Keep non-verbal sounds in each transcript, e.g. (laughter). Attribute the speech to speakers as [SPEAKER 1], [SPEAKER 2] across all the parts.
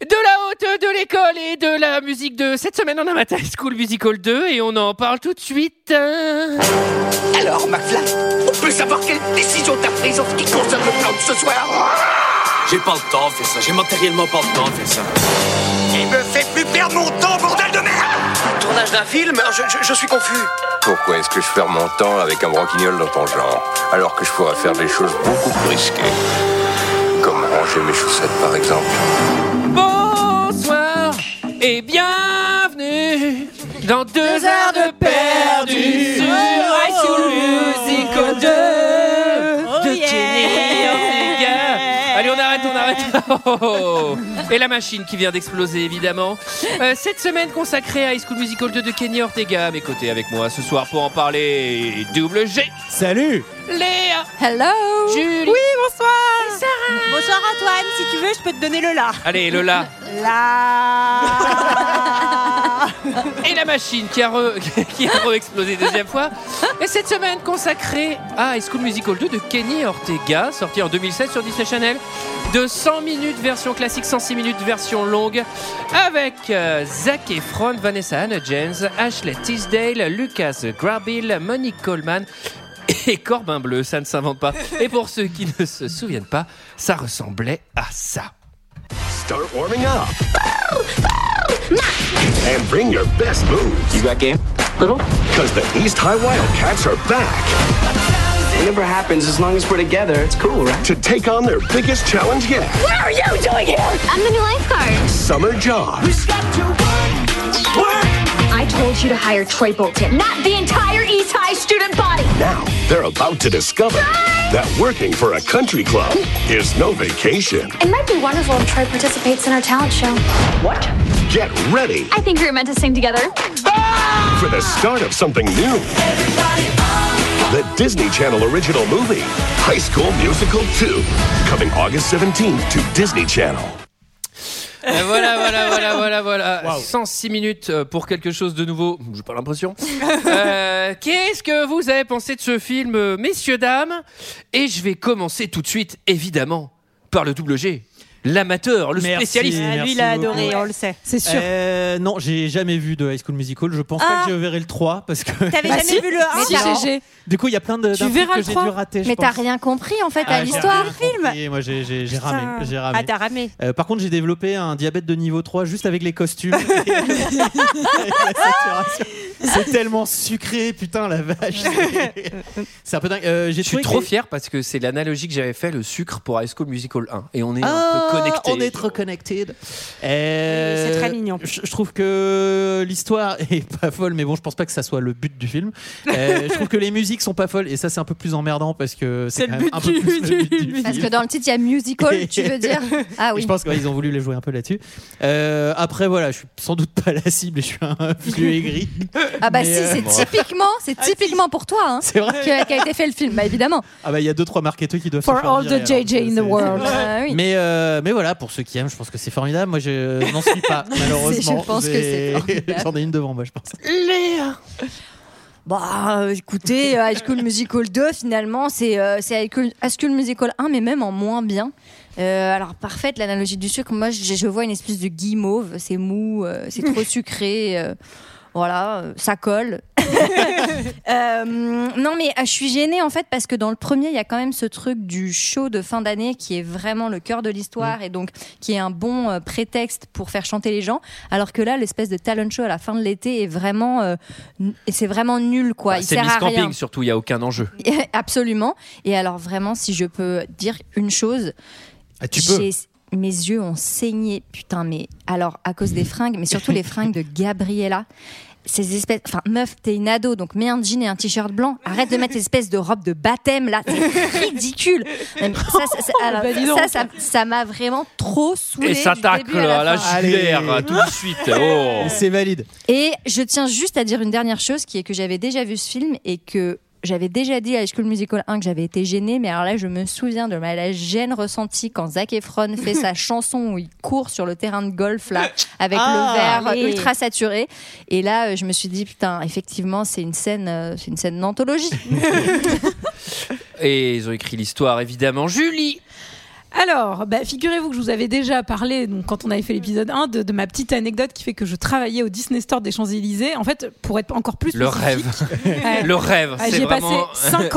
[SPEAKER 1] De la haute de l'école et de la musique de cette semaine en Amateur School Musical 2 et on en parle tout de suite. hein.
[SPEAKER 2] Alors, McFly, on peut savoir quelle décision t'as prise en ce qui concerne le plan de ce soir
[SPEAKER 3] J'ai pas le temps de faire ça, j'ai matériellement pas le temps de faire ça.
[SPEAKER 2] Il me fait plus perdre mon temps, bordel de merde
[SPEAKER 4] Tournage d'un film je, je- je suis confus.
[SPEAKER 5] Pourquoi est-ce que je perds mon temps avec un broquignol dans ton genre, alors que je pourrais faire des choses beaucoup plus risquées Comme ranger mes chaussettes, par exemple.
[SPEAKER 1] Bonsoir et bienvenue dans deux heures de perdu sur Oh High School Musical 2 de Jenny Ortega. Allez, on arrête, on arrête. (laughs) Oh, oh, oh. Et la machine qui vient d'exploser, évidemment. Euh, cette semaine consacrée à High School Musical 2 de Kenny Ortega, à mes côtés avec moi ce soir pour en parler. Double G,
[SPEAKER 6] Salut
[SPEAKER 1] Léa,
[SPEAKER 7] Hello
[SPEAKER 1] Julie.
[SPEAKER 7] Oui, bonsoir Sarah Bonsoir Antoine, si tu veux, je peux te donner le là.
[SPEAKER 1] Allez, Lola.
[SPEAKER 7] Là
[SPEAKER 1] Et la machine qui a, re- (laughs) qui a re-explosé deuxième fois. Et cette semaine consacrée à High School Musical 2 de Kenny Ortega, sorti en 2007 sur Disney Channel. De 100 minutes version classique, 106 minutes version longue, avec euh, Zac Efron, Vanessa Anne James, Ashley Tisdale, Lucas Grabil, Monique Coleman et Corbin Bleu. Ça ne s'invente pas. Et pour ceux qui ne se souviennent pas, ça ressemblait à ça.
[SPEAKER 8] Start warming up. And bring your best moves. You got game? Little? Because the East High Wildcats are back
[SPEAKER 4] Whatever happens, as long as we're together, it's cool, right?
[SPEAKER 8] to take on their biggest challenge yet
[SPEAKER 9] What are you doing here? I'm the new lifeguard.
[SPEAKER 8] Summer Jobs.
[SPEAKER 9] I told you to hire Troy Bolton, not the entire East High student body.
[SPEAKER 8] Now, they're about to discover that working for a country club is no vacation.
[SPEAKER 9] It might be wonderful if Troy participates in our talent show.
[SPEAKER 8] Get ready
[SPEAKER 9] I think we were meant to sing together.
[SPEAKER 8] for the start of something new. The Disney Channel original movie, High School Musical 2, coming August 17th to Disney Channel.
[SPEAKER 1] Euh, voilà, voilà,
[SPEAKER 10] (laughs)
[SPEAKER 1] voilà, voilà, voilà. 106 minutes euh, pour quelque chose de nouveau. J'ai pas
[SPEAKER 10] (laughs)
[SPEAKER 1] l'impression. Euh, Qu'est-ce que vous avez pensé de ce film, euh, messieurs, dames Et je vais commencer tout de suite, évidemment, par le double G. L'amateur, le
[SPEAKER 6] Merci.
[SPEAKER 1] spécialiste.
[SPEAKER 7] Lui,
[SPEAKER 6] Merci
[SPEAKER 7] il a
[SPEAKER 6] beaucoup.
[SPEAKER 7] adoré, on le sait.
[SPEAKER 11] C'est sûr.
[SPEAKER 6] Euh, Non, j'ai jamais vu de High School Musical. Je pense
[SPEAKER 7] Ah.
[SPEAKER 6] pas que je verrai le 3 parce que
[SPEAKER 7] T'avais jamais vu le Ah, 1
[SPEAKER 11] Bah Si, GG.
[SPEAKER 6] (laughs) du coup, il y a plein de
[SPEAKER 11] Tu
[SPEAKER 6] d'infos
[SPEAKER 11] verras
[SPEAKER 6] que
[SPEAKER 11] le
[SPEAKER 6] j'ai dû
[SPEAKER 11] 3.
[SPEAKER 6] rater. je
[SPEAKER 10] Mais t'as
[SPEAKER 6] pense.
[SPEAKER 10] rien compris en fait
[SPEAKER 6] Ah,
[SPEAKER 10] à
[SPEAKER 6] j'ai
[SPEAKER 10] l'histoire.
[SPEAKER 6] rien
[SPEAKER 7] film.
[SPEAKER 6] compris. Moi, j'ai- j'ai j'ai ramé. J'ai ramé.
[SPEAKER 7] Ah, t'as ramé.
[SPEAKER 6] Euh, par contre, j'ai développé un diabète de niveau 3 juste avec les costumes. (laughs) Et la
[SPEAKER 10] (laughs)
[SPEAKER 6] saturation. c'est tellement sucré, putain, la vache. C'est- C'est un peu dingue. Euh,
[SPEAKER 1] Je
[SPEAKER 6] j'ai
[SPEAKER 1] suis
[SPEAKER 6] trouvé que
[SPEAKER 1] trop
[SPEAKER 6] les-
[SPEAKER 1] fier parce que c'est l'analogie que j'avais fait, le sucre pour High School Musical 1. Et on est un
[SPEAKER 6] Ah,
[SPEAKER 1] peu connectés.
[SPEAKER 6] On est trop connected.
[SPEAKER 7] Oui, c'est très mignon.
[SPEAKER 6] Euh, Je, je trouve que l'histoire (laughs) est pas folle, mais bon, je pense pas que ça soit le but du film. Euh, je trouve que les musiques sont pas folles, et ça, c'est un peu plus emmerdant parce que
[SPEAKER 7] C'est
[SPEAKER 6] c'est
[SPEAKER 7] le
[SPEAKER 6] quand même
[SPEAKER 7] but
[SPEAKER 6] un peu
[SPEAKER 7] du-
[SPEAKER 6] plus le but
[SPEAKER 7] du-
[SPEAKER 6] du
[SPEAKER 10] Parce
[SPEAKER 6] film.
[SPEAKER 10] que dans le titre, il y a musical,
[SPEAKER 6] (laughs)
[SPEAKER 10] tu veux dire Ah
[SPEAKER 6] Et
[SPEAKER 10] oui.
[SPEAKER 6] Je pense qu'ils ont voulu les jouer un peu là-dessus. Euh, après, voilà, je suis sans doute pas la cible et je suis un (laughs) vieux aigri.
[SPEAKER 10] Ah bah
[SPEAKER 6] mais,
[SPEAKER 10] si,
[SPEAKER 6] euh,
[SPEAKER 10] c'est
[SPEAKER 6] bon. Ah,
[SPEAKER 10] typiquement, c'est typiquement pour toi hein,
[SPEAKER 6] C'est vrai.
[SPEAKER 10] que- qu'a été fait le film, bah évidemment.
[SPEAKER 6] Ah bah, il y a deux, trois marketeurs qui doivent se
[SPEAKER 11] For
[SPEAKER 6] faire
[SPEAKER 11] all
[SPEAKER 6] virer,
[SPEAKER 11] the
[SPEAKER 6] alors que
[SPEAKER 11] JJ in
[SPEAKER 6] c'est-
[SPEAKER 11] the world.
[SPEAKER 10] Ah
[SPEAKER 11] (laughs)
[SPEAKER 10] oui.
[SPEAKER 6] Mais, euh, mais voilà, pour ceux qui aiment, je pense que c'est formidable. Moi, je n'en suis pas, malheureusement.
[SPEAKER 10] Je pense que
[SPEAKER 6] J'ai-
[SPEAKER 10] c'est formidable.
[SPEAKER 6] (laughs) J'en ai une devant moi, je pense.
[SPEAKER 10] Bah euh, écoutez, euh, High School Musical 2 finalement, c'est euh, c'est High School- High School Musical 1 mais même en moins bien. Euh, alors parfaite l'analogie du sucre, moi je, je vois une espèce de guimauve, c'est mou, euh, c'est
[SPEAKER 1] (laughs)
[SPEAKER 10] trop sucré. euh, voilà, euh, ça colle. Euh, non, mais euh, je suis gênée en fait parce que dans le premier, il y a quand même ce truc du show de fin d'année qui est vraiment le cœur de
[SPEAKER 1] Mm.
[SPEAKER 10] l'histoire et donc qui est un bon euh, prétexte pour faire chanter les gens. Alors que là, l'espèce de talent show à la fin de l'été est vraiment euh, n- et c'est vraiment nul quoi.
[SPEAKER 1] Bah,
[SPEAKER 10] il
[SPEAKER 1] c'est
[SPEAKER 10] sert
[SPEAKER 1] Miss
[SPEAKER 10] à rien.
[SPEAKER 1] Camping surtout, il n'y a aucun enjeu.
[SPEAKER 10] Absolument. Et alors vraiment, si je peux dire une chose,
[SPEAKER 6] tu peux.
[SPEAKER 10] j'ai- Mes yeux ont saigné, putain, mais alors à cause des fringues, mais surtout les fringues de Gabriella. Ces espèces, enfin meuf, t'es une ado, donc mets un jean et un t-shirt blanc. Arrête de mettre ces espèces de robes de baptême là, c'est ridicule. Non, mais ça, ça, ça- alors,
[SPEAKER 11] Bah, dis donc.
[SPEAKER 10] ça, ça- ça m'a vraiment trop saoulée.
[SPEAKER 1] Et ça
[SPEAKER 10] du
[SPEAKER 1] tacle
[SPEAKER 10] début à la
[SPEAKER 1] à la
[SPEAKER 10] fin.
[SPEAKER 6] Allez.
[SPEAKER 1] julaire tout de suite.
[SPEAKER 10] (laughs)
[SPEAKER 1] Oh.
[SPEAKER 6] C'est valide.
[SPEAKER 10] Et je tiens juste à dire une dernière chose qui est que j'avais déjà vu ce film et que j'avais déjà dit à High School Musical 1 que j'avais été gênée, mais alors là, je me souviens de ma- la gêne ressentie quand Zac Efron fait sa chanson où il court sur le terrain de golf, là, avec
[SPEAKER 6] Ah,
[SPEAKER 10] le verre
[SPEAKER 7] oui.
[SPEAKER 10] ultra saturé. Et là, euh, je me suis dit, putain, effectivement, c'est une scène, euh, c'est une scène d'anthologie.
[SPEAKER 1] Et ils ont écrit l'histoire, évidemment. Julie
[SPEAKER 11] Alors, bah, figurez-vous que je vous avais déjà parlé, donc, quand on avait fait l'épisode 1, de, de ma petite anecdote qui fait que je travaillais au Disney Store des Champs-Élysées. En fait, pour être encore plus.
[SPEAKER 1] Le rêve. Le rêve,
[SPEAKER 11] Ah, j'ai
[SPEAKER 1] c'est
[SPEAKER 11] passé
[SPEAKER 1] vraiment- euh,
[SPEAKER 11] 5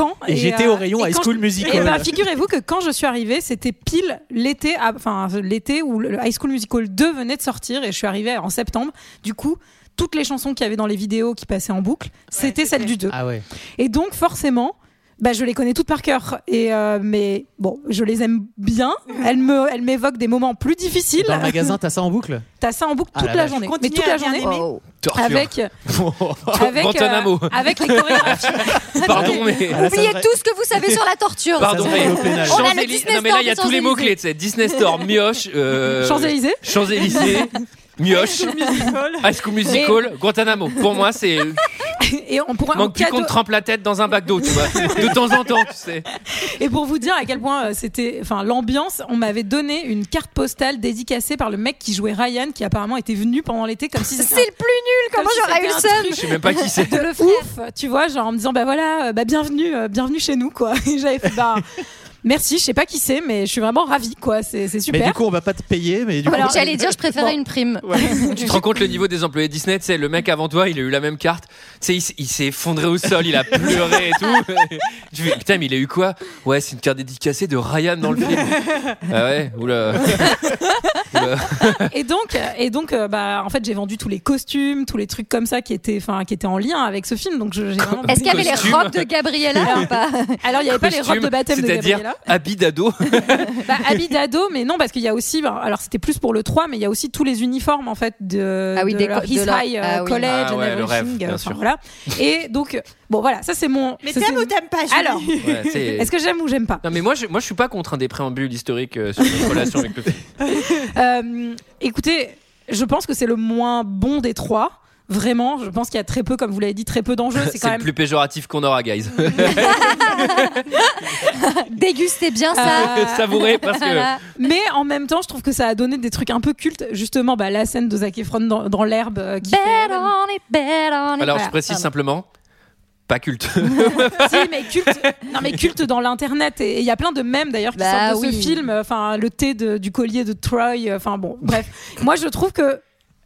[SPEAKER 6] (laughs)
[SPEAKER 11] ans.
[SPEAKER 6] Et j'étais au rayon
[SPEAKER 11] et
[SPEAKER 6] High
[SPEAKER 11] quand
[SPEAKER 6] School
[SPEAKER 11] je-
[SPEAKER 6] Musical.
[SPEAKER 11] Et ben, figurez-vous que quand je suis arrivée, c'était pile l'été, à- enfin, l'été où le High School Musical 2 venait de sortir et je suis arrivée en septembre. Du coup, toutes les chansons qu'il y avait dans les vidéos qui passaient en boucle, c'était celles du 2.
[SPEAKER 6] Ah ouais.
[SPEAKER 11] Et donc, forcément, bah, je les connais toutes par cœur. Et euh, mais bon, je les aime bien. Elles me, elles m'évoquent des moments plus difficiles.
[SPEAKER 6] Dans le magasin, t'as ça en boucle
[SPEAKER 11] T'as ça en boucle
[SPEAKER 6] Ah
[SPEAKER 11] toute
[SPEAKER 6] la
[SPEAKER 11] la,
[SPEAKER 6] vache.
[SPEAKER 11] journée. Mais
[SPEAKER 6] Continue
[SPEAKER 11] toute
[SPEAKER 6] à
[SPEAKER 11] la
[SPEAKER 6] bien
[SPEAKER 11] journée.
[SPEAKER 6] aimer.
[SPEAKER 10] Oh.
[SPEAKER 1] (laughs)
[SPEAKER 6] Torture.
[SPEAKER 11] Avec, euh, avec, euh,
[SPEAKER 1] Guantanamo.
[SPEAKER 11] avec les chorégraphies.
[SPEAKER 1] (laughs) Pardon, mais.
[SPEAKER 11] Ah,
[SPEAKER 10] Oubliez tout ce que vous savez sur la torture.
[SPEAKER 1] Pardon, mais.
[SPEAKER 10] on a le
[SPEAKER 1] Champs-Élysées-
[SPEAKER 10] Disney
[SPEAKER 1] Non, mais là, il y a
[SPEAKER 10] Store
[SPEAKER 1] tous les
[SPEAKER 10] des
[SPEAKER 1] mots-clés, tu sais. Disney
[SPEAKER 10] (laughs)
[SPEAKER 1] Store, Mioche. euh,
[SPEAKER 11] Champs-Élysées. (laughs)
[SPEAKER 1] Champs-Élysées. Mioche. High School Musical, Guantanamo. Pour moi, c'est.
[SPEAKER 11] Et on pourrait en
[SPEAKER 1] Manque plus
[SPEAKER 11] cadeau-
[SPEAKER 1] qu'on te trempe la tête dans un bac d'eau, tu vois. De temps en temps, tu sais.
[SPEAKER 11] Et pour vous dire à quel point euh, c'était, enfin l'ambiance, on m'avait donné une carte postale dédicacée par le mec qui jouait Ryan, qui apparemment était venu pendant l'été comme si
[SPEAKER 10] (laughs)
[SPEAKER 11] c'était
[SPEAKER 10] C'est le plus nul.
[SPEAKER 11] comme
[SPEAKER 10] Comment
[SPEAKER 11] si
[SPEAKER 10] j'aurais
[SPEAKER 11] c'était
[SPEAKER 10] eu le
[SPEAKER 11] un
[SPEAKER 10] seum
[SPEAKER 11] truc
[SPEAKER 1] Je sais même pas qui c'est.
[SPEAKER 11] de le ouf, tu vois, genre en me disant bah voilà, euh, bah bienvenue, euh, bienvenue chez nous quoi. (laughs) Et j'avais fait bah merci, je sais pas qui c'est, mais je suis vraiment ravie quoi, c'est c'est
[SPEAKER 6] Mais du
[SPEAKER 11] super.
[SPEAKER 6] coup, on va pas te payer, mais du
[SPEAKER 10] Voilà,
[SPEAKER 6] coup.
[SPEAKER 10] J'allais dire, je préférais une prime.
[SPEAKER 1] Tu te rends compte le niveau des employés Disney, tu sais, le mec avant toi, il a eu la même carte, tu sais, il, s- il s'est effondré au sol, il a pleuré et tout. Tu fais, putain, mais il a eu quoi Ouais, c'est une carte dédicacée de Ryan dans le film. Ah ouais, oula. Oula.
[SPEAKER 11] Et donc et donc euh, bah en fait j'ai vendu tous les costumes, tous les trucs comme ça qui étaient enfin qui étaient en lien avec ce film, donc je- j'ai vraiment.
[SPEAKER 10] Est-ce qu'il y avait les
[SPEAKER 1] Costume.
[SPEAKER 10] robes de Gabriella ou pas
[SPEAKER 11] (laughs) Alors il y avait pas les robes
[SPEAKER 1] Costume,
[SPEAKER 11] de baptême de
[SPEAKER 1] C'est-à-dire
[SPEAKER 11] Gabriella.
[SPEAKER 1] habit
[SPEAKER 11] (laughs)
[SPEAKER 1] d'ado.
[SPEAKER 11] Bah, habits d'ado, mais non, parce qu'il y a aussi, bah, alors c'était plus pour le 3, mais il y a aussi tous les uniformes en fait de,
[SPEAKER 10] Ah oui,
[SPEAKER 11] de
[SPEAKER 10] des
[SPEAKER 11] leur
[SPEAKER 10] co-
[SPEAKER 11] His
[SPEAKER 10] de leur-
[SPEAKER 11] High euh,
[SPEAKER 10] ah oui.
[SPEAKER 11] College
[SPEAKER 1] Ah
[SPEAKER 11] and
[SPEAKER 1] ouais, le rêve,
[SPEAKER 11] everything,
[SPEAKER 1] bien
[SPEAKER 11] enfin,
[SPEAKER 1] sûr.
[SPEAKER 11] voilà. Et donc, bon voilà, ça c'est mon.
[SPEAKER 7] Mais
[SPEAKER 11] ça,
[SPEAKER 7] t'aimes
[SPEAKER 11] c'est-
[SPEAKER 7] ou t'aimes pas Julie
[SPEAKER 11] Alors,
[SPEAKER 1] Ouais, c'est-
[SPEAKER 11] est-ce que j'aime ou j'aime pas
[SPEAKER 1] Non, mais moi je, moi, je suis pas contre un des préambules historiques euh, sur notre relation avec
[SPEAKER 11] (laughs)
[SPEAKER 1] le film.
[SPEAKER 11] Euh, Écoutez, je pense que c'est le moins bon des trois. Vraiment, je pense qu'il y a très peu, comme vous l'avez dit, très peu d'enjeux.
[SPEAKER 1] C'est
[SPEAKER 11] C'est quand
[SPEAKER 1] (laughs) le
[SPEAKER 11] même
[SPEAKER 1] plus péjoratif qu'on aura, guys.
[SPEAKER 10] Dégustez
[SPEAKER 7] Ah,
[SPEAKER 10] bien ça.
[SPEAKER 11] Euh,
[SPEAKER 1] (laughs) Savourez parce
[SPEAKER 11] (laughs)
[SPEAKER 1] que.
[SPEAKER 11] Mais en même temps, je trouve que ça a donné des trucs un peu cultes. Justement, bah, la scène de Zac Efron dans, dans l'herbe. euh, qui fait-
[SPEAKER 10] Bet on it, bet on it.
[SPEAKER 1] Alors je
[SPEAKER 10] Voilà,
[SPEAKER 1] précise
[SPEAKER 10] pardon.
[SPEAKER 1] simplement, pas culte.
[SPEAKER 11] si, mais culte, non, mais culte dans l'internet. Et il y a plein de mèmes d'ailleurs qui
[SPEAKER 10] Bah
[SPEAKER 11] sortent de
[SPEAKER 10] oui.
[SPEAKER 11] ce film. Enfin, le thé de- du collier de Troy. euh, Enfin, bon, bref. moi, je trouve que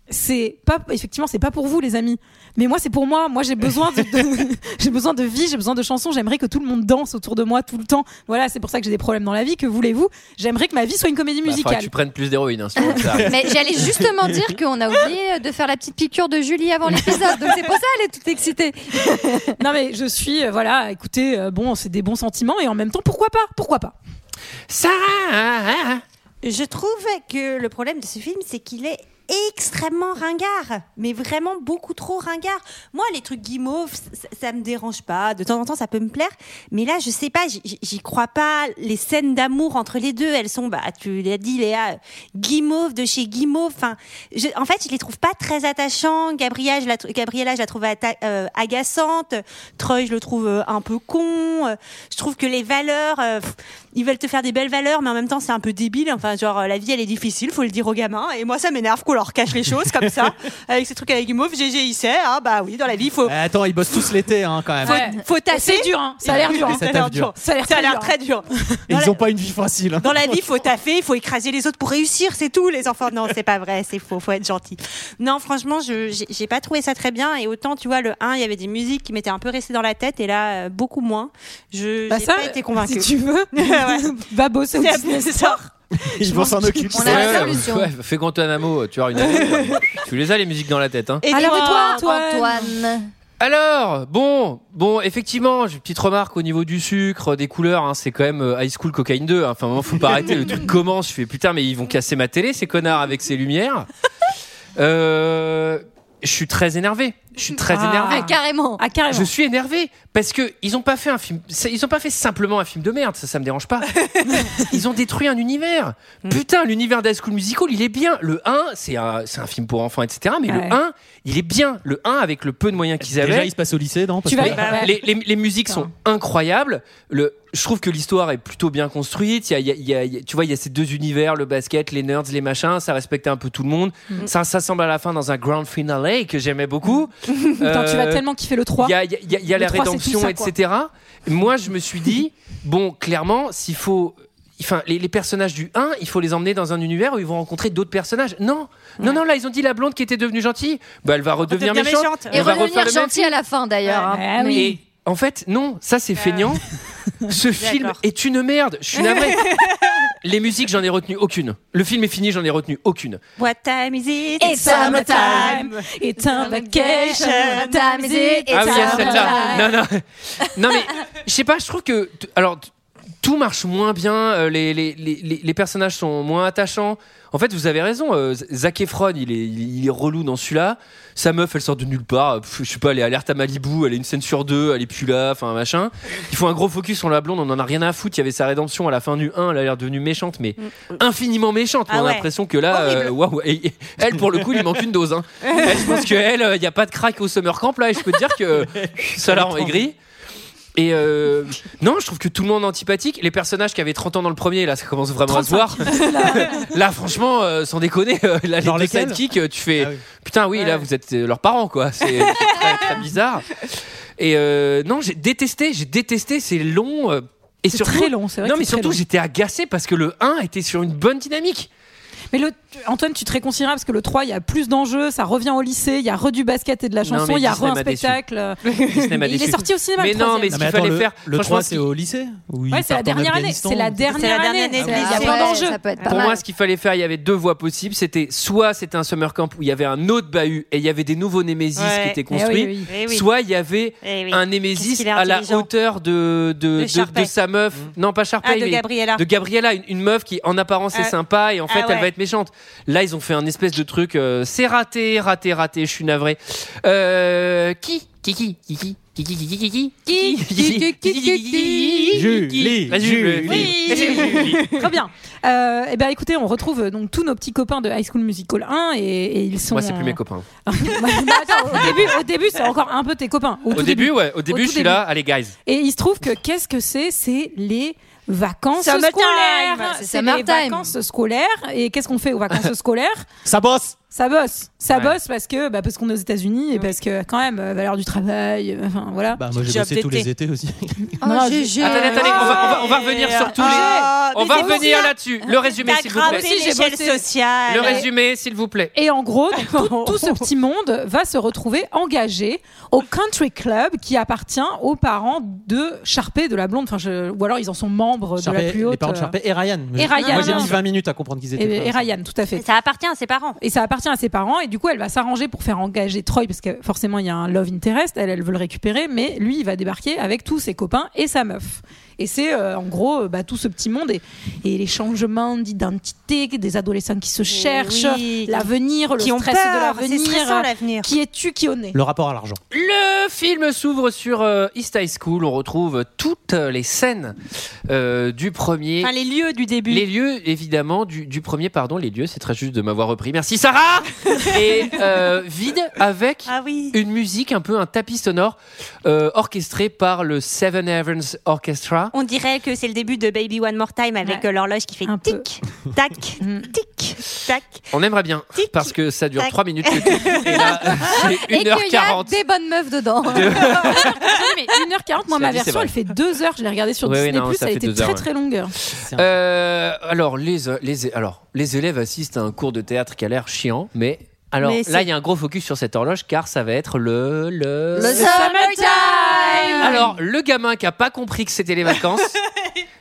[SPEAKER 11] c'est pas effectivement c'est pas pour vous les amis mais moi c'est pour moi moi j'ai besoin de, de- (laughs) j'ai besoin de vie j'ai besoin de chansons j'aimerais que tout le monde danse autour de moi tout le temps voilà c'est pour ça que j'ai des problèmes dans la vie que voulez-vous j'aimerais que ma vie soit une comédie
[SPEAKER 1] Bah, faudrait que
[SPEAKER 11] musicale
[SPEAKER 1] tu prennes plus d'héroïne, hein, sinon ça arrive.
[SPEAKER 10] Mais j'allais justement dire qu'on a oublié de faire la petite piqûre de Julie avant l'épisode. Donc c'est pour ça elle est toute excitée.
[SPEAKER 11] non mais je suis euh, voilà écoutez euh, bon c'est des bons sentiments et en même temps pourquoi pas pourquoi pas
[SPEAKER 6] hein,
[SPEAKER 1] Sarah
[SPEAKER 7] Je trouve que le problème de ce film, c'est qu'il est extrêmement ringard, mais vraiment beaucoup trop ringard. Moi, les trucs guimauves, ça, ça me dérange pas. De temps en temps, ça peut me plaire, mais là, je sais pas, j'y- j'y crois pas. Ah, Les scènes d'amour entre les deux, elles sont, bah, tu l'as dit, Léa, guimauve de chez guimauve. Enfin, je- en fait, je les trouve pas très attachants. Gabriella, je la, tr- Gabriella, je la trouve atta- euh, agaçante. Troy, je le trouve euh, un peu con. Euh, Je trouve que les valeurs, euh, pff, ils veulent te faire des belles valeurs, mais en même temps, c'est un peu débile. Enfin, genre, euh, la vie, elle est difficile, faut le dire aux gamins. Et moi, ça m'énerve qu'on leur cache les choses
[SPEAKER 11] (laughs)
[SPEAKER 7] comme ça, avec ces trucs avec Guimauve. GG, il sait, hein, bah oui, dans la vie, il faut.
[SPEAKER 6] Euh, Attends, ils bossent tous l'été, hein, quand même.
[SPEAKER 11] Ouais.
[SPEAKER 7] Faut tasser.
[SPEAKER 11] c'est dur hein. ça a
[SPEAKER 7] (laughs)
[SPEAKER 11] l'air dur hein.
[SPEAKER 6] Ça tape dur.
[SPEAKER 11] Ça a l'air
[SPEAKER 7] Ça a
[SPEAKER 11] très
[SPEAKER 7] l'air
[SPEAKER 11] dur.
[SPEAKER 7] très dur.
[SPEAKER 6] Et
[SPEAKER 7] Dans
[SPEAKER 6] ils
[SPEAKER 7] la-
[SPEAKER 6] ont pas une vie facile. hein.
[SPEAKER 7] Dans la vie, faut taffer, il faut écraser les autres pour réussir, c'est tout, les enfants. Non, c'est pas vrai, c'est faux, faut être gentil. Non, franchement, je j'ai- j'ai pas trouvé ça très bien. Et autant, tu vois, le 1, il y avait des musiques qui m'étaient un peu restées dans la tête, et là, euh, beaucoup moins. Je
[SPEAKER 11] Bah
[SPEAKER 7] j'ai
[SPEAKER 11] ça,
[SPEAKER 7] pas été convaincue.
[SPEAKER 11] Si tu veux,
[SPEAKER 7] (laughs) Ouais.
[SPEAKER 11] va bosser au
[SPEAKER 7] C'est-
[SPEAKER 11] Disney
[SPEAKER 7] c'est
[SPEAKER 11] Store.
[SPEAKER 6] Ils vont s'en occuper.
[SPEAKER 10] On a la solution.
[SPEAKER 1] ouais, fais Guantanamo, tu as une année,
[SPEAKER 11] (laughs)
[SPEAKER 1] quoi. Tu les as les musiques dans la tête, hein.
[SPEAKER 7] Et
[SPEAKER 11] Alors,
[SPEAKER 7] toi,
[SPEAKER 11] et toi,
[SPEAKER 10] Antoine.
[SPEAKER 11] Antoine
[SPEAKER 1] Alors, bon, bon, effectivement, j'ai une petite remarque au niveau du sucre, des couleurs, hein, c'est quand même euh, High School Cocaine 2. hein. Enfin, à un moment, faut pas arrêter, le
[SPEAKER 11] (laughs)
[SPEAKER 1] truc commence, je fais putain, mais ils vont casser ma télé, ces connards, avec ces lumières. Euh, je suis très énervé. Je suis très
[SPEAKER 11] Ah.
[SPEAKER 1] énervé.
[SPEAKER 10] Ah, carrément.
[SPEAKER 11] Ah, carrément.
[SPEAKER 1] Je suis énervé parce que ils ont pas fait un film, c'est- ils ont pas fait simplement un film de merde, ça ça me dérange
[SPEAKER 11] (laughs)
[SPEAKER 1] pas. ils ont détruit un univers.
[SPEAKER 11] Mm.
[SPEAKER 1] Putain, l'univers d'High School Musical, il est bien. Le 1, c'est un, c'est un film pour enfants, etc. Mais
[SPEAKER 11] Ouais.
[SPEAKER 1] le 1, il est bien. Le 1 avec le peu de moyens qu'ils avaient.
[SPEAKER 6] Déjà, ils se passent au lycée, non Parce
[SPEAKER 11] Tu vas-
[SPEAKER 6] que-
[SPEAKER 11] Bah ouais.
[SPEAKER 1] Les, les- les musiques sont incroyables. Le, je trouve que l'histoire est plutôt bien construite. Il y a- il y a- il y a- il y a- tu vois, il y a ces deux univers, le basket, les nerds, les machins. Ça respectait un peu tout le monde.
[SPEAKER 11] Mm.
[SPEAKER 1] Ça s'assemble à la fin dans un grand finale que j'aimais beaucoup.
[SPEAKER 11] (laughs) Putain, Mm. tu vas
[SPEAKER 1] Euh,
[SPEAKER 11] tellement kiffer le 3.
[SPEAKER 1] il y a, il y a- il y a- il y a
[SPEAKER 11] Le
[SPEAKER 1] la
[SPEAKER 11] trois, c'est
[SPEAKER 1] rédemption,
[SPEAKER 11] tout ça, quoi. (laughs)
[SPEAKER 1] etc. Moi, je me suis dit, bon, clairement, s'il faut. Enfin, les, les personnages du 1, il faut les emmener dans un univers où ils vont rencontrer d'autres personnages. Non, non, non, là, ils ont dit la blonde qui était devenue gentille, bah, elle va redevenir
[SPEAKER 10] Devenir
[SPEAKER 1] méchante.
[SPEAKER 10] méchante.
[SPEAKER 1] Elle
[SPEAKER 10] Et
[SPEAKER 1] va refaire
[SPEAKER 10] redevenir
[SPEAKER 1] le même
[SPEAKER 10] gentille à la fin d'ailleurs.
[SPEAKER 7] ah
[SPEAKER 10] hein. Mais-
[SPEAKER 1] et en fait, non, ça c'est feignant. Ce film est une merde. Je suis navré. Les musiques, j'en ai retenu aucune. Le film est fini, j'en ai retenu aucune.
[SPEAKER 7] What time is it?
[SPEAKER 11] It's summertime. It's on vacation. Time is it? It's
[SPEAKER 1] ah oui, il y a
[SPEAKER 11] on
[SPEAKER 1] celle-là.
[SPEAKER 11] vacation.
[SPEAKER 1] Non, non. non, mais je sais pas, je trouve que. t- Alors, t- tout marche moins bien, euh, les, les, les, les- les personnages sont moins attachants. En fait, vous avez raison, euh, Z- Zac Efron, il est, il, il est relou dans celui-là. Sa meuf, elle sort de nulle part. euh, Pff, je sais pas, elle est alerte à Malibu, elle est une scène sur deux, elle est plus là, enfin machin. Ils font un gros focus sur la blonde, on en a rien à foutre. Il y avait sa rédemption à la fin du 1, elle a l'air devenue méchante, mais infiniment méchante.
[SPEAKER 12] Mm. Ah
[SPEAKER 1] on a
[SPEAKER 12] ouais.
[SPEAKER 1] l'impression que là, euh, waouh, et- et- elle, pour le coup, il manque
[SPEAKER 12] (laughs)
[SPEAKER 1] une dose. hein. Elle, je pense qu'elle, il n'y a pas de crack au summer camp là, et je peux te dire que euh, ça l'a aigri. Et euh, (laughs) non, je trouve que tout le monde est antipathique. Les personnages qui avaient 30 ans dans le premier, là, ça commence vraiment à se voir. (laughs) là, franchement, euh, sans déconner, euh, là, les
[SPEAKER 6] Genre
[SPEAKER 1] deux
[SPEAKER 6] lesquels Ah
[SPEAKER 1] sidekicks, euh, tu fais putain, oui, là, vous êtes euh, leurs parents, quoi. C'est c'est très, très bizarre. Et euh, non, j'ai détesté, j'ai détesté, c'est long. euh, et
[SPEAKER 11] C'est
[SPEAKER 1] surtout,
[SPEAKER 11] très long, c'est vrai
[SPEAKER 1] Non,
[SPEAKER 11] que
[SPEAKER 1] mais
[SPEAKER 11] c'est très
[SPEAKER 1] surtout,
[SPEAKER 11] long.
[SPEAKER 1] j'étais agacé parce que le 1 était sur une bonne
[SPEAKER 11] (laughs)
[SPEAKER 1] dynamique.
[SPEAKER 11] Mais le, Antoine, tu te réconcilieras parce que le 3, il y a plus d'enjeux, ça revient au lycée, il y a re du basket et de la
[SPEAKER 1] Non,
[SPEAKER 11] chanson,
[SPEAKER 1] mais
[SPEAKER 11] il y a
[SPEAKER 1] Disney
[SPEAKER 11] re un
[SPEAKER 1] m'a déçu.
[SPEAKER 11] spectacle.
[SPEAKER 1] Disney m'a
[SPEAKER 11] Mais (laughs) il
[SPEAKER 1] déçu.
[SPEAKER 11] est sorti au cinéma.
[SPEAKER 1] Mais
[SPEAKER 11] le
[SPEAKER 1] non,
[SPEAKER 11] troisième.
[SPEAKER 1] mais ce qu'il fallait
[SPEAKER 6] le-
[SPEAKER 1] faire.
[SPEAKER 6] le
[SPEAKER 1] franchement,
[SPEAKER 6] 3,
[SPEAKER 1] ce
[SPEAKER 6] c'est
[SPEAKER 1] qui-
[SPEAKER 6] au lycée Ou ils
[SPEAKER 11] Ouais, c'est la
[SPEAKER 6] partent en
[SPEAKER 11] dernière année.
[SPEAKER 6] Afghanistan
[SPEAKER 11] C'est la
[SPEAKER 6] ou-
[SPEAKER 11] dernière
[SPEAKER 7] dernière
[SPEAKER 11] année.
[SPEAKER 1] Ah
[SPEAKER 7] année
[SPEAKER 11] Il
[SPEAKER 7] de
[SPEAKER 11] y a
[SPEAKER 7] lycée.
[SPEAKER 11] plein
[SPEAKER 7] Ouais,
[SPEAKER 11] d'enjeux.
[SPEAKER 7] ça peut être
[SPEAKER 1] Pour moi, ce qu'il fallait faire, il y avait deux voies possibles. C'était soit c'était un summer camp où il y avait un autre bahut et il y avait des nouveaux Némésis
[SPEAKER 7] Ouais.
[SPEAKER 1] qui étaient
[SPEAKER 7] Eh
[SPEAKER 1] construits,
[SPEAKER 11] Ah
[SPEAKER 7] oui, oui. Eh oui.
[SPEAKER 1] soit il y avait
[SPEAKER 7] Eh oui.
[SPEAKER 1] un
[SPEAKER 7] Qu'est-ce
[SPEAKER 1] Némésis
[SPEAKER 7] qu'il est
[SPEAKER 1] à la
[SPEAKER 7] intelligent.
[SPEAKER 1] hauteur de, de,
[SPEAKER 7] De
[SPEAKER 1] de-
[SPEAKER 7] Sharpay.
[SPEAKER 1] de sa meuf. Non, pas Sharpay,
[SPEAKER 7] Ah, de
[SPEAKER 1] mais
[SPEAKER 7] Gabriella.
[SPEAKER 1] de Gabriella, une, une meuf qui en apparence
[SPEAKER 7] Ah.
[SPEAKER 1] est sympa et en
[SPEAKER 7] Ah
[SPEAKER 1] fait elle
[SPEAKER 7] ouais.
[SPEAKER 1] va être méchante. Là, ils ont fait un espèce de truc. euh, C'est raté, raté, raté. Je suis navré. Euh, qui, qui, qui, qui, qui qui qui qui qui qui qui qui qui qui
[SPEAKER 6] Julie,
[SPEAKER 1] Vas-y,
[SPEAKER 6] Julie.
[SPEAKER 1] Julie.
[SPEAKER 11] Très bien. Euh, eh ben, écoutez, on retrouve euh, donc tous nos petits copains de High School Musical 1 et, et ils sont. Bah,
[SPEAKER 1] Moi, c'est plus
[SPEAKER 11] (laughs)
[SPEAKER 1] mes copains.
[SPEAKER 11] Attends, au début, au début, c'est encore un peu tes copains. Au,
[SPEAKER 1] Au
[SPEAKER 11] tout
[SPEAKER 1] début, ouais, au début,
[SPEAKER 11] tout
[SPEAKER 1] je suis là. Allez, guys.
[SPEAKER 11] Et il se trouve que qu'est-ce que c'est C'est les vacances
[SPEAKER 10] Summertime.
[SPEAKER 11] scolaires.
[SPEAKER 10] C'est
[SPEAKER 11] C'est les
[SPEAKER 10] summertime.
[SPEAKER 11] vacances scolaires. Et qu'est-ce qu'on fait
[SPEAKER 1] (laughs)
[SPEAKER 11] aux vacances scolaires
[SPEAKER 6] Ça bosse
[SPEAKER 11] Ça bosse. Ça
[SPEAKER 6] Ouais.
[SPEAKER 11] bosse parce que bah, parce qu'on est aux États-Unis et parce que quand même euh, valeur du travail. euh, Enfin voilà.
[SPEAKER 6] Bah, moi, j'ai bossé tous les étés aussi.
[SPEAKER 10] Oh,
[SPEAKER 11] Non, non,
[SPEAKER 10] Euh,
[SPEAKER 11] j'ai-
[SPEAKER 1] Attendez, attendez, on va, on va- on va revenir sur tous les.
[SPEAKER 11] Ah,
[SPEAKER 1] on
[SPEAKER 11] mais
[SPEAKER 1] va
[SPEAKER 11] c'est pour
[SPEAKER 1] revenir
[SPEAKER 11] ça.
[SPEAKER 1] là-dessus. Le résumé,
[SPEAKER 11] T'as
[SPEAKER 1] s'il vous plaît.
[SPEAKER 11] grimpé Si, j'ai l'échelle bossé. sociale.
[SPEAKER 1] Le résumé, s'il vous plaît.
[SPEAKER 11] Et en gros, donc, tout, tout ce petit monde va se retrouver engagé au country club qui appartient aux parents de Sharpay, de la blonde. Enfin, je- ou alors ils en sont membres de la
[SPEAKER 6] Sharpay-
[SPEAKER 11] plus haute.
[SPEAKER 6] les parents de
[SPEAKER 11] euh,
[SPEAKER 6] Sharpay et Ryan.
[SPEAKER 11] Et Ryan.
[SPEAKER 6] Moi, j'ai
[SPEAKER 11] Non, non,
[SPEAKER 6] mis
[SPEAKER 11] non.
[SPEAKER 6] 20 minutes à comprendre qu'ils étaient.
[SPEAKER 11] Et, et
[SPEAKER 6] frères.
[SPEAKER 11] Ryan, tout à fait. ça appartient à ses parents. Et ça appartient à ses parents. Et du coup, elle va s'arranger pour faire engager Troy, parce que forcément, il y a un love interest. Elle, elle veut le récupérer, mais lui, il va débarquer avec tous ses copains et sa meuf. Et c'est euh, en gros euh, bah, tout ce petit monde et, et les changements d'identité, des adolescents qui se cherchent,
[SPEAKER 7] Eh oui.
[SPEAKER 11] l'avenir, le
[SPEAKER 7] Qui ont
[SPEAKER 11] stress
[SPEAKER 7] peur.
[SPEAKER 11] de
[SPEAKER 7] C'est
[SPEAKER 11] l'avenir,
[SPEAKER 7] stressant,
[SPEAKER 11] euh,
[SPEAKER 7] l'avenir.
[SPEAKER 11] qui est tu, qui on est.
[SPEAKER 6] Le rapport à l'argent.
[SPEAKER 1] Le film s'ouvre sur euh, East High School. On retrouve toutes les scènes euh, du premier.
[SPEAKER 7] Enfin, les lieux du début.
[SPEAKER 1] Les lieux, évidemment, du, du premier, pardon, les lieux, c'est très juste de m'avoir repris. Merci Sarah Et euh, vide avec une musique, un peu un tapis sonore, euh, orchestré par le Seven Heavens Orchestra.
[SPEAKER 7] On dirait que c'est le début de Baby One More Time avec euh, l'horloge qui fait tic, tac,
[SPEAKER 11] (laughs) Mm.
[SPEAKER 7] tic, tac.
[SPEAKER 1] On aimerait bien, parce que ça dure
[SPEAKER 7] tac.
[SPEAKER 1] 3 minutes le tout. Et là, c'est
[SPEAKER 10] Et qu'il y a (laughs)
[SPEAKER 1] 1h40.
[SPEAKER 10] des bonnes meufs dedans.
[SPEAKER 11] mais 1h40, moi,
[SPEAKER 1] Cela
[SPEAKER 11] ma
[SPEAKER 1] dit, c'est
[SPEAKER 11] version,
[SPEAKER 1] vrai.
[SPEAKER 11] elle fait 2 heures. Je l'ai regardée sur
[SPEAKER 1] Ouais, ouais,
[SPEAKER 11] Disney+,
[SPEAKER 1] non, ça
[SPEAKER 11] elle
[SPEAKER 1] fait
[SPEAKER 11] était
[SPEAKER 1] deux
[SPEAKER 11] très
[SPEAKER 1] heures, ouais.
[SPEAKER 11] très longue.
[SPEAKER 1] Euh, alors, les, les, alors, les élèves assistent à un cours de théâtre qui a l'air chiant, mais. Alors
[SPEAKER 11] Mais
[SPEAKER 1] là,
[SPEAKER 11] c'est-
[SPEAKER 1] il y a un gros focus sur cette horloge car ça va être le. Le,
[SPEAKER 11] summertime
[SPEAKER 1] Alors, le gamin qui a pas compris que c'était les vacances,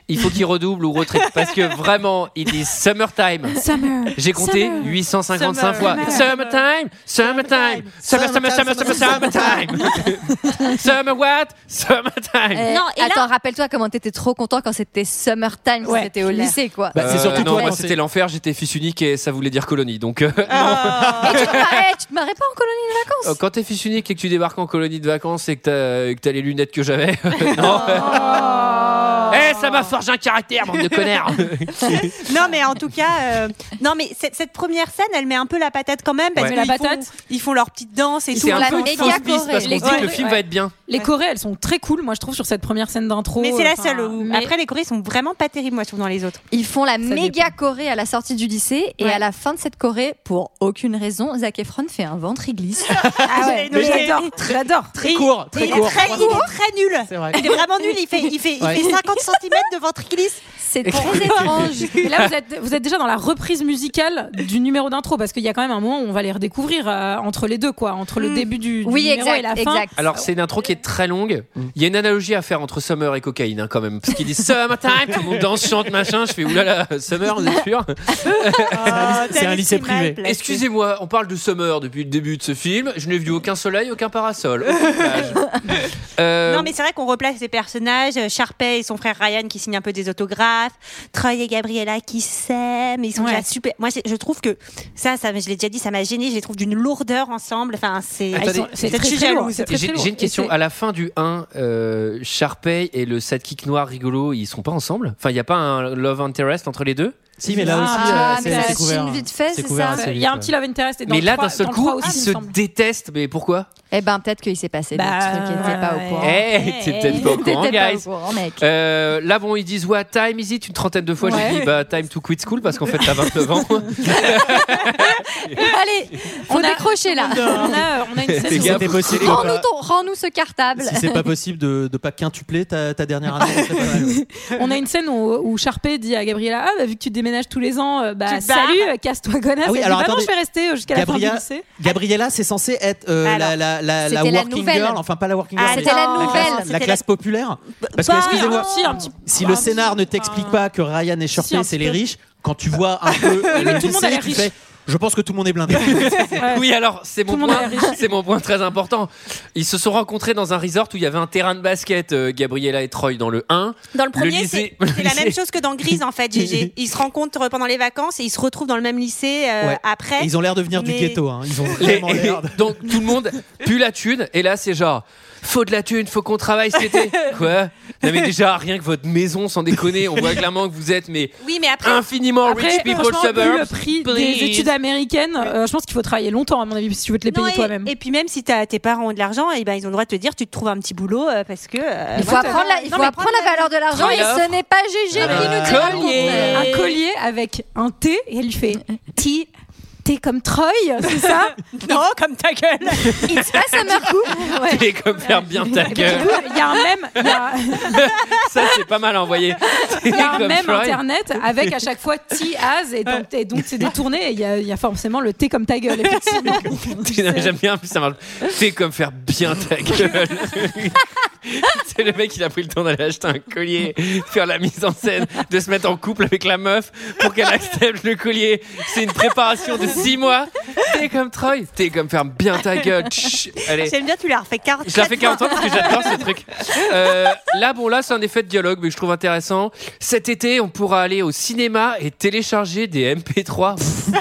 [SPEAKER 1] il faut qu'il redouble ou retraite parce que vraiment, il dit summertime.
[SPEAKER 11] Summer.
[SPEAKER 1] J'ai compté
[SPEAKER 11] Summer.
[SPEAKER 1] 855 fois.
[SPEAKER 11] Summer.
[SPEAKER 1] Summertime, summertime, summer, summer, summer, summer, summertime. (laughs) Summer what? Summertime.
[SPEAKER 10] Euh, attends, rappelle-toi comment t'étais trop content quand c'était summertime, quand c'était au lycée, quoi.
[SPEAKER 6] Bah,
[SPEAKER 1] Euh, non, moi c'était l'enfer, j'étais fils unique et ça voulait dire colonie. Donc euh,
[SPEAKER 7] Ah,
[SPEAKER 10] Et
[SPEAKER 1] bah,
[SPEAKER 10] tu te marrais, tu te marrais pas en colonie de vacances.
[SPEAKER 1] Euh, (laughs) Quand t'es fils unique et que tu débarques en colonie de vacances et que t'as, et que t'as les lunettes que j'avais, (laughs)
[SPEAKER 7] (laughs)
[SPEAKER 1] non.
[SPEAKER 7] Oh.
[SPEAKER 1] Eh, ça m'a forgé un caractère, bande de connards.
[SPEAKER 7] non mais en tout cas, euh, non mais cette, cette première scène, elle met un peu la patate quand même parce
[SPEAKER 1] Ouais.
[SPEAKER 7] que
[SPEAKER 1] La
[SPEAKER 7] ils
[SPEAKER 11] patate.
[SPEAKER 7] font, ils font leur petite danse et tout.
[SPEAKER 1] C'est un peu une fausse piste parce qu'on se dit que le
[SPEAKER 7] Ouais.
[SPEAKER 1] film va être bien.
[SPEAKER 11] Les Corées, elles sont très cool, moi je trouve, sur cette première scène d'intro.
[SPEAKER 7] Mais c'est la
[SPEAKER 11] Enfin,
[SPEAKER 7] seule où
[SPEAKER 11] mais-
[SPEAKER 7] après les Corées sont vraiment pas terribles moi je trouve dans les autres.
[SPEAKER 10] Ils font la méga corée à la sortie du lycée et à la fin de cette corée, pour aucune raison, Zac Efron fait un ventre (laughs) glisse.
[SPEAKER 7] Ah (laughs)
[SPEAKER 10] ouais,
[SPEAKER 7] mais
[SPEAKER 10] j'adore,
[SPEAKER 7] j'adore.
[SPEAKER 11] j'adore.
[SPEAKER 6] Très court, très
[SPEAKER 7] il
[SPEAKER 6] court.
[SPEAKER 7] Est très, il est très nul.
[SPEAKER 6] vrai.
[SPEAKER 7] Il est vraiment nul. Il fait, il fait,
[SPEAKER 6] Ouais.
[SPEAKER 7] il fait 50 cm de
[SPEAKER 11] (laughs)
[SPEAKER 7] ventriculisme.
[SPEAKER 10] C'est
[SPEAKER 1] (laughs)
[SPEAKER 7] très (laughs) étrange.
[SPEAKER 11] Et là, vous êtes, vous êtes déjà dans la reprise musicale du numéro d'intro, parce qu'il y a quand même un moment où on va les redécouvrir euh, entre les deux, quoi, entre
[SPEAKER 7] Mm.
[SPEAKER 11] le début du, du
[SPEAKER 10] Oui,
[SPEAKER 11] numéro
[SPEAKER 10] exact,
[SPEAKER 11] et la fin.
[SPEAKER 10] exact.
[SPEAKER 1] Alors, c'est une intro qui est très longue. Il y a une analogie à faire entre Summer et cocaïne, hein, quand même. Parce qu'ils disent Summertime, tout le monde danse, chante, machin. Je fais oulala, Summer, vous êtes
[SPEAKER 7] (laughs)
[SPEAKER 1] sûr
[SPEAKER 6] C'est un lycée privé.
[SPEAKER 1] Excusez-moi, on parle de Summer depuis le début de ce film. Je n'ai vu aucun soleil, aucun parasol. aucune
[SPEAKER 7] (laughs)
[SPEAKER 1] plage. Euh,
[SPEAKER 7] Non, mais c'est vrai qu'on replace les personnages. euh, Sharpay et son frère Ryan qui signent un peu des autographes. Troy et Gabriella qui s'aiment. Ils sont
[SPEAKER 11] Ouais.
[SPEAKER 7] déjà super. Moi, c'est- je trouve que ça, ça je l'ai déjà dit, ça m'a gêné. Je les trouve d'une lourdeur ensemble. Enfin, c'est.
[SPEAKER 1] Attendez.
[SPEAKER 7] Ils sont-
[SPEAKER 11] C'est
[SPEAKER 7] peut-être
[SPEAKER 11] très,
[SPEAKER 7] je suis
[SPEAKER 11] très lourd,
[SPEAKER 7] jalouse.
[SPEAKER 11] c'est très, très
[SPEAKER 1] J'ai
[SPEAKER 11] lourd.
[SPEAKER 1] j'ai une
[SPEAKER 11] Et
[SPEAKER 1] question.
[SPEAKER 11] c'est-
[SPEAKER 1] À la fin du 1, euh, Sharpay et le sidekick noir rigolo, ils sont pas ensemble Enfin, il n'y a pas un love interest entre les deux
[SPEAKER 6] Si, mais là aussi,
[SPEAKER 10] Ah,
[SPEAKER 6] euh,
[SPEAKER 10] mais ça
[SPEAKER 6] c'est- c'est
[SPEAKER 10] chine
[SPEAKER 6] couvert.
[SPEAKER 10] vite fait,
[SPEAKER 6] C'est
[SPEAKER 10] c'est
[SPEAKER 6] couvert
[SPEAKER 10] ça
[SPEAKER 6] assez
[SPEAKER 11] Euh, Il y a un
[SPEAKER 6] vite,
[SPEAKER 11] petit love interest. et dans
[SPEAKER 1] Mais
[SPEAKER 11] le
[SPEAKER 1] là,
[SPEAKER 11] trois-
[SPEAKER 1] d'un seul
[SPEAKER 11] dans le
[SPEAKER 1] coup,
[SPEAKER 11] trois aussi,
[SPEAKER 1] ils
[SPEAKER 11] il me
[SPEAKER 1] se
[SPEAKER 11] semble.
[SPEAKER 1] détestent. Mais pourquoi
[SPEAKER 10] Eh ben, peut-être qu'il s'est passé
[SPEAKER 11] Bah,
[SPEAKER 10] des trucs qui n'étaient pas
[SPEAKER 11] ouais.
[SPEAKER 10] au courant.
[SPEAKER 1] Eh, t'es peut-être pas au
[SPEAKER 10] (laughs) T'étais
[SPEAKER 1] courant,
[SPEAKER 10] pas
[SPEAKER 1] guys.
[SPEAKER 10] au courant, mec.
[SPEAKER 1] Euh, là, bon, ils disent What time is it Une trentaine de fois, j'ai
[SPEAKER 11] Ouais.
[SPEAKER 1] dit bah, Time to quit school parce qu'en fait, t'as 29 ans.
[SPEAKER 10] Allez,
[SPEAKER 11] On
[SPEAKER 10] faut
[SPEAKER 11] a-
[SPEAKER 10] décrocher là.
[SPEAKER 11] On a, on a
[SPEAKER 1] (laughs)
[SPEAKER 11] une
[SPEAKER 6] Si
[SPEAKER 11] scène.
[SPEAKER 1] gars,
[SPEAKER 6] c'était possible de
[SPEAKER 10] Rends-nous
[SPEAKER 11] euh,
[SPEAKER 6] pas-
[SPEAKER 10] ton- Rends-nous ce cartable.
[SPEAKER 6] si c'est pas possible de, de pas quintupler ta, ta dernière année, c'est pas mal.
[SPEAKER 11] On a une scène où, où Sharpay dit à Gabriella Ah, bah, vu que tu déménages tous les ans, euh, bah,
[SPEAKER 7] Tu te barres.
[SPEAKER 11] salut, euh, casse-toi, gonasse.
[SPEAKER 6] Ah oui,
[SPEAKER 11] Elle dit,
[SPEAKER 6] alors,
[SPEAKER 11] Bah non,
[SPEAKER 6] attendez.
[SPEAKER 11] je vais rester euh, jusqu'à la fin du
[SPEAKER 6] Gabriella-
[SPEAKER 11] lycée.
[SPEAKER 6] Gabriella, c'est censé être euh, la,
[SPEAKER 7] Alors,
[SPEAKER 6] la, la, la
[SPEAKER 10] c'était la
[SPEAKER 6] working
[SPEAKER 10] nouvelle.
[SPEAKER 6] girl, enfin pas la working
[SPEAKER 7] Ah,
[SPEAKER 6] girl, mais
[SPEAKER 10] C'était la
[SPEAKER 7] non,
[SPEAKER 10] nouvelle.
[SPEAKER 7] non,
[SPEAKER 6] la,
[SPEAKER 7] c'était
[SPEAKER 6] classe populaire. Parce que
[SPEAKER 7] Bah,
[SPEAKER 6] excusez-moi,
[SPEAKER 11] un petit- un petit-
[SPEAKER 6] si le
[SPEAKER 11] un
[SPEAKER 6] scénar
[SPEAKER 11] petit-
[SPEAKER 6] ne t'explique
[SPEAKER 11] un-
[SPEAKER 6] pas que Ryan et
[SPEAKER 11] Si,
[SPEAKER 6] Sharpay
[SPEAKER 11] un
[SPEAKER 6] c'est
[SPEAKER 11] petit
[SPEAKER 6] les
[SPEAKER 11] peu.
[SPEAKER 6] riches, quand tu vois un (laughs) peu euh, le
[SPEAKER 11] tout le monde
[SPEAKER 6] lycée,
[SPEAKER 11] a l'air
[SPEAKER 6] tu
[SPEAKER 11] riche.
[SPEAKER 6] fais, je pense que tout le monde est (laughs) blindé.
[SPEAKER 1] oui, alors, c'est mon,
[SPEAKER 11] Tout le monde
[SPEAKER 1] point,
[SPEAKER 11] a l'air
[SPEAKER 1] (laughs) c'est mon point très important. Ils se sont rencontrés dans un resort où il y avait un terrain de basket, euh, Gabriella et Troy, dans le 1.
[SPEAKER 7] Dans le
[SPEAKER 1] Le
[SPEAKER 7] premier,
[SPEAKER 1] lycée-
[SPEAKER 7] c'est
[SPEAKER 1] (laughs) le
[SPEAKER 7] c'est la
[SPEAKER 1] lycée.
[SPEAKER 6] (laughs)
[SPEAKER 7] même chose que dans Grise, en fait, GG. Ils se rencontrent pendant les vacances et ils se retrouvent dans le même lycée euh,
[SPEAKER 6] Ouais.
[SPEAKER 7] après.
[SPEAKER 6] Ils ont l'air de venir du
[SPEAKER 7] Mais-
[SPEAKER 6] ghetto, hein. ils ont
[SPEAKER 1] Les-
[SPEAKER 6] vraiment l'air de...
[SPEAKER 1] donc tout le monde pue la thune et là c'est genre faut de la thune, faut qu'on travaille cet
[SPEAKER 11] (laughs)
[SPEAKER 1] été. Quoi Non mais déjà rien que votre maison sans déconner, on voit clairement que vous êtes mais
[SPEAKER 7] Oui, mais après,
[SPEAKER 1] infiniment
[SPEAKER 11] Après,
[SPEAKER 1] rich people
[SPEAKER 11] franchement, vu le
[SPEAKER 1] suburbs.
[SPEAKER 11] prix
[SPEAKER 1] please.
[SPEAKER 11] des études américaines, euh, je pense qu'il faut travailler longtemps, à mon avis, si tu veux te les
[SPEAKER 7] Non,
[SPEAKER 11] payer
[SPEAKER 7] et-
[SPEAKER 11] toi-même.
[SPEAKER 7] Et, puis même si t'as- tes parents ont de l'argent, eh ben, ils ont le droit de te dire tu te trouves un petit boulot euh, parce que. euh,
[SPEAKER 10] Il faut
[SPEAKER 7] voilà.
[SPEAKER 10] apprendre la, il
[SPEAKER 7] Non,
[SPEAKER 10] faut
[SPEAKER 7] mais
[SPEAKER 10] apprendre la valeur de l'argent
[SPEAKER 1] Prends
[SPEAKER 10] et
[SPEAKER 1] l'offre.
[SPEAKER 10] ce n'est pas Gégé
[SPEAKER 1] Ah,
[SPEAKER 11] Euh,
[SPEAKER 10] qui nous dit
[SPEAKER 1] collier.
[SPEAKER 10] le contraire.
[SPEAKER 11] Un collier avec un T et elle lui fait T, T comme Troy, c'est ça
[SPEAKER 7] Non, comme ta gueule.
[SPEAKER 10] It's a summer coup. Ouais.
[SPEAKER 1] (laughs) Et comme ferme bien
[SPEAKER 11] (laughs)
[SPEAKER 1] ta
[SPEAKER 11] Et du
[SPEAKER 1] gueule.
[SPEAKER 11] coup, il y a un même, il y a,
[SPEAKER 1] Ça c'est pas mal envoyé.
[SPEAKER 11] il y a
[SPEAKER 1] (laughs)
[SPEAKER 11] un
[SPEAKER 1] Comme
[SPEAKER 11] même
[SPEAKER 1] Troy.
[SPEAKER 11] internet avec à chaque fois T as et donc, et donc c'est détourné et il y, a- il y a forcément le T comme ta gueule, effectivement.
[SPEAKER 1] Non, mais J'aime bien, en plus ça marche. C'est comme faire bien ta gueule. C'est le mec, il a pris le temps d'aller acheter un collier, faire la mise en scène, de se mettre en couple avec la meuf pour qu'elle accepte le collier. C'est une préparation de six mois. T'es comme Troy, t'es comme faire bien ta gueule. Chut, allez.
[SPEAKER 7] J'aime bien, tu la refais carte.
[SPEAKER 1] Je la fais 40 ans parce que j'adore ce truc. Euh, là, bon, là, c'est un effet de dialogue, mais que je trouve intéressant. Cet été, on pourra aller au cinéma et télécharger des MP3.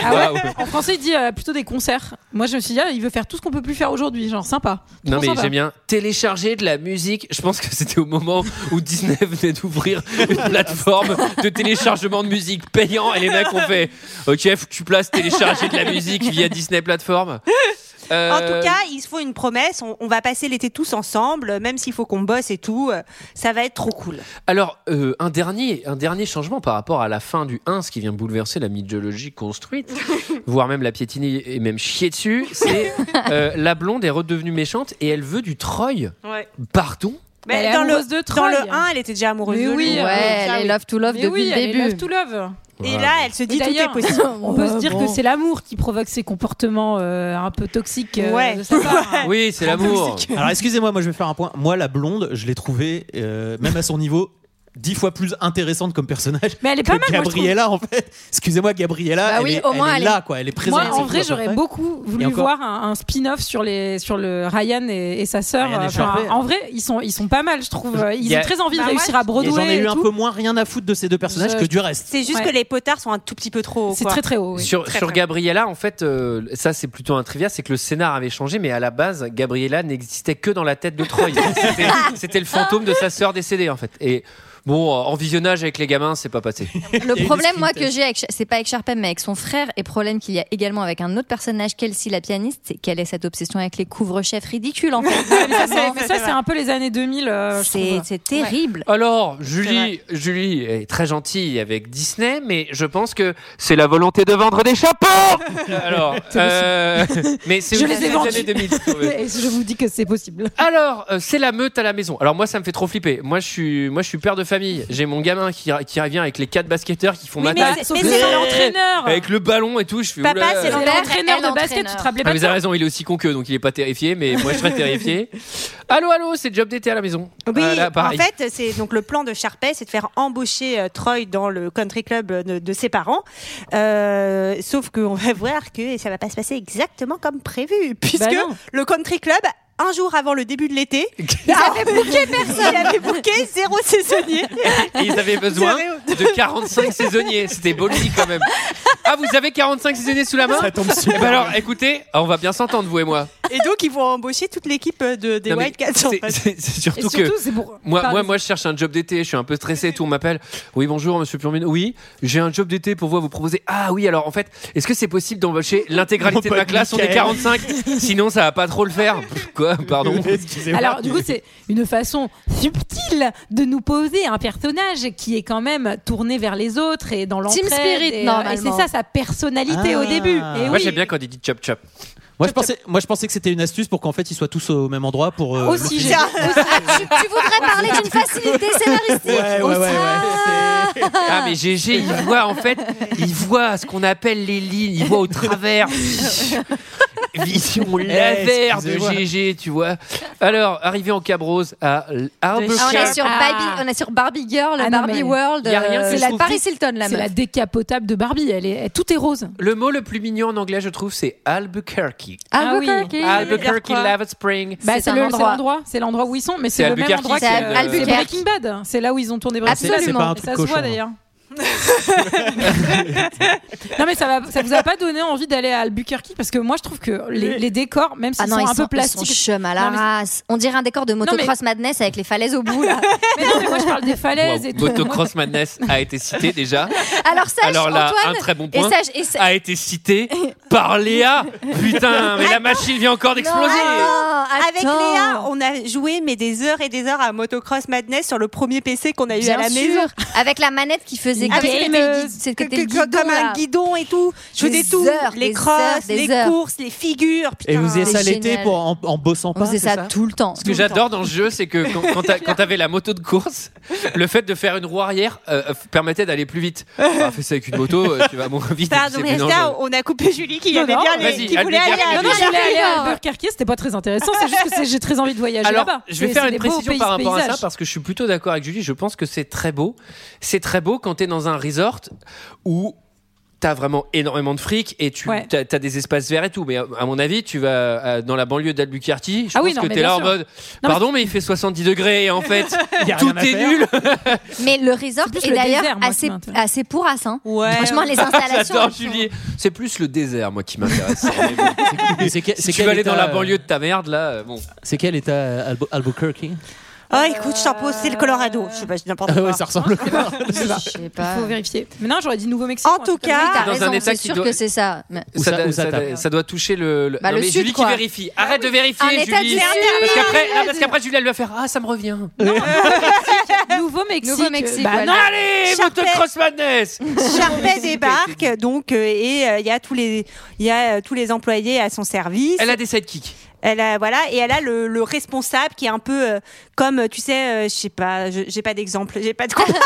[SPEAKER 11] Ah
[SPEAKER 1] Waouh.
[SPEAKER 11] ouais en français, il dit euh, plutôt des concerts. Moi, je me suis dit, ah, il veut faire tout ce qu'on peut plus faire aujourd'hui, genre sympa.
[SPEAKER 1] Non
[SPEAKER 11] Trop
[SPEAKER 1] mais
[SPEAKER 11] sympa.
[SPEAKER 1] j'aime bien télécharger de la musique. Je pense que c'était au moment où Disney (laughs) venait d'ouvrir une plateforme de téléchargement de musique payant et les mecs ont fait OK, faut que tu places télécharger de la musique via Disney plateforme. Euh,
[SPEAKER 7] En tout cas, Ah, il se faut une promesse. On, on va passer l'été tous ensemble, euh, même s'il faut qu'on bosse et tout. euh, Ça va être trop cool.
[SPEAKER 1] alors euh, un dernier un dernier changement par rapport à la fin du 1 ce qui vient bouleverser la mythologie
[SPEAKER 7] (laughs)
[SPEAKER 1] construite, voire même la piétiner et même chier dessus, c'est euh, la blonde est redevenue méchante et elle veut du Troy. Pardon
[SPEAKER 11] Mais elle est
[SPEAKER 7] dans, le,
[SPEAKER 11] amoureuse de
[SPEAKER 7] dans
[SPEAKER 11] Troy.
[SPEAKER 7] le 1, elle était déjà amoureuse
[SPEAKER 11] Mais
[SPEAKER 7] de
[SPEAKER 11] oui,
[SPEAKER 7] lui.
[SPEAKER 11] euh,
[SPEAKER 10] Ouais,
[SPEAKER 7] ça,
[SPEAKER 10] elle est
[SPEAKER 7] oui.
[SPEAKER 10] love to love
[SPEAKER 11] Mais
[SPEAKER 10] depuis
[SPEAKER 11] oui,
[SPEAKER 10] le
[SPEAKER 11] elle est
[SPEAKER 10] début.
[SPEAKER 11] love to love.
[SPEAKER 7] Et là, elle se dit
[SPEAKER 11] Et
[SPEAKER 7] tout est
[SPEAKER 11] d'ailleurs,
[SPEAKER 10] (laughs)
[SPEAKER 7] possible.
[SPEAKER 10] Oh,
[SPEAKER 11] On peut se dire que c'est l'amour qui provoque ces comportements euh, un peu toxiques euh,
[SPEAKER 7] Ouais.
[SPEAKER 11] de sa part. hein.
[SPEAKER 1] (laughs) Oui, c'est l'amour.
[SPEAKER 6] (laughs) Alors excusez-moi, moi je vais faire un point. Moi la blonde, je l'ai trouvée, euh, même à son niveau, dix fois plus intéressante comme personnage.
[SPEAKER 11] Mais elle est
[SPEAKER 6] que
[SPEAKER 11] pas mal, moi, je trouve.
[SPEAKER 6] Gabriella en fait. Excusez-moi Gabriella,
[SPEAKER 10] Bah
[SPEAKER 6] elle,
[SPEAKER 10] oui,
[SPEAKER 6] est,
[SPEAKER 10] au moins,
[SPEAKER 6] elle est
[SPEAKER 10] elle est-
[SPEAKER 6] là quoi, elle est présente.
[SPEAKER 11] Moi, en vrai, j'aurais
[SPEAKER 6] beau
[SPEAKER 11] beaucoup voulu
[SPEAKER 6] Et encore-
[SPEAKER 11] voir un, un spin-off sur les sur le Ryan et, et sa sœur.
[SPEAKER 6] Ryan et
[SPEAKER 11] Enfin,
[SPEAKER 6] Sharpay.
[SPEAKER 11] en vrai, ils sont ils sont pas mal, je trouve. Ils
[SPEAKER 1] Il y a-
[SPEAKER 11] ont très envie
[SPEAKER 7] Bah,
[SPEAKER 11] de
[SPEAKER 7] moi,
[SPEAKER 11] réussir à
[SPEAKER 6] Et
[SPEAKER 11] Broadway.
[SPEAKER 6] j'en ai eu
[SPEAKER 11] et
[SPEAKER 6] un
[SPEAKER 11] tout.
[SPEAKER 6] peu moins rien à foutre de ces deux personnages
[SPEAKER 11] Je-
[SPEAKER 6] que du reste.
[SPEAKER 7] C'est juste
[SPEAKER 11] Ouais.
[SPEAKER 7] que les potards sont un tout petit peu trop. hauts,
[SPEAKER 11] C'est
[SPEAKER 7] quoi.
[SPEAKER 11] très très haut. oui.
[SPEAKER 1] Sur,
[SPEAKER 7] Très,
[SPEAKER 1] sur
[SPEAKER 7] très.
[SPEAKER 1] Gabriella, en fait, euh, ça c'est plutôt un trivia, c'est que le scénar avait changé, mais à la base, Gabriella n'existait que dans la tête de
[SPEAKER 11] (laughs)
[SPEAKER 1] Troy. C'était- C'était le fantôme de sa sœur décédée, en fait. Et bon, euh, en visionnage avec les gamins, c'est pas
[SPEAKER 11] (laughs)
[SPEAKER 1] passé.
[SPEAKER 6] Il y a
[SPEAKER 10] Le
[SPEAKER 6] eu
[SPEAKER 10] problème,
[SPEAKER 6] des
[SPEAKER 10] moi,
[SPEAKER 6] screen
[SPEAKER 10] que j'ai avec, Ch- c'est pas avec Sharpay, mais avec son frère, et problème qu'il y a également avec un autre personnage, Kelsey, la pianiste, c'est quelle est cette obsession avec les couvre-chefs ridicules,
[SPEAKER 11] (laughs)
[SPEAKER 10] en
[SPEAKER 11] Ouais, Ah, mais ça,
[SPEAKER 10] (laughs)
[SPEAKER 11] c'est-
[SPEAKER 10] fait.
[SPEAKER 11] mais ça, c'est un peu les années 2000. euh, je
[SPEAKER 10] C'est
[SPEAKER 11] trouve.
[SPEAKER 10] c'est terrible.
[SPEAKER 1] Alors, Julie, Julie est très gentille avec Disney, mais je pense que c'est la volonté de vendre des chapeaux (laughs)
[SPEAKER 11] (laughs)
[SPEAKER 1] Alors, euh, mais c'est
[SPEAKER 11] Je
[SPEAKER 1] aussi
[SPEAKER 11] les ai
[SPEAKER 1] les
[SPEAKER 11] vendus.
[SPEAKER 1] années 2000. si on veut.
[SPEAKER 11] (laughs) Et je vous dis que c'est possible.
[SPEAKER 1] Alors, euh, c'est la meute à la maison. Alors moi, ça me fait trop flipper. Moi, je suis, moi, je suis père de famille. J'ai mon gamin qui, qui revient avec les quatre basketteurs qui font
[SPEAKER 11] Oui,
[SPEAKER 1] ma
[SPEAKER 11] mais
[SPEAKER 1] taille.
[SPEAKER 11] c'est- mais c'est
[SPEAKER 1] Ouais.
[SPEAKER 11] l'entraîneur.
[SPEAKER 1] Avec le ballon et tout, je fais oula.
[SPEAKER 11] l'entraîneur de basket, tu
[SPEAKER 1] Ah,
[SPEAKER 11] te rappelais pas
[SPEAKER 1] mais
[SPEAKER 11] de
[SPEAKER 1] vous avez
[SPEAKER 11] ça
[SPEAKER 1] raison, il est aussi con que donc il est pas terrifié, mais moi je serais
[SPEAKER 7] (laughs)
[SPEAKER 1] terrifié. Allô, allô, c'est job d'été à la maison.
[SPEAKER 7] Oui,
[SPEAKER 1] Ah, là,
[SPEAKER 7] en
[SPEAKER 1] pareil.
[SPEAKER 7] fait, c'est donc le plan de Sharpay, c'est de faire embaucher euh, Troy dans le country club de, de ses parents. Euh, sauf qu'on (laughs) va voir que ça va pas se passer exactement comme prévu, (laughs) puisque
[SPEAKER 11] Bah non.
[SPEAKER 7] le country club. Un jour avant le début de l'été, il avait booké personne. Il avait booké zéro saisonnier.
[SPEAKER 1] Et ils
[SPEAKER 7] (laughs)
[SPEAKER 1] avaient besoin de 45 saisonniers. C'était Boldy quand même. Ah, vous avez 45 saisonniers sous la main
[SPEAKER 6] Ça tombe (laughs) super
[SPEAKER 1] Eh ben
[SPEAKER 11] (laughs)
[SPEAKER 1] alors, écoutez, on va bien s'entendre, vous et moi.
[SPEAKER 7] Et donc, ils vont embaucher toute l'équipe euh, de, des
[SPEAKER 1] Non, mais
[SPEAKER 7] Wildcats. en
[SPEAKER 1] c'est-
[SPEAKER 7] fait.
[SPEAKER 1] c'est- c'est surtout,
[SPEAKER 7] Et surtout,
[SPEAKER 1] que
[SPEAKER 7] c'est pour-
[SPEAKER 1] moi, moi,
[SPEAKER 7] pardon.
[SPEAKER 1] moi, je cherche un job d'été. Je suis un peu stressé. et Tout on m'appelle. Oui, bonjour, Monsieur Purmine. Oui, j'ai un job d'été pour vous à vous proposer. Ah oui, alors en fait, est-ce que c'est possible d'embaucher l'intégralité de
[SPEAKER 6] Mon
[SPEAKER 1] ma
[SPEAKER 6] pote
[SPEAKER 1] classe On est
[SPEAKER 6] Mickaël.
[SPEAKER 1] 45. Sinon, ça va pas trop le (laughs) faire. Pff, Quoi Pardon.
[SPEAKER 11] Alors, du coup, c'est une façon subtile de nous poser un personnage qui est quand même tourné vers les autres et dans l'entraide.
[SPEAKER 10] spirit,
[SPEAKER 11] et, euh,
[SPEAKER 10] normalement.
[SPEAKER 11] Et c'est ça, sa personnalité au début. Et
[SPEAKER 1] Ah. Moi,
[SPEAKER 11] oui.
[SPEAKER 1] j'aime bien quand il dit chop chop.
[SPEAKER 6] Moi je, pensais, moi je pensais que c'était une astuce pour qu'en fait ils soient tous au même endroit pour. euh,
[SPEAKER 11] Aussi,
[SPEAKER 6] le-
[SPEAKER 11] j'ai-
[SPEAKER 10] tu, (laughs) tu voudrais parler
[SPEAKER 7] (laughs)
[SPEAKER 10] d'une facilité scénaristique
[SPEAKER 6] Ouais, ouais, ouais, ouais.
[SPEAKER 1] Ah mais GG il voit en fait il voit ce qu'on appelle les lignes il voit au
[SPEAKER 6] (laughs)
[SPEAKER 1] travers vision
[SPEAKER 6] Eh,
[SPEAKER 1] laser de
[SPEAKER 6] excusez-moi.
[SPEAKER 1] GG tu vois alors arrivé en Cabrose à L-
[SPEAKER 10] Ah, on, est
[SPEAKER 1] Albuquerque
[SPEAKER 10] sur Barbie, on est sur Barbie Girl,
[SPEAKER 11] Ah non,
[SPEAKER 10] (laughs) Barbie
[SPEAKER 11] mais-
[SPEAKER 10] World.
[SPEAKER 1] Y a rien que
[SPEAKER 10] c'est
[SPEAKER 1] je
[SPEAKER 10] la
[SPEAKER 1] trouve
[SPEAKER 10] Paris
[SPEAKER 1] vite-
[SPEAKER 10] Hilton, la
[SPEAKER 11] C'est
[SPEAKER 10] meuf.
[SPEAKER 11] la décapotable de Barbie. Elle est, elle- tout est rose.
[SPEAKER 1] le mot le plus mignon en anglais je trouve c'est Albuquerque
[SPEAKER 10] Albuquerque.
[SPEAKER 1] Albuquerque Love Spring
[SPEAKER 11] Bah,
[SPEAKER 10] C'est
[SPEAKER 11] c'est
[SPEAKER 10] un
[SPEAKER 11] le- c'est
[SPEAKER 10] endroit.
[SPEAKER 11] l'endroit, c'est l'endroit où ils sont, mais
[SPEAKER 1] C'est
[SPEAKER 11] c'est le même
[SPEAKER 1] Albuquerque,
[SPEAKER 11] endroit que
[SPEAKER 1] c'est
[SPEAKER 11] euh,
[SPEAKER 10] Albuquerque.
[SPEAKER 11] Breaking Bad. C'est là où ils ont tourné Breaking Bad.
[SPEAKER 10] Absolument. C'est pas
[SPEAKER 6] un
[SPEAKER 11] Et
[SPEAKER 6] truc
[SPEAKER 11] ça se
[SPEAKER 6] cochon,
[SPEAKER 11] voit
[SPEAKER 6] hein.
[SPEAKER 11] d'ailleurs. non mais ça va, ça vous a pas donné envie d'aller à Albuquerque parce que moi je trouve que les, les décors, même s'ils
[SPEAKER 10] Ah non,
[SPEAKER 11] sont
[SPEAKER 10] ils
[SPEAKER 11] un
[SPEAKER 10] sont,
[SPEAKER 11] peu
[SPEAKER 10] ils sont
[SPEAKER 11] plastiques,
[SPEAKER 10] chum à la
[SPEAKER 11] Non, mais-
[SPEAKER 10] race. On dirait un décor de
[SPEAKER 11] mais-
[SPEAKER 10] Motocross Madness avec les falaises au bout. Là.
[SPEAKER 11] Mais non, mais moi je parle des falaises et tout.
[SPEAKER 1] Wow, Motocross Madness a été cité déjà
[SPEAKER 10] (laughs) Alors sache,
[SPEAKER 1] alors là
[SPEAKER 10] Antoine,
[SPEAKER 1] un très bon
[SPEAKER 10] et
[SPEAKER 1] point
[SPEAKER 10] sache- et sa-
[SPEAKER 1] a été cité par Léa putain mais la machine vient encore d'exploser
[SPEAKER 10] attends,
[SPEAKER 7] Avec
[SPEAKER 10] attends.
[SPEAKER 7] Léa, on a joué mais des heures et des heures à Motocross Madness sur le premier PC qu'on a eu
[SPEAKER 10] Bien
[SPEAKER 7] à la
[SPEAKER 10] sûr.
[SPEAKER 7] maison.
[SPEAKER 10] Avec la manette qui faisait comme
[SPEAKER 7] Avec
[SPEAKER 10] c'était
[SPEAKER 7] le-
[SPEAKER 10] le guide- c'est que
[SPEAKER 7] que-
[SPEAKER 10] t'es le
[SPEAKER 7] que-
[SPEAKER 10] guidon,
[SPEAKER 7] comme un
[SPEAKER 10] là.
[SPEAKER 7] guidon et tout. Je
[SPEAKER 10] Des
[SPEAKER 7] faisais tout.
[SPEAKER 10] heures,
[SPEAKER 7] les
[SPEAKER 10] des
[SPEAKER 7] crosses,
[SPEAKER 10] heures, des
[SPEAKER 7] les
[SPEAKER 10] heures.
[SPEAKER 7] courses, (laughs) les figures.
[SPEAKER 6] Et
[SPEAKER 7] putain.
[SPEAKER 6] vous faisiez ça
[SPEAKER 10] C'est
[SPEAKER 6] l'été
[SPEAKER 10] génial.
[SPEAKER 6] pour en, en bossant
[SPEAKER 10] On
[SPEAKER 6] pas
[SPEAKER 10] faisait
[SPEAKER 6] c'est
[SPEAKER 10] (laughs) ça, tout le temps.
[SPEAKER 1] Ce que j'adore dans ce jeu, c'est que quand, quand t'as- quand t'avais la moto de course, le fait de faire une roue arrière euh, euh, permettait d'aller plus vite. Ah, fais ça avec une moto, euh, tu vas moins vite. et puis
[SPEAKER 7] Pardon,
[SPEAKER 1] c'est
[SPEAKER 7] mais
[SPEAKER 1] plus
[SPEAKER 7] là,
[SPEAKER 1] dangereux.
[SPEAKER 7] on a coupé Julie qui
[SPEAKER 11] Non,
[SPEAKER 7] aimait
[SPEAKER 11] non,
[SPEAKER 7] bien les,
[SPEAKER 1] vas-y,
[SPEAKER 7] qui voulait aller
[SPEAKER 1] Albuquerque.
[SPEAKER 7] à
[SPEAKER 11] Non, non, je voulais aller à
[SPEAKER 10] D'accord.
[SPEAKER 11] Albuquerque, c'était pas très intéressant, c'est juste que c'est- j'ai très envie de voyager
[SPEAKER 1] Alors,
[SPEAKER 11] là-bas.
[SPEAKER 1] je vais
[SPEAKER 11] C'est-
[SPEAKER 1] faire
[SPEAKER 11] c'est
[SPEAKER 1] une
[SPEAKER 11] des beaux
[SPEAKER 1] précision
[SPEAKER 11] pays-
[SPEAKER 1] par rapport à ça
[SPEAKER 11] paysages.
[SPEAKER 1] parce que je suis plutôt d'accord avec Julie. Je pense que c'est très beau. C'est très beau quand t'es dans un resort où t'as vraiment énormément de fric et tu
[SPEAKER 11] Ouais.
[SPEAKER 1] t'as as des espaces verts et tout. Mais à, à mon avis, tu vas euh, dans la banlieue d'Albuquerque. Je
[SPEAKER 11] Ah
[SPEAKER 1] pense
[SPEAKER 11] oui, non,
[SPEAKER 1] que
[SPEAKER 11] mais
[SPEAKER 1] t'es là
[SPEAKER 11] bien
[SPEAKER 1] en
[SPEAKER 11] sûr.
[SPEAKER 1] mode.
[SPEAKER 11] mais-
[SPEAKER 1] Pardon, mais il fait 70 degrés et en
[SPEAKER 11] (laughs)
[SPEAKER 1] fait,
[SPEAKER 6] Y a rien
[SPEAKER 1] tout
[SPEAKER 6] à
[SPEAKER 1] est
[SPEAKER 6] faire.
[SPEAKER 1] nul.
[SPEAKER 10] Mais le resort
[SPEAKER 11] C'est plus
[SPEAKER 10] est
[SPEAKER 11] le
[SPEAKER 10] d'ailleurs
[SPEAKER 11] désert, moi, qui
[SPEAKER 10] assez,
[SPEAKER 11] m'intéresse.
[SPEAKER 10] assez pourrasse. Hein.
[SPEAKER 7] Ouais.
[SPEAKER 10] Franchement, les installations.
[SPEAKER 1] (laughs) J'adore
[SPEAKER 10] elles sont-
[SPEAKER 1] Julie. C'est plus le désert, moi, qui m'intéresse.
[SPEAKER 6] Mais c'est que-
[SPEAKER 1] (laughs) si
[SPEAKER 6] c'est
[SPEAKER 1] tu
[SPEAKER 6] quel
[SPEAKER 1] veux aller
[SPEAKER 6] état,
[SPEAKER 1] dans la
[SPEAKER 6] euh,
[SPEAKER 1] banlieue de ta merde, là, euh, bon.
[SPEAKER 6] C'est quel état euh, Albu- Albuquerque
[SPEAKER 7] Ah, écoute, je t'en pose, Bah, c'est le Colorado. Je sais pas, je dis n'importe
[SPEAKER 6] Ah
[SPEAKER 7] quoi.
[SPEAKER 6] (laughs) ouais, ça ressemble.
[SPEAKER 10] Je sais pas.
[SPEAKER 11] Il faut vérifier. Mais non, j'aurais dit Nouveau-Mexique. ou
[SPEAKER 7] En
[SPEAKER 11] Ah, un
[SPEAKER 7] tout
[SPEAKER 11] truc comme ça.
[SPEAKER 7] cas,
[SPEAKER 10] Oui, t'as
[SPEAKER 1] Dans un
[SPEAKER 10] raison,
[SPEAKER 1] état
[SPEAKER 10] c'est
[SPEAKER 1] qui
[SPEAKER 10] sûr
[SPEAKER 1] doit-
[SPEAKER 10] que c'est ça. Mais-
[SPEAKER 6] Où
[SPEAKER 1] ça,
[SPEAKER 6] ça-
[SPEAKER 1] doit-
[SPEAKER 6] où ça
[SPEAKER 1] ça
[SPEAKER 6] tape
[SPEAKER 1] doit- ça doit toucher le. le-
[SPEAKER 10] Bah,
[SPEAKER 1] non,
[SPEAKER 10] le
[SPEAKER 1] mais
[SPEAKER 10] sud,
[SPEAKER 1] Julie
[SPEAKER 10] quoi. Ah
[SPEAKER 1] qui vérifie. Arrête de vérifier,
[SPEAKER 10] Un état
[SPEAKER 1] Julie.
[SPEAKER 10] du
[SPEAKER 1] Parce
[SPEAKER 10] sud.
[SPEAKER 1] qu'après, non, parce qu'après, Julie, elle va faire Ah, ça me revient.
[SPEAKER 11] Nouveau-Mexique.
[SPEAKER 10] Nouveau-Mexique,
[SPEAKER 11] Bah
[SPEAKER 10] voilà.
[SPEAKER 11] non,
[SPEAKER 1] Allez,
[SPEAKER 7] Sharpay.
[SPEAKER 1] Motocross
[SPEAKER 10] (laughs)
[SPEAKER 1] Madness
[SPEAKER 7] Sharpay débarque donc euh, et euh, il y a tous les il y a euh, tous les employés à son service.
[SPEAKER 1] Elle a des sidekicks.
[SPEAKER 7] (laughs) Elle a voilà et elle a le, le responsable qui est un peu euh, comme euh, tu sais euh, je sais pas je- j'ai pas d'exemple j'ai pas de (laughs) comparaison.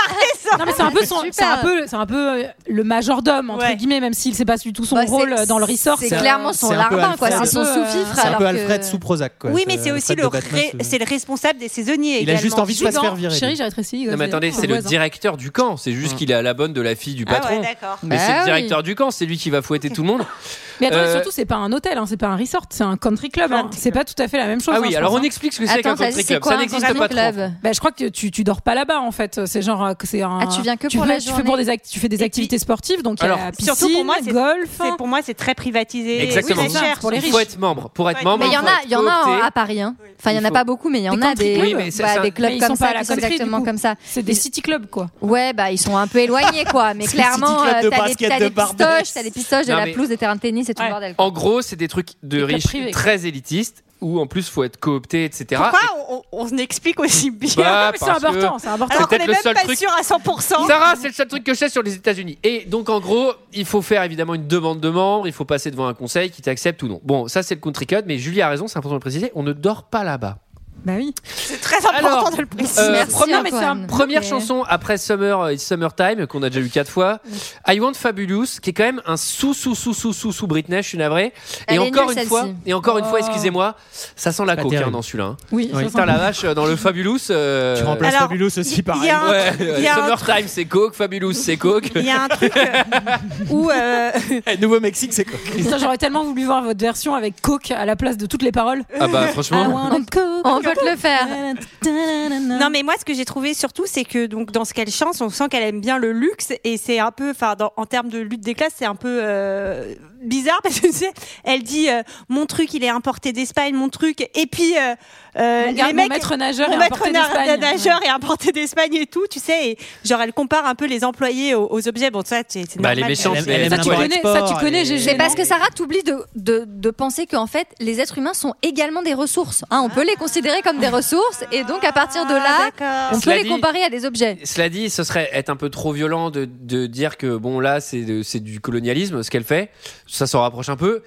[SPEAKER 11] Non, mais c'est un peu
[SPEAKER 7] (laughs)
[SPEAKER 11] son-
[SPEAKER 10] Super.
[SPEAKER 11] c'est un peu, c'est un peu euh, le majordome entre
[SPEAKER 7] Ouais.
[SPEAKER 11] guillemets, même s'il sait pas du tout son
[SPEAKER 10] Bah, c'est-
[SPEAKER 11] rôle euh, dans le resort.
[SPEAKER 10] C'est
[SPEAKER 11] euh,
[SPEAKER 10] clairement son
[SPEAKER 6] c'est un peu
[SPEAKER 10] larbin, quoi.
[SPEAKER 6] Alfred.
[SPEAKER 10] C'est son
[SPEAKER 11] C'est un peu, euh,
[SPEAKER 10] sous-fifre.
[SPEAKER 6] C'est un
[SPEAKER 10] alors
[SPEAKER 6] peu
[SPEAKER 10] que-
[SPEAKER 6] Alfred sous Prozac. Quoi. euh,
[SPEAKER 7] oui mais c'est aussi
[SPEAKER 6] Alfred
[SPEAKER 7] le
[SPEAKER 6] de Batman,
[SPEAKER 7] ré-
[SPEAKER 6] ce-
[SPEAKER 7] c'est le responsable des saisonniers
[SPEAKER 6] Il a
[SPEAKER 7] également.
[SPEAKER 6] juste envie de se pas se
[SPEAKER 11] Suivant.
[SPEAKER 6] faire virer.
[SPEAKER 11] Chérie,
[SPEAKER 6] lui.
[SPEAKER 11] j'ai rétréci.
[SPEAKER 1] Non, mais attendez, c'est le directeur du camp. C'est juste qu'il est à la bonne de la fille du
[SPEAKER 7] Ah ouais
[SPEAKER 1] patron.
[SPEAKER 7] d'accord.
[SPEAKER 1] Mais
[SPEAKER 10] Bah
[SPEAKER 1] c'est le
[SPEAKER 10] oui.
[SPEAKER 1] directeur du camp, c'est lui qui va fouetter tout le monde.
[SPEAKER 11] Mais attendez,
[SPEAKER 1] Euh,
[SPEAKER 11] surtout, c'est pas un hôtel, hein, c'est pas un resort, c'est un country club. hein. C'est pas tout à fait la même
[SPEAKER 1] (laughs)
[SPEAKER 11] chose.
[SPEAKER 1] Ah
[SPEAKER 11] hein,
[SPEAKER 1] oui,
[SPEAKER 11] je
[SPEAKER 1] alors
[SPEAKER 11] pense,
[SPEAKER 1] on
[SPEAKER 11] hein.
[SPEAKER 1] explique ce que c'est qu'un
[SPEAKER 10] Attends, t'as dit,
[SPEAKER 1] country
[SPEAKER 10] c'est
[SPEAKER 1] club.
[SPEAKER 10] quoi
[SPEAKER 1] Ça
[SPEAKER 10] un
[SPEAKER 1] n'existe
[SPEAKER 10] country
[SPEAKER 1] pas trop.
[SPEAKER 10] club
[SPEAKER 11] Bah, je crois que tu, tu dors pas là-bas en fait. C'est genre euh, que c'est un.
[SPEAKER 10] Ah, tu viens que pour
[SPEAKER 11] fais-
[SPEAKER 10] la
[SPEAKER 11] Tu fais pour
[SPEAKER 10] journée.
[SPEAKER 11] des, act- tu fais des
[SPEAKER 7] puis-
[SPEAKER 11] activités sportives, donc il y a
[SPEAKER 1] Alors,
[SPEAKER 11] la piscine,
[SPEAKER 7] surtout pour moi, c'est-
[SPEAKER 11] golf.
[SPEAKER 7] C'est pour moi c'est très privatisé.
[SPEAKER 1] Exactement.
[SPEAKER 7] Oui, c'est cher.
[SPEAKER 11] Pour les
[SPEAKER 1] Il faut
[SPEAKER 11] riches.
[SPEAKER 1] être membre. Pour être
[SPEAKER 7] Ouais,
[SPEAKER 1] membre,
[SPEAKER 10] Mais il y en a,
[SPEAKER 1] faut
[SPEAKER 10] il y en a en-
[SPEAKER 1] coopter.
[SPEAKER 10] à Paris. hein. Enfin, il y en
[SPEAKER 1] Il
[SPEAKER 10] a
[SPEAKER 1] faut-
[SPEAKER 10] pas beaucoup, mais il y en
[SPEAKER 11] Des
[SPEAKER 10] a
[SPEAKER 11] country
[SPEAKER 10] des,
[SPEAKER 11] clubs. Oui,
[SPEAKER 1] mais c'est-
[SPEAKER 10] bah,
[SPEAKER 1] c'est un-
[SPEAKER 10] des
[SPEAKER 11] Mais
[SPEAKER 10] clubs
[SPEAKER 11] ils
[SPEAKER 10] comme
[SPEAKER 11] sont pas à
[SPEAKER 10] ça,
[SPEAKER 11] la
[SPEAKER 10] qui sont
[SPEAKER 11] country, du
[SPEAKER 10] exactement
[SPEAKER 11] coup.
[SPEAKER 10] comme ça.
[SPEAKER 11] C'est des city clubs quoi.
[SPEAKER 10] Ouais, bah ils sont un peu éloignés
[SPEAKER 11] (laughs)
[SPEAKER 10] quoi, mais
[SPEAKER 6] C'est le
[SPEAKER 10] clairement
[SPEAKER 6] City Club
[SPEAKER 10] euh,
[SPEAKER 6] de
[SPEAKER 10] t'as des,
[SPEAKER 6] basket
[SPEAKER 10] t'as
[SPEAKER 6] de
[SPEAKER 10] des
[SPEAKER 6] Barbès.
[SPEAKER 10] pistoches, t'as des pistoches, de
[SPEAKER 1] Non,
[SPEAKER 10] la
[SPEAKER 1] mais-
[SPEAKER 10] pelouse, des terrains de tennis et tout
[SPEAKER 7] Ouais.
[SPEAKER 10] le bordel. quoi.
[SPEAKER 1] En gros, c'est des trucs de
[SPEAKER 11] Des clubs
[SPEAKER 1] riches
[SPEAKER 11] privés, quoi.
[SPEAKER 1] très élitistes où en plus faut être coopté, etc.
[SPEAKER 7] Pourquoi on, on- on explique aussi bien
[SPEAKER 1] Bah,
[SPEAKER 11] Ah,
[SPEAKER 7] (laughs)
[SPEAKER 11] Mais c'est
[SPEAKER 1] parce que-
[SPEAKER 11] important, c'est important.
[SPEAKER 1] c'est
[SPEAKER 7] alors qu'on
[SPEAKER 1] peut-être
[SPEAKER 7] est
[SPEAKER 1] le
[SPEAKER 7] même
[SPEAKER 1] seul
[SPEAKER 7] pas
[SPEAKER 1] truc-
[SPEAKER 7] sûr à 100%.
[SPEAKER 1] Sarah, c'est le seul truc que je sais sur les États-Unis. Et donc, en gros, il faut faire évidemment une demande de membre, il faut passer devant un conseil qui t'accepte ou non. Bon, ça, c'est le country code, mais Julie a raison, c'est important de le préciser, on ne dort pas là-bas.
[SPEAKER 11] Bah oui.
[SPEAKER 7] C'est très important
[SPEAKER 1] Alors,
[SPEAKER 7] de le préciser.
[SPEAKER 1] euh, première,
[SPEAKER 11] mais c'est un-
[SPEAKER 1] première
[SPEAKER 11] Ok.
[SPEAKER 1] chanson après Summer is Summertime qu'on a déjà eu quatre fois. I Want Fabulous qui est quand même un sous sous sous sous sous sous Britney, je suis navré.
[SPEAKER 10] Elle
[SPEAKER 1] et
[SPEAKER 10] est
[SPEAKER 1] encore
[SPEAKER 10] nulle,
[SPEAKER 1] une fois,
[SPEAKER 10] celle-ci.
[SPEAKER 1] et encore une fois,
[SPEAKER 10] Oh.
[SPEAKER 1] excusez-moi, ça sent la
[SPEAKER 6] Pas
[SPEAKER 1] coke hein,
[SPEAKER 6] terrible.
[SPEAKER 1] dans celui-là. hein.
[SPEAKER 11] Oui, ça
[SPEAKER 1] Putain
[SPEAKER 11] sent-
[SPEAKER 1] la vache dans le Fabulous. euh,
[SPEAKER 6] Tu remplaces
[SPEAKER 7] Alors,
[SPEAKER 6] Fabulous aussi par
[SPEAKER 7] il y a un-
[SPEAKER 1] Ouais, euh,
[SPEAKER 7] il y a un
[SPEAKER 1] Summertime c'est coke, Fabulous c'est coke.
[SPEAKER 7] Il y a un truc euh, où euh,
[SPEAKER 6] Nouveau-Mexique, Eh, c'est quoi
[SPEAKER 11] (laughs) Putain, J'aurais tellement voulu voir votre version avec Coke à la place de toutes les paroles.
[SPEAKER 1] Ah bah
[SPEAKER 11] I
[SPEAKER 1] franchement,
[SPEAKER 11] wanna Coke.
[SPEAKER 10] On peut te le faire.
[SPEAKER 11] Non,
[SPEAKER 7] Non, mais moi, ce que j'ai trouvé surtout, c'est que donc dans ce qu'elle chante, on sent qu'elle aime bien le luxe et c'est un peu, enfin, dans- en termes de lutte des classes, c'est un peu euh, bizarre parce que tu sais, elle dit euh, mon truc, il est importé d'Espagne, mon truc, et puis euh, euh,
[SPEAKER 11] Mon gar- mon maître nageur
[SPEAKER 7] mon
[SPEAKER 11] est
[SPEAKER 7] maître
[SPEAKER 11] importé
[SPEAKER 7] na-
[SPEAKER 11] d'Espagne.
[SPEAKER 7] nageur est importé d'Espagne et tout, tu sais, et genre elle compare un peu les employés aux, aux objets. Bon, ça, c'est c'est
[SPEAKER 1] Bah, elle est
[SPEAKER 7] normal.
[SPEAKER 1] méchante,
[SPEAKER 6] Elle aime-
[SPEAKER 1] mais
[SPEAKER 6] elle
[SPEAKER 1] elle
[SPEAKER 6] aime
[SPEAKER 1] est
[SPEAKER 11] ça, tu
[SPEAKER 1] Ouais.
[SPEAKER 11] connais, ça, tu
[SPEAKER 6] Export,
[SPEAKER 11] connais,
[SPEAKER 6] et-
[SPEAKER 11] GG.
[SPEAKER 10] C'est
[SPEAKER 11] non
[SPEAKER 10] parce que Sarah, t'oublies de, de, de penser qu'en fait, les êtres humains sont également des ressources. hein. on peut les considérer comme des ressources, et donc à partir de là,
[SPEAKER 7] Ah,
[SPEAKER 10] on
[SPEAKER 7] d'accord.
[SPEAKER 10] peut
[SPEAKER 1] Cela
[SPEAKER 10] les
[SPEAKER 1] dit-
[SPEAKER 10] comparer à des objets.
[SPEAKER 1] Cela dit, ce serait être un peu trop violent de, de dire que bon là c'est de- c'est du colonialisme ce qu'elle fait, ça s'en rapproche un peu,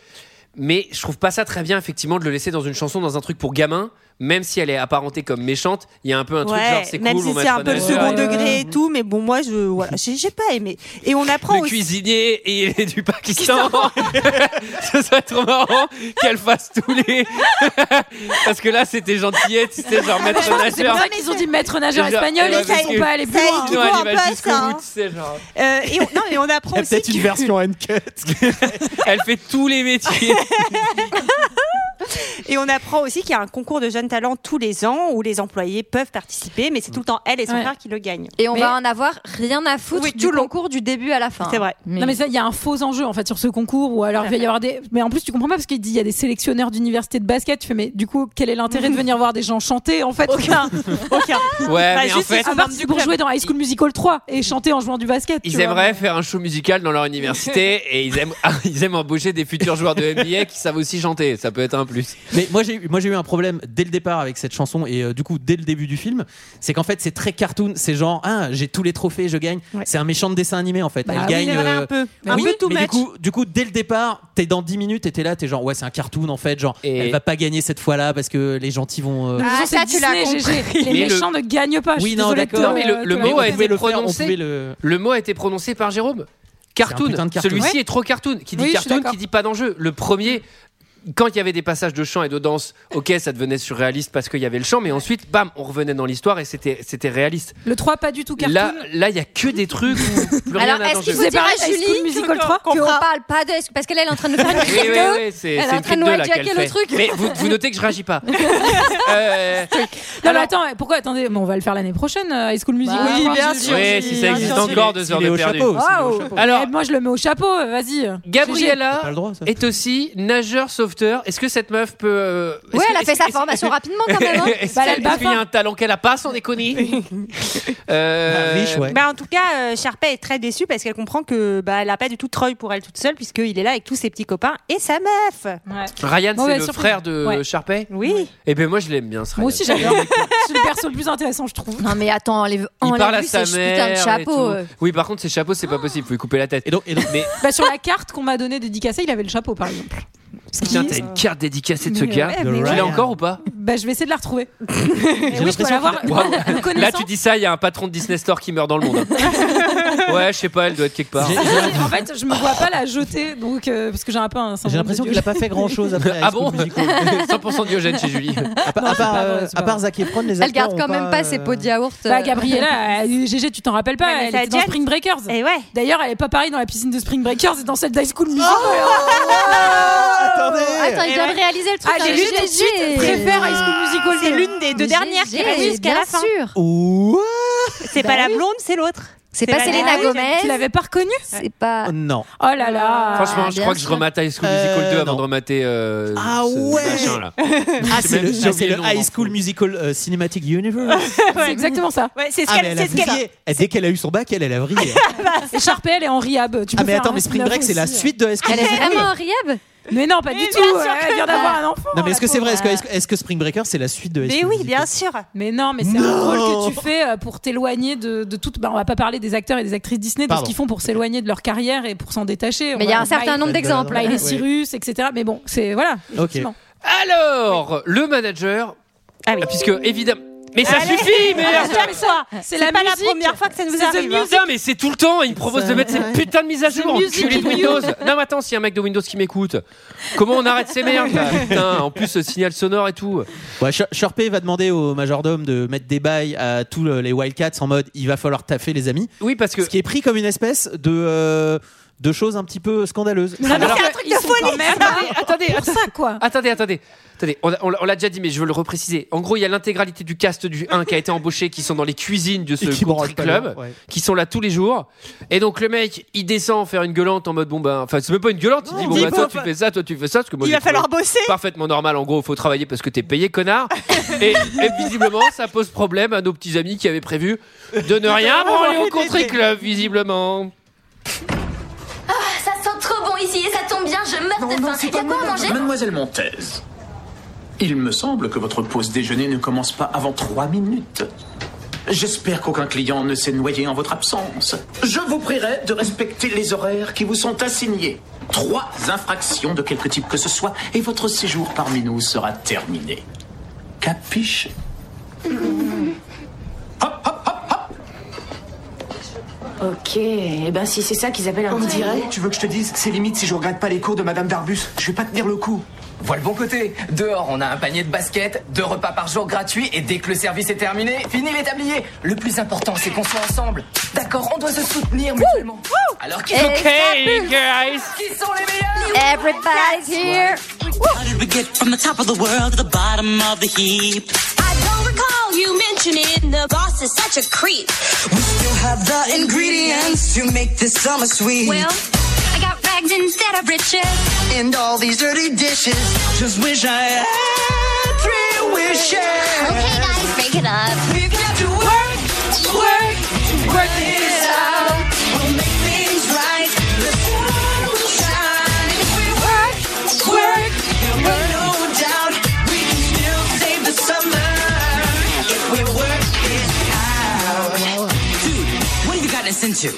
[SPEAKER 1] mais je trouve pas ça très bien effectivement de le laisser dans une chanson dans un truc pour gamin, même si elle est apparentée comme méchante, il y a un peu un truc genre
[SPEAKER 7] Ouais,
[SPEAKER 1] c'est cool,
[SPEAKER 7] même
[SPEAKER 1] on
[SPEAKER 7] si
[SPEAKER 1] met
[SPEAKER 7] c'est un peu le
[SPEAKER 1] Fred Astaire,
[SPEAKER 7] second
[SPEAKER 1] et-
[SPEAKER 7] degré et tout, mais bon, moi, je, voilà, j'ai j'ai pas aimé. Et on apprend
[SPEAKER 1] le
[SPEAKER 7] aussi.
[SPEAKER 1] cuisinier et il est
[SPEAKER 7] (laughs)
[SPEAKER 1] du Pakistan. (laughs) Ce serait trop marrant qu'elle fasse tous les. (laughs) Parce que là, c'était gentillette, c'était genre
[SPEAKER 7] (laughs)
[SPEAKER 1] maître
[SPEAKER 11] C'est pour
[SPEAKER 1] nageur.
[SPEAKER 11] ça qu'ils ont dit maître nageur
[SPEAKER 1] Déjà,
[SPEAKER 11] espagnol
[SPEAKER 1] elle
[SPEAKER 11] et qu'ils
[SPEAKER 1] avait
[SPEAKER 11] sont
[SPEAKER 1] eu-
[SPEAKER 11] pas allés plus
[SPEAKER 7] ça
[SPEAKER 11] loin.
[SPEAKER 7] équivaut
[SPEAKER 1] Non, elle y
[SPEAKER 7] un peu
[SPEAKER 1] va
[SPEAKER 7] à
[SPEAKER 1] jusqu'au
[SPEAKER 7] ça,
[SPEAKER 1] bout,
[SPEAKER 7] hein.
[SPEAKER 1] tu sais, genre.
[SPEAKER 7] Euh, et on, non, mais on apprend
[SPEAKER 6] Il y a
[SPEAKER 7] aussi
[SPEAKER 6] peut-être
[SPEAKER 7] que-
[SPEAKER 6] une version uncut.
[SPEAKER 1] Elle fait tous les métiers.
[SPEAKER 7] et on apprend aussi qu'il y a un concours de jeunes talents tous les ans où les employés peuvent participer, mais c'est tout le temps elle et son
[SPEAKER 11] Ouais.
[SPEAKER 7] frère qui le gagnent.
[SPEAKER 10] Et on
[SPEAKER 11] Mais-
[SPEAKER 10] va en avoir rien à foutre
[SPEAKER 7] Oui,
[SPEAKER 10] du
[SPEAKER 7] tout le long.
[SPEAKER 10] concours du début à la fin.
[SPEAKER 7] C'est vrai.
[SPEAKER 11] Non mais ça, il y a un faux enjeu en fait sur ce concours ou alors il va y avoir des. Mais en plus tu comprends pas parce qu'il dit il y a des sélectionneurs d'université de basket. Tu fais mais du coup quel est l'intérêt de venir voir des gens chanter en fait (laughs)
[SPEAKER 7] Aucun, aucun.
[SPEAKER 1] Ouais,
[SPEAKER 7] Bah,
[SPEAKER 1] mais en
[SPEAKER 7] juste,
[SPEAKER 1] fait,
[SPEAKER 7] ils sont
[SPEAKER 11] À part
[SPEAKER 7] membres
[SPEAKER 11] si
[SPEAKER 7] du
[SPEAKER 11] c'est pour
[SPEAKER 7] club.
[SPEAKER 11] jouer dans High School Musical 3 et chanter en jouant du basket. tu
[SPEAKER 1] ils
[SPEAKER 11] vois.
[SPEAKER 1] aimeraient faire un show musical dans leur
[SPEAKER 10] (laughs)
[SPEAKER 1] université et ils aiment, (laughs) ils aiment embaucher des futurs joueurs de NBA qui savent aussi chanter. Ça peut être un plus.
[SPEAKER 6] Mais moi j'ai eu- moi j'ai eu un problème dès le départ avec cette chanson et euh, du coup dès le début du film, c'est qu'en fait c'est très cartoon, c'est genre ah j'ai tous les trophées, je gagne.
[SPEAKER 7] Ouais.
[SPEAKER 6] C'est un méchant de dessin animé en fait.
[SPEAKER 11] Bah
[SPEAKER 6] Elle
[SPEAKER 11] oui,
[SPEAKER 6] gagne
[SPEAKER 7] mais voilà,
[SPEAKER 6] euh,
[SPEAKER 7] un peu.
[SPEAKER 11] mais
[SPEAKER 7] un
[SPEAKER 11] oui,
[SPEAKER 7] peu tout
[SPEAKER 6] mais du
[SPEAKER 7] match.
[SPEAKER 6] coup, du coup, dès le départ, t'es dans 10 minutes et t'es là, t'es genre ouais c'est un cartoon en fait, genre
[SPEAKER 1] Et-
[SPEAKER 6] elle va pas gagner cette fois-là parce que les gentils vont. euh,
[SPEAKER 11] De toute
[SPEAKER 10] Ah,
[SPEAKER 11] façon, c'est
[SPEAKER 10] ça, tu l'as
[SPEAKER 11] Disney,
[SPEAKER 10] compris.
[SPEAKER 11] GG. Les
[SPEAKER 1] Mais le-
[SPEAKER 11] méchants ne gagnent pas. Ah, je
[SPEAKER 6] Oui
[SPEAKER 11] suis
[SPEAKER 6] non
[SPEAKER 11] désolée de te-
[SPEAKER 6] d'accord.
[SPEAKER 1] mais le-
[SPEAKER 11] te
[SPEAKER 1] le
[SPEAKER 11] la
[SPEAKER 1] mot
[SPEAKER 11] raconter.
[SPEAKER 1] a
[SPEAKER 6] on pouvait
[SPEAKER 1] été
[SPEAKER 6] le faire, on
[SPEAKER 1] prononcé.
[SPEAKER 6] pouvait le.
[SPEAKER 1] Le mot a été prononcé par Jérôme. Cartoon.
[SPEAKER 6] putain de cartoon.
[SPEAKER 1] Celui-ci est trop cartoon. Qui dit
[SPEAKER 11] Oui, je suis
[SPEAKER 1] cartoon,
[SPEAKER 11] d'accord.
[SPEAKER 1] qui dit pas d'enjeu. Le premier. Quand il y avait des passages de chant et de danse, ok, ça devenait surréaliste parce qu'il y avait le chant, mais ensuite, bam, on revenait dans l'histoire et c'était c'était réaliste.
[SPEAKER 11] Le 3 pas du tout cartoon.
[SPEAKER 1] Là, là, il y a que des trucs où plus rien
[SPEAKER 10] Alors,
[SPEAKER 1] n'a
[SPEAKER 10] est-ce
[SPEAKER 1] d'enjeu.
[SPEAKER 10] qu'il faut
[SPEAKER 11] C'est
[SPEAKER 10] dire
[SPEAKER 11] pareil,
[SPEAKER 10] à
[SPEAKER 11] High School
[SPEAKER 10] Julie
[SPEAKER 11] Musical 3
[SPEAKER 10] qu'on
[SPEAKER 11] qu'on
[SPEAKER 10] parle pas de... Parce que là, elle est en train de nous faire une
[SPEAKER 1] Oui,
[SPEAKER 10] crise
[SPEAKER 1] oui,
[SPEAKER 10] de...
[SPEAKER 1] oui, c'est
[SPEAKER 10] Elle est
[SPEAKER 1] c'est
[SPEAKER 10] en
[SPEAKER 1] une
[SPEAKER 10] train
[SPEAKER 1] crise
[SPEAKER 10] de
[SPEAKER 1] de là
[SPEAKER 10] hijacker
[SPEAKER 1] qu'elle
[SPEAKER 10] le
[SPEAKER 1] fait.
[SPEAKER 10] truc.
[SPEAKER 1] Mais vous, vous notez que je réagis
[SPEAKER 10] (laughs)
[SPEAKER 1] pas. Euh,
[SPEAKER 11] Non mais attends, pourquoi attendez, mais on va le faire l'année prochaine euh, High School Musical.
[SPEAKER 10] Bah,
[SPEAKER 11] trois.
[SPEAKER 10] oui, bien sûr.
[SPEAKER 1] oui, si ça existe
[SPEAKER 11] Bien sûr.
[SPEAKER 1] encore, deux heures
[SPEAKER 6] Il est
[SPEAKER 1] de
[SPEAKER 6] au
[SPEAKER 1] perdu.
[SPEAKER 6] chapeau. aussi, il est au
[SPEAKER 11] Waouh.
[SPEAKER 6] chapeau.
[SPEAKER 1] Alors-
[SPEAKER 11] Eh, moi je le mets au chapeau, euh, vas-y.
[SPEAKER 6] T'as pas
[SPEAKER 1] Gabriella
[SPEAKER 6] le droit ça.
[SPEAKER 1] est aussi nageur sauveteur. Est-ce que cette meuf peut. euh, est-ce
[SPEAKER 10] Ouais,
[SPEAKER 1] que-
[SPEAKER 10] elle a
[SPEAKER 1] est-ce
[SPEAKER 10] fait
[SPEAKER 1] que-
[SPEAKER 10] sa
[SPEAKER 1] est-ce-
[SPEAKER 10] formation rapidement quand
[SPEAKER 1] (laughs)
[SPEAKER 10] même. hein.
[SPEAKER 1] Est-ce
[SPEAKER 11] Bah, elle a
[SPEAKER 1] qu'il
[SPEAKER 11] le
[SPEAKER 1] est-ce qu'il y a
[SPEAKER 11] bafin.
[SPEAKER 1] un talent qu'elle a pas, sans déconner (laughs) Euh,
[SPEAKER 6] Ah, riche, ouais.
[SPEAKER 7] Bah, en tout cas, euh, Sharpay est très déçue parce qu'elle comprend que bah, elle a pas du tout Troy pour elle toute seule puisqu'il est là avec tous ses petits copains et sa meuf.
[SPEAKER 11] Ouais.
[SPEAKER 1] Ryan, c'est
[SPEAKER 10] bah,
[SPEAKER 11] Mauvaise
[SPEAKER 1] le
[SPEAKER 11] surprise.
[SPEAKER 1] frère de
[SPEAKER 11] Ouais.
[SPEAKER 1] Sharpay
[SPEAKER 7] Oui.
[SPEAKER 1] Eh ben moi, je l'aime bien, ce Ryan.
[SPEAKER 11] Moi aussi j'adore. (laughs) C'est le perso le plus intéressant, je trouve.
[SPEAKER 10] Non mais attends, enlève,
[SPEAKER 1] Il
[SPEAKER 10] enlève
[SPEAKER 1] parle à
[SPEAKER 10] lui
[SPEAKER 1] sa
[SPEAKER 10] ce
[SPEAKER 1] mère.
[SPEAKER 10] putain de
[SPEAKER 1] et
[SPEAKER 10] chapeau.
[SPEAKER 1] tout.
[SPEAKER 10] euh. Oh.
[SPEAKER 1] Oui, par contre, ses chapeaux, c'est pas possible. Faut lui couper la tête.
[SPEAKER 6] Et donc, et donc-
[SPEAKER 1] Mais
[SPEAKER 11] Bah, sur la carte qu'on m'a donnée dédicacée, il avait le chapeau par exemple.
[SPEAKER 1] putain, t'as une carte dédicacée de ce
[SPEAKER 11] Mais
[SPEAKER 1] gars.
[SPEAKER 11] ouais,
[SPEAKER 6] De
[SPEAKER 11] mais
[SPEAKER 1] Tu
[SPEAKER 11] ouais.
[SPEAKER 1] l'as encore ou pas
[SPEAKER 11] Bah, je vais essayer de la retrouver. Mais oui, je
[SPEAKER 6] l'impression
[SPEAKER 11] dois l'avoir.
[SPEAKER 1] qu'il a- Waouh.
[SPEAKER 11] Le (laughs) connaissant,
[SPEAKER 1] Là, tu dis ça, il y a un patron de Disney Store qui meurt dans le monde.
[SPEAKER 10] (laughs)
[SPEAKER 1] hein. ouais, je sais pas, elle doit être quelque part.
[SPEAKER 6] J'ai-
[SPEAKER 11] En fait, je me vois pas la jeter, donc euh, parce que j'ai un peu un. syndrome
[SPEAKER 6] J'ai l'impression
[SPEAKER 11] de
[SPEAKER 6] qu'il a
[SPEAKER 11] Dieu.
[SPEAKER 6] pas fait grand
[SPEAKER 1] (laughs)
[SPEAKER 6] chose après. High
[SPEAKER 1] Ah bon
[SPEAKER 6] School Musical.
[SPEAKER 1] 100% Diogène chez Julie.
[SPEAKER 6] À part- à part,
[SPEAKER 11] pas
[SPEAKER 6] euh,
[SPEAKER 11] vrai, c'est
[SPEAKER 6] à
[SPEAKER 11] pas
[SPEAKER 6] part
[SPEAKER 11] vrai.
[SPEAKER 6] Zac Efron, les
[SPEAKER 10] Elle
[SPEAKER 6] acteurs
[SPEAKER 10] garde
[SPEAKER 6] ont
[SPEAKER 10] quand même
[SPEAKER 6] pas
[SPEAKER 10] pas
[SPEAKER 6] euh,
[SPEAKER 10] ses pots de yaourt. euh.
[SPEAKER 11] Bah, Gabriella, euh, GG, tu t'en rappelles
[SPEAKER 7] Ouais,
[SPEAKER 11] pas
[SPEAKER 7] mais
[SPEAKER 11] Elle
[SPEAKER 7] ça
[SPEAKER 11] était dans
[SPEAKER 7] gêne.
[SPEAKER 11] Spring Breakers.
[SPEAKER 7] Et ouais.
[SPEAKER 11] D'ailleurs, elle est pas pareille dans la piscine de Spring Breakers et dans celle d'High School Musical.
[SPEAKER 10] Attends,
[SPEAKER 6] Oh, Attendez
[SPEAKER 10] il
[SPEAKER 7] Et
[SPEAKER 10] vient de
[SPEAKER 7] ouais.
[SPEAKER 10] réaliser le truc. hein.
[SPEAKER 11] Ah, j'ai lu tout de suite, préfère High School Musical.
[SPEAKER 7] C'est l'une des deux dernières qui reste jusqu'à la fin.
[SPEAKER 10] sûr.
[SPEAKER 6] Ouah.
[SPEAKER 7] C'est pas
[SPEAKER 10] Bah
[SPEAKER 7] la
[SPEAKER 10] oui.
[SPEAKER 7] blonde, c'est l'autre.
[SPEAKER 10] C'est pas
[SPEAKER 7] Valérie.
[SPEAKER 10] Selena
[SPEAKER 11] Tu
[SPEAKER 10] Gomez.
[SPEAKER 11] l'avais pas reconnue
[SPEAKER 10] C'est pas.
[SPEAKER 6] Ah, (laughs) Non.
[SPEAKER 11] Oh là là.
[SPEAKER 1] Euh, Franchement,
[SPEAKER 10] Ah,
[SPEAKER 1] je
[SPEAKER 10] bien
[SPEAKER 1] crois que je
[SPEAKER 10] sûr.
[SPEAKER 1] remate High School Musical
[SPEAKER 6] Euh,
[SPEAKER 1] 2 avant
[SPEAKER 6] non.
[SPEAKER 1] de remater euh,
[SPEAKER 6] Ah
[SPEAKER 1] ce
[SPEAKER 6] ouais.
[SPEAKER 1] machin-là.
[SPEAKER 6] Ah, c'est
[SPEAKER 1] même-
[SPEAKER 6] le,
[SPEAKER 1] j'ai
[SPEAKER 6] ah,
[SPEAKER 1] oublié
[SPEAKER 6] c'est le
[SPEAKER 1] le nom,
[SPEAKER 6] High
[SPEAKER 1] m'en
[SPEAKER 6] School
[SPEAKER 1] fous.
[SPEAKER 6] Musical euh, Cinematic Universe.
[SPEAKER 11] C'est exactement ça.
[SPEAKER 7] Ouais, c'est ce
[SPEAKER 6] Ah, mais
[SPEAKER 7] qu'elle.
[SPEAKER 6] elle a
[SPEAKER 7] c'est ce qu'elle-
[SPEAKER 6] vrillé. Et Dès qu'elle a eu son bac, elle, elle a hein. vrillé.
[SPEAKER 11] Et Sharpay, elle est en rehab. Tu
[SPEAKER 6] Ah,
[SPEAKER 11] peux
[SPEAKER 6] mais
[SPEAKER 11] faire
[SPEAKER 6] attends,
[SPEAKER 11] un
[SPEAKER 6] mais Spring
[SPEAKER 11] spin-off
[SPEAKER 6] Break, c'est la
[SPEAKER 11] aussi.
[SPEAKER 6] suite de High School
[SPEAKER 10] Elle
[SPEAKER 6] (laughs)
[SPEAKER 10] est
[SPEAKER 6] Musical.
[SPEAKER 10] vraiment en riab
[SPEAKER 11] Mais non, pas du tout. euh, Elle vient d'avoir un enfant.
[SPEAKER 6] Non, mais est-ce que
[SPEAKER 11] la
[SPEAKER 6] c'est vrai Est-ce que,
[SPEAKER 11] pauvre.
[SPEAKER 6] est-ce que- est-ce que Spring Breaker, c'est la suite de High
[SPEAKER 7] Mais
[SPEAKER 6] School
[SPEAKER 7] oui,
[SPEAKER 6] Musical
[SPEAKER 7] bien sûr.
[SPEAKER 11] Mais non, mais c'est un
[SPEAKER 6] Non.
[SPEAKER 11] rôle que tu fais euh, pour t'éloigner de, de toute. Bah, on va pas parler des acteurs et des actrices Disney, de
[SPEAKER 6] Pardon.
[SPEAKER 11] ce qu'ils font pour s'éloigner de leur carrière et pour s'en détacher. On
[SPEAKER 10] Mais il y a
[SPEAKER 11] va-
[SPEAKER 10] un certain
[SPEAKER 11] Miley-
[SPEAKER 10] nombre d'exemples.
[SPEAKER 11] Miley
[SPEAKER 6] Ouais.
[SPEAKER 11] Cyrus, etc. Mais bon, c'est. Voilà.
[SPEAKER 6] Ok.
[SPEAKER 11] effectivement.
[SPEAKER 1] Alors, le manager Ah, Puisque, évidemment. Mais ça
[SPEAKER 7] Allez.
[SPEAKER 1] suffit, mais
[SPEAKER 7] À chaque fois.
[SPEAKER 11] Ah, C'est
[SPEAKER 7] C'est
[SPEAKER 11] la
[SPEAKER 7] pas
[SPEAKER 11] musique.
[SPEAKER 7] la première fois que ça nous
[SPEAKER 11] C'est the
[SPEAKER 7] arrive. hein.
[SPEAKER 1] Putain, mais c'est tout le temps, il me propose de mettre cette putain de mise à jour,
[SPEAKER 11] music
[SPEAKER 1] enculé de
[SPEAKER 11] is
[SPEAKER 1] Windows. Non, mais attends, s'il y a un mec de Windows qui m'écoute, comment on arrête ces merdes là Putain, en plus, le signal sonore et tout.
[SPEAKER 6] Ouais, Sh- Sharpay va demander au majordome de mettre des bails à tous le- les Wildcats en mode il va falloir taffer les amis.
[SPEAKER 1] Oui, parce que.
[SPEAKER 6] Ce qui est pris comme une espèce de, euh, de choses un petit peu scandaleuses.
[SPEAKER 1] Alors que-
[SPEAKER 11] Ils sont quand même
[SPEAKER 1] Attendez,
[SPEAKER 11] pour ça, quoi.
[SPEAKER 1] Attendez, attendez. Attendez, on, a- on l'a- on l'a déjà dit, mais je veux le repréciser. En gros, il y a l'intégralité du cast du 1 qui a été embauché, qui sont dans les cuisines de ce
[SPEAKER 6] Et qui
[SPEAKER 1] country
[SPEAKER 6] branle pas
[SPEAKER 1] club,
[SPEAKER 6] l'heure, ouais.
[SPEAKER 1] qui sont là tous les jours. Et donc, le mec, il descend faire une gueulante en mode bon, ben, enfin, c'est même pas une gueulante. Il dit bon,
[SPEAKER 7] dis
[SPEAKER 1] ben, toi,
[SPEAKER 7] bon,
[SPEAKER 1] tu
[SPEAKER 7] bah,
[SPEAKER 1] fais ça, toi, tu fais ça. Parce que moi,
[SPEAKER 7] Il
[SPEAKER 1] j'ai
[SPEAKER 7] va falloir
[SPEAKER 1] trouvé
[SPEAKER 7] bosser.
[SPEAKER 1] Parfaitement normal, en gros, il faut travailler parce que t'es payé,
[SPEAKER 7] (laughs)
[SPEAKER 1] connard. et, et visiblement, ça pose problème à nos petits amis qui avaient prévu de ne rien branler au country club, visiblement.
[SPEAKER 9] Ça sent trop bon ici et ça tombe bien, je meurs de faim. Y'a quoi à manger
[SPEAKER 12] Mademoiselle Montez, il me semble que votre pause déjeuner ne commence pas avant trois minutes. J'espère qu'aucun client ne s'est noyé en votre absence. Je vous prierai de respecter les horaires qui vous sont assignés. Trois infractions de quelque type que ce soit et votre séjour parmi nous sera terminé. Capiche
[SPEAKER 13] Ok, et ben si c'est ça qu'ils appellent un
[SPEAKER 12] On
[SPEAKER 13] petit-
[SPEAKER 12] dirait, tu veux que je te dise, c'est limite si je regrette pas les cours de Madame Darbus. Je vais pas tenir le coup.
[SPEAKER 14] Vois le bon côté. Dehors, on a un panier de basket, deux repas par jour gratuits, et dès que le service est terminé, fini les tabliers. Le plus important, c'est qu'on soit ensemble. D'accord, on doit se soutenir mutuellement. Alors qui
[SPEAKER 9] Et ça pulse.
[SPEAKER 1] guys.
[SPEAKER 14] Qui sont les meilleurs
[SPEAKER 9] Everybody's here.
[SPEAKER 15] How did we get from the top of the world to the bottom of the heap?
[SPEAKER 16] I don't recall you mentioning the boss is such a creep.
[SPEAKER 15] Still have the ingredients to make this summer sweet.
[SPEAKER 16] Well, I got rags instead of riches.
[SPEAKER 15] and all these dirty dishes. Just wish I had three wishes.
[SPEAKER 16] Okay, guys, break it up. We're gonna have to work, work, work this out. We'll make things right. The sun will shine. If we work, work,
[SPEAKER 15] There'll be no doubt we can still save the summer if we work this out. Dude, what have you gotten us into?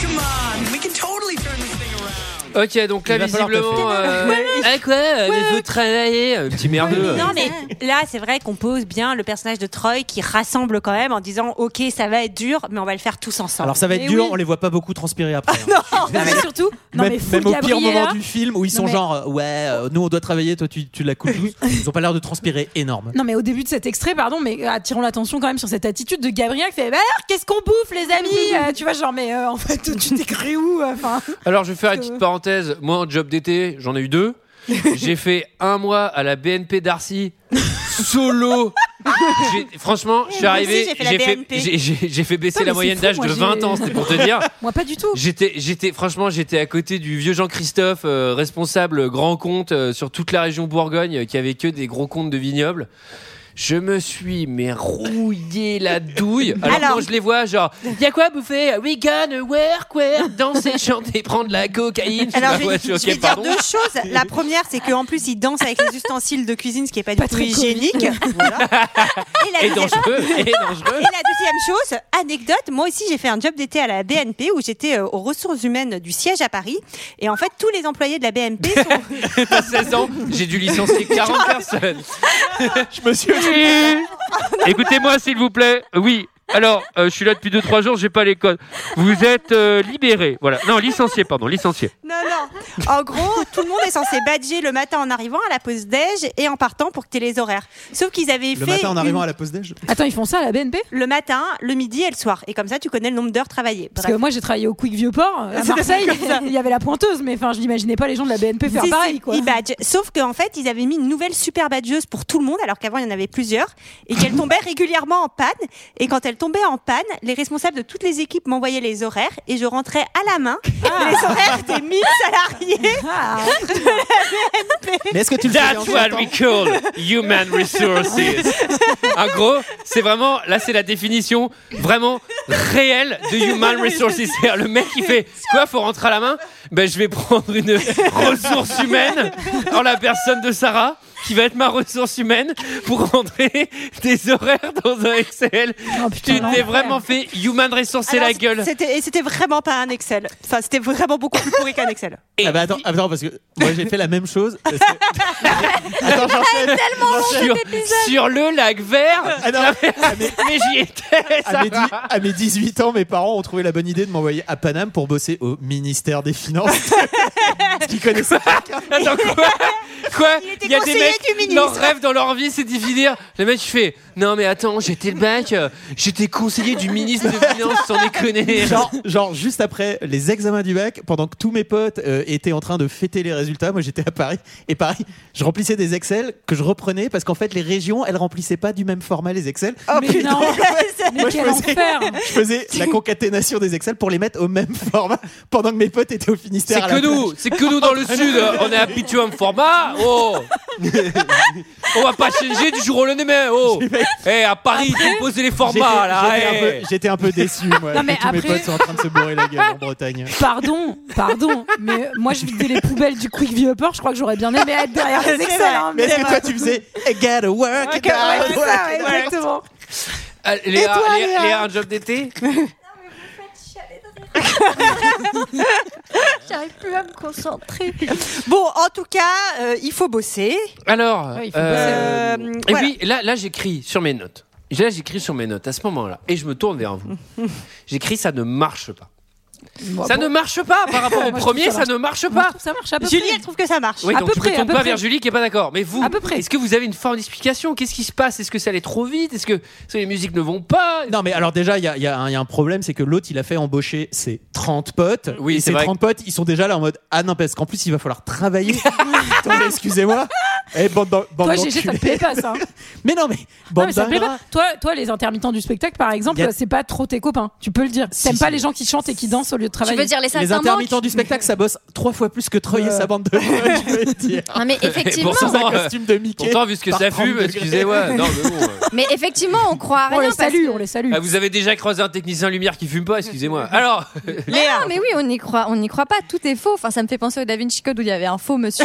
[SPEAKER 15] Come on, we can totally turn this thing around.
[SPEAKER 1] Ok, donc là,
[SPEAKER 6] Il va falloir
[SPEAKER 1] visiblement.
[SPEAKER 11] (laughs)
[SPEAKER 6] taffer.
[SPEAKER 1] euh, Ah, quoi euh, Les autres travailler euh, Petit merdeux.
[SPEAKER 7] Non mais là c'est vrai qu'on pose bien le personnage de Troy qui rassemble quand même en disant ok ça va être dur mais on va le faire tous ensemble.
[SPEAKER 6] Alors ça va être dur, on les voit pas beaucoup transpirer après. hein.
[SPEAKER 11] Oh, Non, mais surtout, non,
[SPEAKER 6] même
[SPEAKER 11] mais full
[SPEAKER 6] même au pire
[SPEAKER 11] Gabriella.
[SPEAKER 6] moment du film où ils
[SPEAKER 11] Non,
[SPEAKER 6] sont
[SPEAKER 11] mais-
[SPEAKER 6] genre euh, ouais euh, nous on doit travailler toi tu, tu la coupes douce. ils ont pas l'air de transpirer énorme
[SPEAKER 11] Non mais au début de cet extrait, pardon, mais euh, attirons l'attention quand même sur cette attitude de Gabriel qui fait bah alors qu'est-ce qu'on bouffe les (laughs) amis Euh, Tu vois genre mais euh, en fait tu t'es cru où euh, Enfin.
[SPEAKER 1] Alors, je vais faire une petite parenthèse. Moi, en job d'été, j'en ai eu
[SPEAKER 11] (laughs)
[SPEAKER 1] deux. J'ai fait un mois à la BNP Darcy, solo. J'ai- Franchement, je suis
[SPEAKER 11] Moi
[SPEAKER 1] arrivé,
[SPEAKER 11] aussi, j'ai fait la
[SPEAKER 1] j'ai fait,
[SPEAKER 11] BNP.
[SPEAKER 1] j'ai- j'ai- j'ai fait baisser
[SPEAKER 11] Putain, mais
[SPEAKER 1] la moyenne
[SPEAKER 11] c'est
[SPEAKER 1] d'âge
[SPEAKER 11] fou, moi,
[SPEAKER 1] de
[SPEAKER 11] j'ai-
[SPEAKER 1] 20 ans, c'était pour te dire.
[SPEAKER 11] (laughs) Moi pas du tout.
[SPEAKER 1] J'étais, j'étais, franchement, j'étais à côté du vieux Jean-Christophe, euh, responsable grand compte euh, sur toute la région Bourgogne, euh, qui avait que des gros comptes de vignobles. Je me suis mais rouillé la (laughs) douille. Alors,
[SPEAKER 7] Alors.
[SPEAKER 1] quand je les vois, genre, y a quoi à bouffer? We gonna work, work, danser, (laughs) chanter, prendre la cocaïne. Je sais
[SPEAKER 7] (laughs) Alors
[SPEAKER 1] pas
[SPEAKER 7] je,
[SPEAKER 1] quoi,
[SPEAKER 7] vais-
[SPEAKER 1] je suis
[SPEAKER 7] je
[SPEAKER 1] ok,
[SPEAKER 7] vais dire
[SPEAKER 1] pardon.
[SPEAKER 7] deux choses. La première c'est qu'en plus il danse avec les ustensiles de cuisine ce qui est pas du tout
[SPEAKER 11] très
[SPEAKER 7] (laughs) hygiénique. la
[SPEAKER 1] Et
[SPEAKER 7] deuxième-
[SPEAKER 1] dangereux, et dangereux.
[SPEAKER 7] Et la deuxième chose, anecdote, moi aussi j'ai fait un job d'été à la BNP où j'étais euh, aux ressources humaines du siège à Paris. Et en fait, tous les employés de la BNP
[SPEAKER 6] (laughs)
[SPEAKER 7] sont.
[SPEAKER 1] T'as 16 ans, j'ai dû licencier (laughs) 40 personnes. je me (laughs) suis Écoutez-moi, s'il vous plaît. Oui. Alors, euh, je suis là depuis 2-3 jours, j'ai pas les codes. Vous êtes euh, libéré. Voilà. Non, licencié, pardon, licencié.
[SPEAKER 7] Non, non. En gros, tout le monde est censé badger le matin en arrivant à la pause déj et en partant pour que tu les horaires. Sauf qu'ils avaient
[SPEAKER 6] le
[SPEAKER 7] fait.
[SPEAKER 6] matin en arrivant
[SPEAKER 7] une-
[SPEAKER 6] à la pause déj
[SPEAKER 11] Attends ils font ça à la BNP
[SPEAKER 7] Le matin, le midi et le soir. Et comme ça, tu connais le nombre d'heures travaillées.
[SPEAKER 11] Parce
[SPEAKER 7] Bref.
[SPEAKER 11] que moi j'ai travaillé au Quick Vieux Port à
[SPEAKER 7] C'était
[SPEAKER 11] Marseille,
[SPEAKER 7] comme ça.
[SPEAKER 11] il y avait la pointeuse mais enfin je n'imaginais pas les gens de la BNP faire
[SPEAKER 7] Si, si,
[SPEAKER 11] pareil quoi.
[SPEAKER 7] ils badgent. Sauf qu'en fait, ils avaient mis une nouvelle super badgeuse pour tout le monde, alors qu'avant, il y en avait plusieurs, et (laughs) qu'elle tombait régulièrement en panne. Et quand elle tombait en panne, les responsables de toutes les équipes m'envoyaient les horaires, et je rentrais à la main les horaires des 1000 salariés.
[SPEAKER 6] mais est-ce que tu le faisais en hein.
[SPEAKER 1] That's what
[SPEAKER 6] temps
[SPEAKER 1] we call
[SPEAKER 6] (laughs)
[SPEAKER 1] human resources. En gros, c'est vraiment, là c'est la définition, vraiment réel de Human Resources Here. Le mec, il
[SPEAKER 6] (laughs)
[SPEAKER 1] fait quoi Faut rentrer à la main Ben, je vais prendre une ressource humaine dans la personne de Sarah qui va être ma ressource humaine pour rentrer des horaires dans un Excel.
[SPEAKER 6] Oh,
[SPEAKER 1] tu t'es
[SPEAKER 7] l'enfer.
[SPEAKER 1] vraiment fait Human Resources
[SPEAKER 7] Alors,
[SPEAKER 1] la gueule.
[SPEAKER 7] C'était, et c'était vraiment pas un Excel. Enfin, c'était vraiment beaucoup plus pourri qu'un Excel.
[SPEAKER 6] Ah bah attends, attends, parce que moi j'ai fait la même chose.
[SPEAKER 1] (laughs)
[SPEAKER 6] Parce que- attends, j'enchaîne.
[SPEAKER 1] sur, sur le lac vert.
[SPEAKER 6] (laughs) Ah
[SPEAKER 1] mais j'y étais.
[SPEAKER 6] À mes,
[SPEAKER 1] Sarah.
[SPEAKER 6] dix- à mes 18 ans, mes parents ont trouvé la bonne idée de m'envoyer à Paname pour bosser au ministère
[SPEAKER 1] (laughs)
[SPEAKER 6] des Finances. Ce qu'ils connaissaient pas.
[SPEAKER 1] Attends,
[SPEAKER 6] (laughs)
[SPEAKER 1] quoi Quoi Il y a des
[SPEAKER 6] conseiller
[SPEAKER 1] mecs,
[SPEAKER 6] du ministre.
[SPEAKER 1] leur rêve dans leur vie, c'est d'y finir. Le mec, il fait Non, mais attends, j'étais le bac, euh, j'étais conseiller du ministre des Finances, sans déconner.
[SPEAKER 6] Genre, genre, juste après les examens du bac, pendant que tous mes potes euh, étaient en train de fêter les résultats, moi j'étais à Paris. Et pareil, je remplissais des Excel que je reprenais parce qu'en fait les régions, elles remplissaient pas du même format les Excel.
[SPEAKER 1] Oh,
[SPEAKER 11] mais (laughs) non, mais
[SPEAKER 6] Moi, je faisais,
[SPEAKER 11] quel enfer
[SPEAKER 6] je faisais
[SPEAKER 11] (laughs)
[SPEAKER 6] la concaténation des Excel pour les mettre au même format pendant que mes potes étaient au Finistère.
[SPEAKER 1] C'est
[SPEAKER 6] à la
[SPEAKER 1] que nous,
[SPEAKER 6] plage.
[SPEAKER 1] c'est que nous dans le sud, euh, on est habitué au format.
[SPEAKER 6] (laughs)
[SPEAKER 1] Oh On va pas changer du jour au lendemain. Oh Eh, à Paris,
[SPEAKER 11] Après-
[SPEAKER 1] ils poser les
[SPEAKER 6] J'étais-
[SPEAKER 1] formats là.
[SPEAKER 6] j'étais un
[SPEAKER 1] eh.
[SPEAKER 6] peu- J'étais un, peu déçu, moi.
[SPEAKER 11] Non, mais
[SPEAKER 6] que tous mes
[SPEAKER 11] après-
[SPEAKER 6] potes sont en train de se bourrer la gueule en
[SPEAKER 11] (laughs)
[SPEAKER 6] Bretagne.
[SPEAKER 11] Pardon, pardon, mais moi je vidais les poubelles du Quick Vieux Port, je crois que j'aurais bien aimé être derrière les
[SPEAKER 6] C'est
[SPEAKER 11] Excel.
[SPEAKER 6] vrai.
[SPEAKER 11] hein,
[SPEAKER 6] Mais est-ce que toi tu faisais I gotta work it
[SPEAKER 11] Ouais,
[SPEAKER 6] out,
[SPEAKER 11] c'est ça,
[SPEAKER 6] work
[SPEAKER 11] ouais,
[SPEAKER 6] it out.
[SPEAKER 11] exactement.
[SPEAKER 1] Euh, Léa,
[SPEAKER 6] Et toi,
[SPEAKER 1] Léa,
[SPEAKER 6] Léa
[SPEAKER 1] Léa, un job d'été
[SPEAKER 7] J'arrive plus à me concentrer. Bon, en tout cas, euh, il faut bosser.
[SPEAKER 1] Alors,
[SPEAKER 7] Ouais, il faut
[SPEAKER 1] euh,
[SPEAKER 7] bosser. Euh,
[SPEAKER 1] et
[SPEAKER 7] voilà.
[SPEAKER 1] puis là, là j'écris sur mes notes. Là, j'écris sur mes notes à ce moment-là. Et je me tourne vers
[SPEAKER 11] (laughs)
[SPEAKER 1] vous. J'écris ça ne marche pas. ça ne marche pas par
[SPEAKER 11] (laughs)
[SPEAKER 1] rapport au
[SPEAKER 11] Bah Moi, je trouve
[SPEAKER 1] premier,
[SPEAKER 11] ça
[SPEAKER 1] ça,
[SPEAKER 11] marche.
[SPEAKER 1] ne marche
[SPEAKER 11] Moi, je
[SPEAKER 1] pas.
[SPEAKER 11] trouve ça marche à peu
[SPEAKER 7] Julie,
[SPEAKER 11] près.
[SPEAKER 7] elle trouve que ça marche.
[SPEAKER 1] Oui,
[SPEAKER 11] à
[SPEAKER 1] donc
[SPEAKER 11] peu
[SPEAKER 1] je
[SPEAKER 11] près,
[SPEAKER 1] ne
[SPEAKER 11] à
[SPEAKER 1] tourne
[SPEAKER 11] peu
[SPEAKER 1] pas
[SPEAKER 11] près.
[SPEAKER 1] vers Julie qui n'est pas d'accord. Mais vous,
[SPEAKER 11] À peu près.
[SPEAKER 1] est-ce que vous avez une forme d'explication Qu'est-ce qui se passe Est-ce que ça allait trop vite Est-ce que, est-ce que les musiques ne vont pas
[SPEAKER 6] Non, mais alors déjà, il y a, il y a un il y a un problème, c'est que l'autre, il a fait embaucher ses 30 potes.
[SPEAKER 1] Oui,
[SPEAKER 6] et
[SPEAKER 1] c'est
[SPEAKER 6] ses
[SPEAKER 1] vrai.
[SPEAKER 6] 30 potes, ils sont déjà là en mode Ah non, parce qu'en plus, il va falloir travailler. Attendez, excusez-moi. Eh, bande d'en- bande
[SPEAKER 11] Toi, GG, ça te
[SPEAKER 6] d'enculés.
[SPEAKER 11] plaît pas ça.
[SPEAKER 6] Mais non, mais
[SPEAKER 11] hein. Non,
[SPEAKER 6] bande
[SPEAKER 11] mais ça me plaît
[SPEAKER 6] d'ingrats.
[SPEAKER 11] pas. Toi, toi, les intermittents du spectacle, par exemple,
[SPEAKER 6] Y a-
[SPEAKER 11] c'est pas trop tes copains. Tu peux le dire. T'aimes pas les gens qui chantent et qui dansent au lieu de travailler.
[SPEAKER 10] veux dire les salles
[SPEAKER 6] Les intermittents du spectacle, ça bosse trois fois plus que Troy et sa bande de (laughs) je veux dire.
[SPEAKER 1] (laughs)
[SPEAKER 10] Non, mais effectivement.
[SPEAKER 6] Sans un costume de Mickey.
[SPEAKER 1] Pourtant, vu ce que
[SPEAKER 6] par
[SPEAKER 1] ça
[SPEAKER 6] 30
[SPEAKER 1] fume,
[SPEAKER 6] degrés. (laughs)
[SPEAKER 11] (laughs)
[SPEAKER 1] excusez-moi. Non, mais bon, euh,
[SPEAKER 10] Mais effectivement, on croit à
[SPEAKER 11] On
[SPEAKER 10] rien.
[SPEAKER 11] les
[SPEAKER 10] parce
[SPEAKER 11] salue,
[SPEAKER 10] que-
[SPEAKER 11] on les salue.
[SPEAKER 1] ah, vous avez déjà creusé un technicien lumière qui fume pas, excusez-moi. Alors,
[SPEAKER 10] Mais non, mais oui, on n'y croit, on n'y croit pas. Tout est faux. Enfin, ça me fait penser au Da Vinci Code où il y avait un
[SPEAKER 1] (laughs)
[SPEAKER 10] faux monsieur.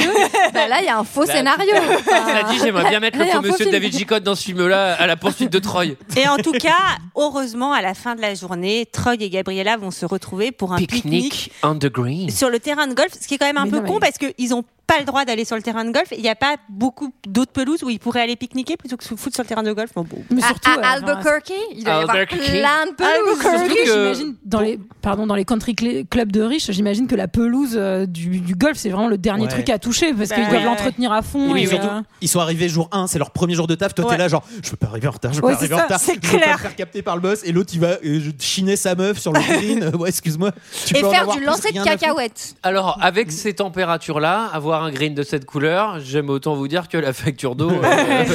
[SPEAKER 10] Bah, là, il y a un faux
[SPEAKER 1] Là, (laughs)
[SPEAKER 10] scénario.
[SPEAKER 11] Ah.
[SPEAKER 1] ça dit, j'aimerais bien mettre le
[SPEAKER 10] Allez,
[SPEAKER 1] faux
[SPEAKER 10] un faux
[SPEAKER 1] monsieur
[SPEAKER 10] film.
[SPEAKER 1] David Gicotte dans ce film-là à la poursuite de Troy.
[SPEAKER 7] Et (laughs) en tout cas, heureusement, à la fin de la journée, Troy et Gabriella vont se retrouver pour un pique-nique
[SPEAKER 1] Picnic on the green.
[SPEAKER 7] Mmh. sur le terrain de golf, ce qui est quand même un
[SPEAKER 11] Mais
[SPEAKER 7] peu
[SPEAKER 11] non,
[SPEAKER 7] con
[SPEAKER 11] mais-
[SPEAKER 7] parce qu'ils n'ont pas le droit d'aller sur le terrain de golf. Il n'y a pas beaucoup d'autres pelouses où ils pourraient aller pique-niquer plutôt que se foutre sur le terrain de golf. Bon, bon.
[SPEAKER 11] Mais
[SPEAKER 6] Ah,
[SPEAKER 10] À-
[SPEAKER 11] surtout, euh,
[SPEAKER 10] à
[SPEAKER 11] genre,
[SPEAKER 10] Ah, Albuquerque, il doit y avoir
[SPEAKER 1] Albuquerque.
[SPEAKER 10] plein de pelouses.
[SPEAKER 11] Surtout que
[SPEAKER 1] que-
[SPEAKER 11] j'imagine dans les pardon dans les country cl- clubs de riches, j'imagine que la pelouse euh, du, du golf c'est vraiment le dernier
[SPEAKER 6] Ouais.
[SPEAKER 11] truc à toucher parce
[SPEAKER 7] Bah
[SPEAKER 11] qu'ils
[SPEAKER 7] ouais.
[SPEAKER 11] doivent l'entretenir à fond.
[SPEAKER 6] Oui,
[SPEAKER 11] et,
[SPEAKER 6] mais surtout,
[SPEAKER 11] euh,
[SPEAKER 6] ils sont arrivés jour 1, c'est leur premier jour de taf. Toi,
[SPEAKER 11] Ouais.
[SPEAKER 6] t'es là, genre, je peux pas arriver en retard, je peux
[SPEAKER 11] Ouais,
[SPEAKER 6] pas
[SPEAKER 11] c'est
[SPEAKER 6] arriver
[SPEAKER 11] ça,
[SPEAKER 6] en retard.
[SPEAKER 11] c'est
[SPEAKER 6] je peux pas
[SPEAKER 11] clair.
[SPEAKER 6] me faire capter par le boss. Et l'autre, il va euh, je- chiner sa meuf
[SPEAKER 11] (laughs)
[SPEAKER 6] sur le green. Euh, ouais, excuse-moi. tu
[SPEAKER 10] Et
[SPEAKER 6] peux en
[SPEAKER 10] faire
[SPEAKER 6] avoir
[SPEAKER 10] du
[SPEAKER 6] plus
[SPEAKER 10] lancer de
[SPEAKER 6] rien à foutre.
[SPEAKER 10] cacahuètes.
[SPEAKER 1] Alors, avec ces températures-là, avoir un green de cette couleur, j'aime autant vous dire que la facture d'eau euh,